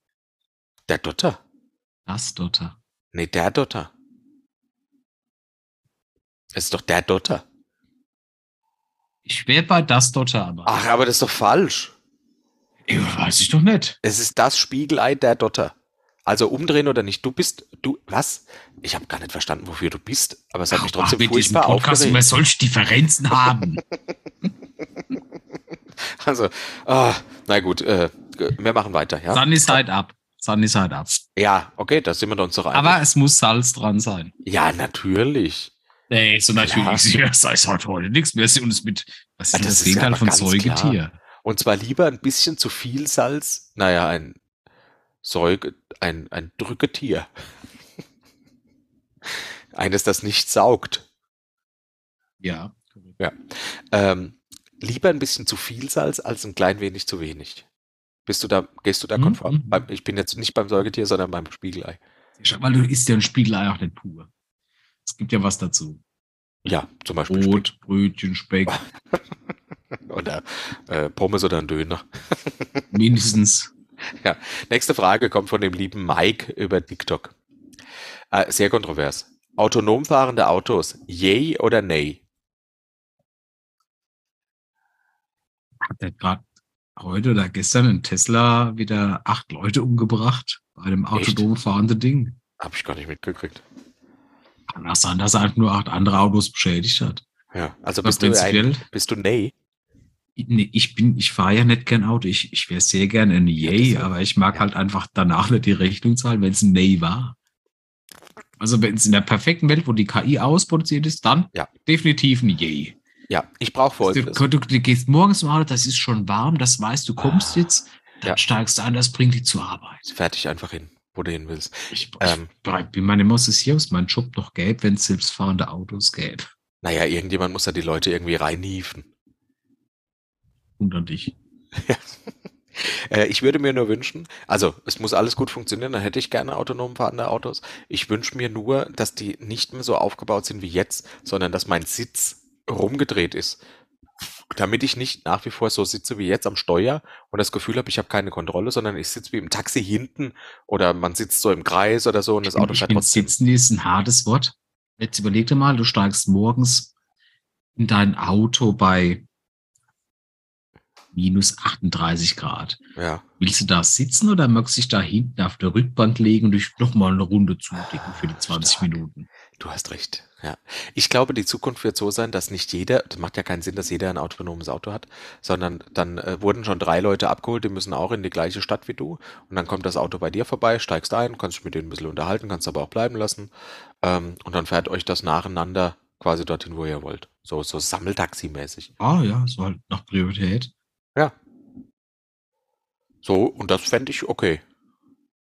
Speaker 2: der Dotter.
Speaker 1: Das Dotter.
Speaker 2: Nee, der Dotter. Es ist doch der Dotter.
Speaker 1: Ich wäre bei das Dotter, aber.
Speaker 2: Ach, aber das ist doch falsch.
Speaker 1: Ja, weiß ich doch nicht.
Speaker 2: Es ist das Spiegelei der Dotter. Also umdrehen oder nicht. Du bist, du, was? Ich habe gar nicht verstanden, wofür du bist, aber es hat mich trotzdem
Speaker 1: mit diesem
Speaker 2: furchtbar
Speaker 1: Podcast
Speaker 2: aufgeregt.
Speaker 1: immer solche Differenzen haben.
Speaker 2: Also, ah, na gut, äh, wir machen weiter, ja?
Speaker 1: Sunny Side Up. Sunny Side Up.
Speaker 2: Ja, okay, da sind wir uns doch einig.
Speaker 1: Aber es muss Salz dran sein.
Speaker 2: ja, natürlich.
Speaker 1: Nee, so natürlich.
Speaker 2: Klar.
Speaker 1: Ja, sei es halt heute nichts mehr. Sie uns mit. Was
Speaker 2: Ah,
Speaker 1: ist das
Speaker 2: das ist ja
Speaker 1: Gegenteil
Speaker 2: aber
Speaker 1: von
Speaker 2: ganz
Speaker 1: Säugetier?
Speaker 2: Und zwar lieber ein bisschen zu viel Salz. Naja, ein Säuge, ein, ein Drücketier. Eines, das nicht saugt.
Speaker 1: Ja.
Speaker 2: Ähm, lieber ein bisschen zu viel Salz als ein klein wenig zu wenig. Bist du da, gehst du da
Speaker 1: Mhm,
Speaker 2: konform?
Speaker 1: mhm.
Speaker 2: Beim- Ich bin jetzt nicht beim Säugetier, sondern beim Spiegelei.
Speaker 1: Schau mal, du isst ja ein Spiegelei auch nicht pur. Es gibt ja was dazu.
Speaker 2: Ja, zum Beispiel Speck
Speaker 1: Brot, Brötchen, Speck,
Speaker 2: oder äh, Pommes oder ein Döner.
Speaker 1: mindestens.
Speaker 2: Nächste Frage kommt von dem lieben Mike über TikTok. Äh, sehr kontrovers. Autonom fahrende Autos, yay oder nay?
Speaker 1: Hat der gerade heute oder gestern in Tesla wieder acht Leute umgebracht bei einem autonom fahrenden Ding?
Speaker 2: Habe ich gar nicht mitgekriegt.
Speaker 1: Kann auch sein, dass er einfach nur acht andere Autos beschädigt hat.
Speaker 2: Ja, also
Speaker 1: Aber
Speaker 2: bist du, ein,
Speaker 1: prinzipiell,
Speaker 2: bist du nay?
Speaker 1: nee, ich bin, ich fahre ja nicht gern Auto. Ich, ich wäre sehr gern ein Yay,
Speaker 2: das-
Speaker 1: aber ich mag
Speaker 2: ja.
Speaker 1: halt einfach danach nicht die Rechnung zahlen, wenn es ein Nay war. Also wenn es in der perfekten Welt, wo die KI ausproduziert ist, dann
Speaker 2: Ja.
Speaker 1: definitiv ein Yay.
Speaker 2: Ja, ich brauche
Speaker 1: Du,
Speaker 2: folgendes.
Speaker 1: du, du gehst morgens im Auto, das ist schon warm, das weißt du, kommst
Speaker 2: Ah,
Speaker 1: jetzt, dann
Speaker 2: ja.
Speaker 1: steigst du ein, das bringt dich zur Arbeit.
Speaker 2: Fertig einfach hin, wo du hin willst.
Speaker 1: Ich,
Speaker 2: Ähm.
Speaker 1: ich bin meine Maus ist hier, aus meinem Job noch gäbe, wenn es selbstfahrende Autos gäbe.
Speaker 2: Naja, irgendjemand muss ja die Leute irgendwie reinhieven.
Speaker 1: Wunder dich.
Speaker 2: Äh, ich würde mir nur wünschen, also es muss alles gut funktionieren, dann hätte ich gerne autonom fahrende Autos. Ich wünsche mir nur, dass die nicht mehr so aufgebaut sind wie jetzt, sondern dass mein Sitz rumgedreht ist. Damit ich nicht nach wie vor so sitze wie jetzt am Steuer und das Gefühl habe, ich habe keine Kontrolle, sondern ich sitze wie im Taxi hinten oder man sitzt so im Kreis oder so und das Auto
Speaker 1: ich
Speaker 2: fährt
Speaker 1: finde,
Speaker 2: trotzdem.
Speaker 1: sitzen ist ein hartes Wort. Jetzt überleg dir mal, du steigst morgens in dein Auto bei minus 38 Grad.
Speaker 2: Ja.
Speaker 1: Willst du da sitzen oder magst du dich da hinten auf der Rückbank legen und dich nochmal eine Runde zudecken für die 20
Speaker 2: Stark.
Speaker 1: Minuten?
Speaker 2: Du hast recht. Ja. Ich glaube, die Zukunft wird so sein, dass nicht jeder, das macht ja keinen Sinn, dass jeder ein autonomes Auto hat, sondern dann äh, wurden schon drei Leute abgeholt, die müssen auch in die gleiche Stadt wie du. Und dann kommt das Auto bei dir vorbei, steigst ein, kannst dich mit denen ein bisschen unterhalten, kannst aber auch bleiben lassen. Ähm, und dann fährt euch das nacheinander quasi dorthin, wo ihr wollt. So, so Sammeltaxi-mäßig.
Speaker 1: Ah ja, so halt nach Priorität.
Speaker 2: Ja. So, und das fände ich okay.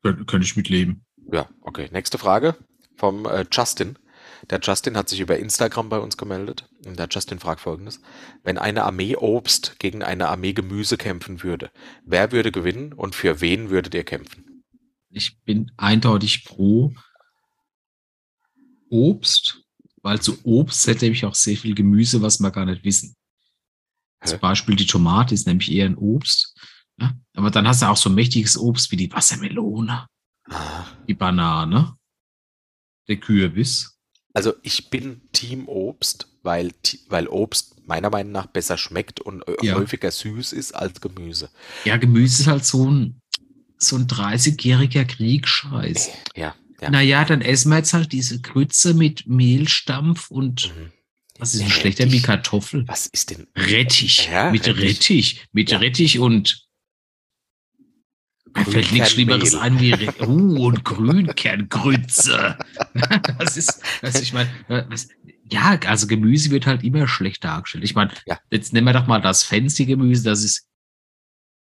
Speaker 1: Könnte könnte ich mitleben.
Speaker 2: Ja, okay. Nächste Frage vom äh, Justin. Der Justin hat sich über Instagram bei uns gemeldet. Und der Justin fragt folgendes. Wenn eine Armee Obst gegen eine Armee Gemüse kämpfen würde, wer würde gewinnen und für wen würdet ihr kämpfen?
Speaker 1: Ich bin eindeutig pro Obst, weil zu Obst hätte ich auch sehr viel Gemüse, was wir gar nicht wissen. Zum
Speaker 2: Hä?
Speaker 1: Beispiel die Tomate ist nämlich eher ein Obst. Ne? Aber dann hast du auch so mächtiges Obst wie die Wassermelone, die Banane, der Kürbis.
Speaker 2: Also ich bin Team Obst, weil, Ti- weil Obst meiner Meinung nach besser schmeckt und äh,
Speaker 1: Ja.
Speaker 2: häufiger süß ist als Gemüse.
Speaker 1: Ja, Gemüse ist halt so ein, so ein 30-jähriger Kriegsscheiß.
Speaker 2: Ja, ja.
Speaker 1: Naja, dann essen wir jetzt halt diese Grütze mit Mehlstampf und
Speaker 2: Mhm.
Speaker 1: Das ist ein schlechter wie Kartoffel.
Speaker 2: Was ist denn?
Speaker 1: Rettich.
Speaker 2: Ja,
Speaker 1: mit Rettich.
Speaker 2: Rettich.
Speaker 1: Mit
Speaker 2: Ja.
Speaker 1: Rettich und. Mir fällt nichts
Speaker 2: Grünkernmehl.
Speaker 1: Schlimmeres ein wie Re Uh, und Grünkerngrütze. das ist, das, ich meine, äh, was- ja, also Gemüse wird halt immer schlecht dargestellt. Ich meine,
Speaker 2: Ja.
Speaker 1: jetzt nehmen wir doch mal das fancy Gemüse, das ist,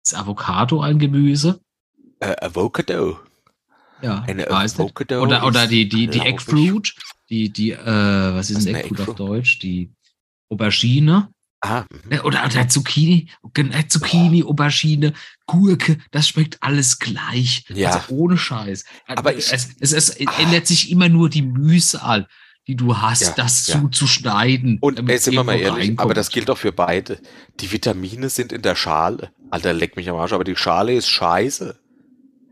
Speaker 1: ist Avocado ein Gemüse.
Speaker 2: Äh, Avocado.
Speaker 1: Ja,
Speaker 2: Eine
Speaker 1: ich weiß nicht.
Speaker 2: Avocado.
Speaker 1: Oder, oder
Speaker 2: ist,
Speaker 1: die, die, die
Speaker 2: glaub ich,
Speaker 1: Eggfruit, die, die, äh, was
Speaker 2: Was
Speaker 1: ist
Speaker 2: ist
Speaker 1: ein
Speaker 2: eine
Speaker 1: Eggfruit auf
Speaker 2: Eggfruit?
Speaker 1: Deutsch? Die Aubergine.
Speaker 2: Ah, mhm.
Speaker 1: Ne, Oder, oder Zucchini, Gen- äh, Zucchini, Aubergine, Gurke, das schmeckt alles gleich.
Speaker 2: Ja.
Speaker 1: Also ohne Scheiß.
Speaker 2: Aber
Speaker 1: es,
Speaker 2: ich- Ah.
Speaker 1: es, es ändert sich immer nur die Mühsal, die du hast,
Speaker 2: Ja,
Speaker 1: das
Speaker 2: ja.
Speaker 1: zuzuschneiden.
Speaker 2: Und
Speaker 1: damit
Speaker 2: ey, sind wir mal ehrlich,
Speaker 1: irgendwo
Speaker 2: aber
Speaker 1: reinkommt.
Speaker 2: das gilt auch für beide. Die Vitamine sind in der Schale. Alter, leck mich am Arsch, aber die Schale ist scheiße.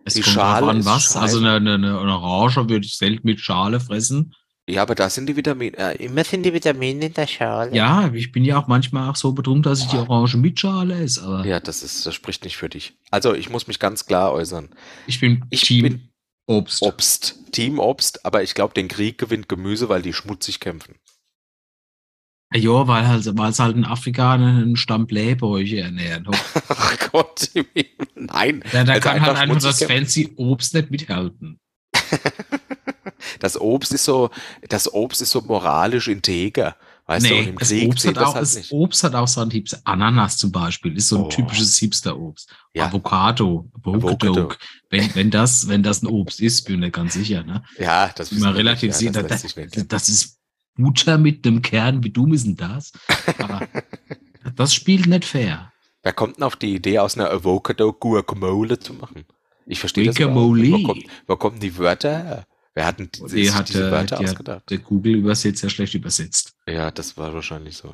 Speaker 1: es
Speaker 2: die
Speaker 1: kommt drauf
Speaker 2: Schale
Speaker 1: an,
Speaker 2: ist
Speaker 1: was.
Speaker 2: scheiße.
Speaker 1: Also eine, eine, eine Orange würde ich selten mit Schale fressen.
Speaker 2: Ja, aber da sind die Vitamine. Äh, immer
Speaker 5: Was sind die Vitamine in der Schale?
Speaker 1: Ja, ich bin ja auch manchmal auch so betrunken, dass ich die Orange mit Schale esse, aber
Speaker 2: ja, das ist, das spricht nicht für dich. Also ich muss mich ganz klar äußern.
Speaker 1: ich bin
Speaker 2: Ich
Speaker 1: Team
Speaker 2: bin
Speaker 1: Obst.
Speaker 2: Obst, Team Obst, aber ich glaube, den Krieg gewinnt Gemüse, weil die schmutzig kämpfen.
Speaker 1: Ja, weil halt, weil es halt in Afrika einen Stamm Blähbäuche ernähren.
Speaker 2: Ach Gott, im Himmel. nein.
Speaker 1: Ja, da
Speaker 2: Also
Speaker 1: kann
Speaker 2: einfach
Speaker 1: halt einfach das
Speaker 2: schmutzig
Speaker 1: fancy Obst nicht mithalten.
Speaker 2: Das Obst ist so, das Obst ist so moralisch integer. Weißt du, und
Speaker 1: nee,
Speaker 2: im
Speaker 1: das,
Speaker 2: Krieg
Speaker 1: Obst
Speaker 2: zählt
Speaker 1: hat
Speaker 2: das
Speaker 1: auch,
Speaker 2: halt
Speaker 1: das
Speaker 2: nicht.
Speaker 1: Obst hat auch seinen Hipster. Ananas zum Beispiel ist so ein
Speaker 2: Oh.
Speaker 1: typisches Hipster-Obst.
Speaker 2: Ja.
Speaker 1: Avocado, Avocado.
Speaker 2: Avocado.
Speaker 1: Wenn, wenn, das, wenn das ein Obst ist, bin ich mir ganz sicher. Ne?
Speaker 2: Ja, das
Speaker 1: Mal
Speaker 2: wir
Speaker 1: relativ
Speaker 2: nicht,
Speaker 1: sehen,
Speaker 2: das
Speaker 1: das,
Speaker 2: lässt
Speaker 1: das,
Speaker 2: sich nicht.
Speaker 1: das, ist Butter mit einem Kern. Wie dumm ist denn das? Aber das spielt nicht fair.
Speaker 2: Wer kommt denn auf die Idee, aus einer Avocado Guacamole zu machen? Ich verstehe das überhaupt
Speaker 1: Guacamole.
Speaker 2: nicht. Wo, kommt, wo kommen die Wörter her? Wer hat denn die,
Speaker 1: Die
Speaker 2: sich
Speaker 1: hat,
Speaker 2: diese
Speaker 1: äh,
Speaker 2: Wörter
Speaker 1: die hat-
Speaker 2: ausgedacht?
Speaker 1: Der Google-Übersetzer schlecht übersetzt.
Speaker 2: Ja, das war wahrscheinlich so.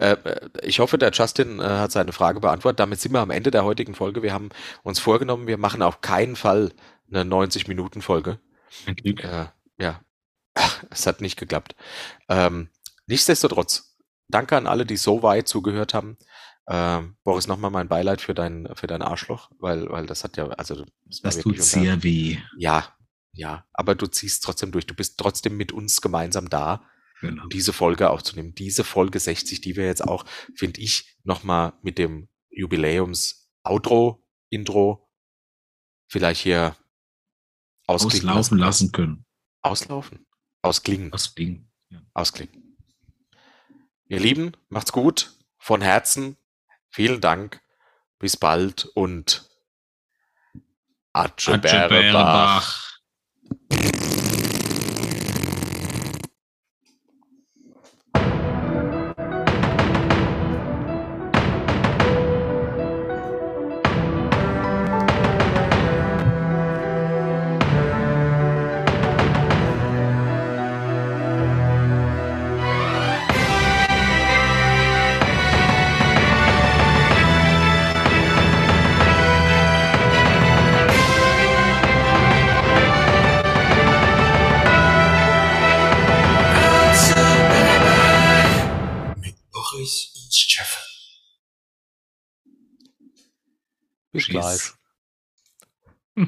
Speaker 2: Ja. Äh, ich hoffe, der Justin äh, hat seine Frage beantwortet. Damit sind wir am Ende der heutigen Folge. Wir haben uns vorgenommen, wir machen auf keinen Fall eine 90-Minuten-Folge.
Speaker 1: Ein Glück.
Speaker 2: Äh, ja, es hat nicht geklappt. Ähm, nichtsdestotrotz, danke an alle, die so weit zugehört haben. Ähm, Boris, nochmal mein Beileid für dein, für dein Arschloch, weil, weil das hat ja, also das war
Speaker 1: Das
Speaker 2: wirklich
Speaker 1: tut
Speaker 2: unter-
Speaker 1: sehr weh.
Speaker 2: Ja, ja, aber du ziehst trotzdem durch. Du bist trotzdem mit uns gemeinsam da
Speaker 1: Genau.
Speaker 2: um diese Folge aufzunehmen. Diese Folge 60, die wir jetzt auch, finde ich, nochmal mit dem Jubiläums-Outro, Intro vielleicht hier ausklingen
Speaker 1: Auslaufen lassen können.
Speaker 2: Auslaufen. Ausklingen.
Speaker 1: Das Ding. Ja.
Speaker 2: Ausklingen. Ihr Lieben, macht's gut. Von Herzen. Vielen Dank. Bis bald und Atsche Bärebach.
Speaker 1: Bach.
Speaker 6: Mit Boris und Stefan.
Speaker 2: Bis gleich.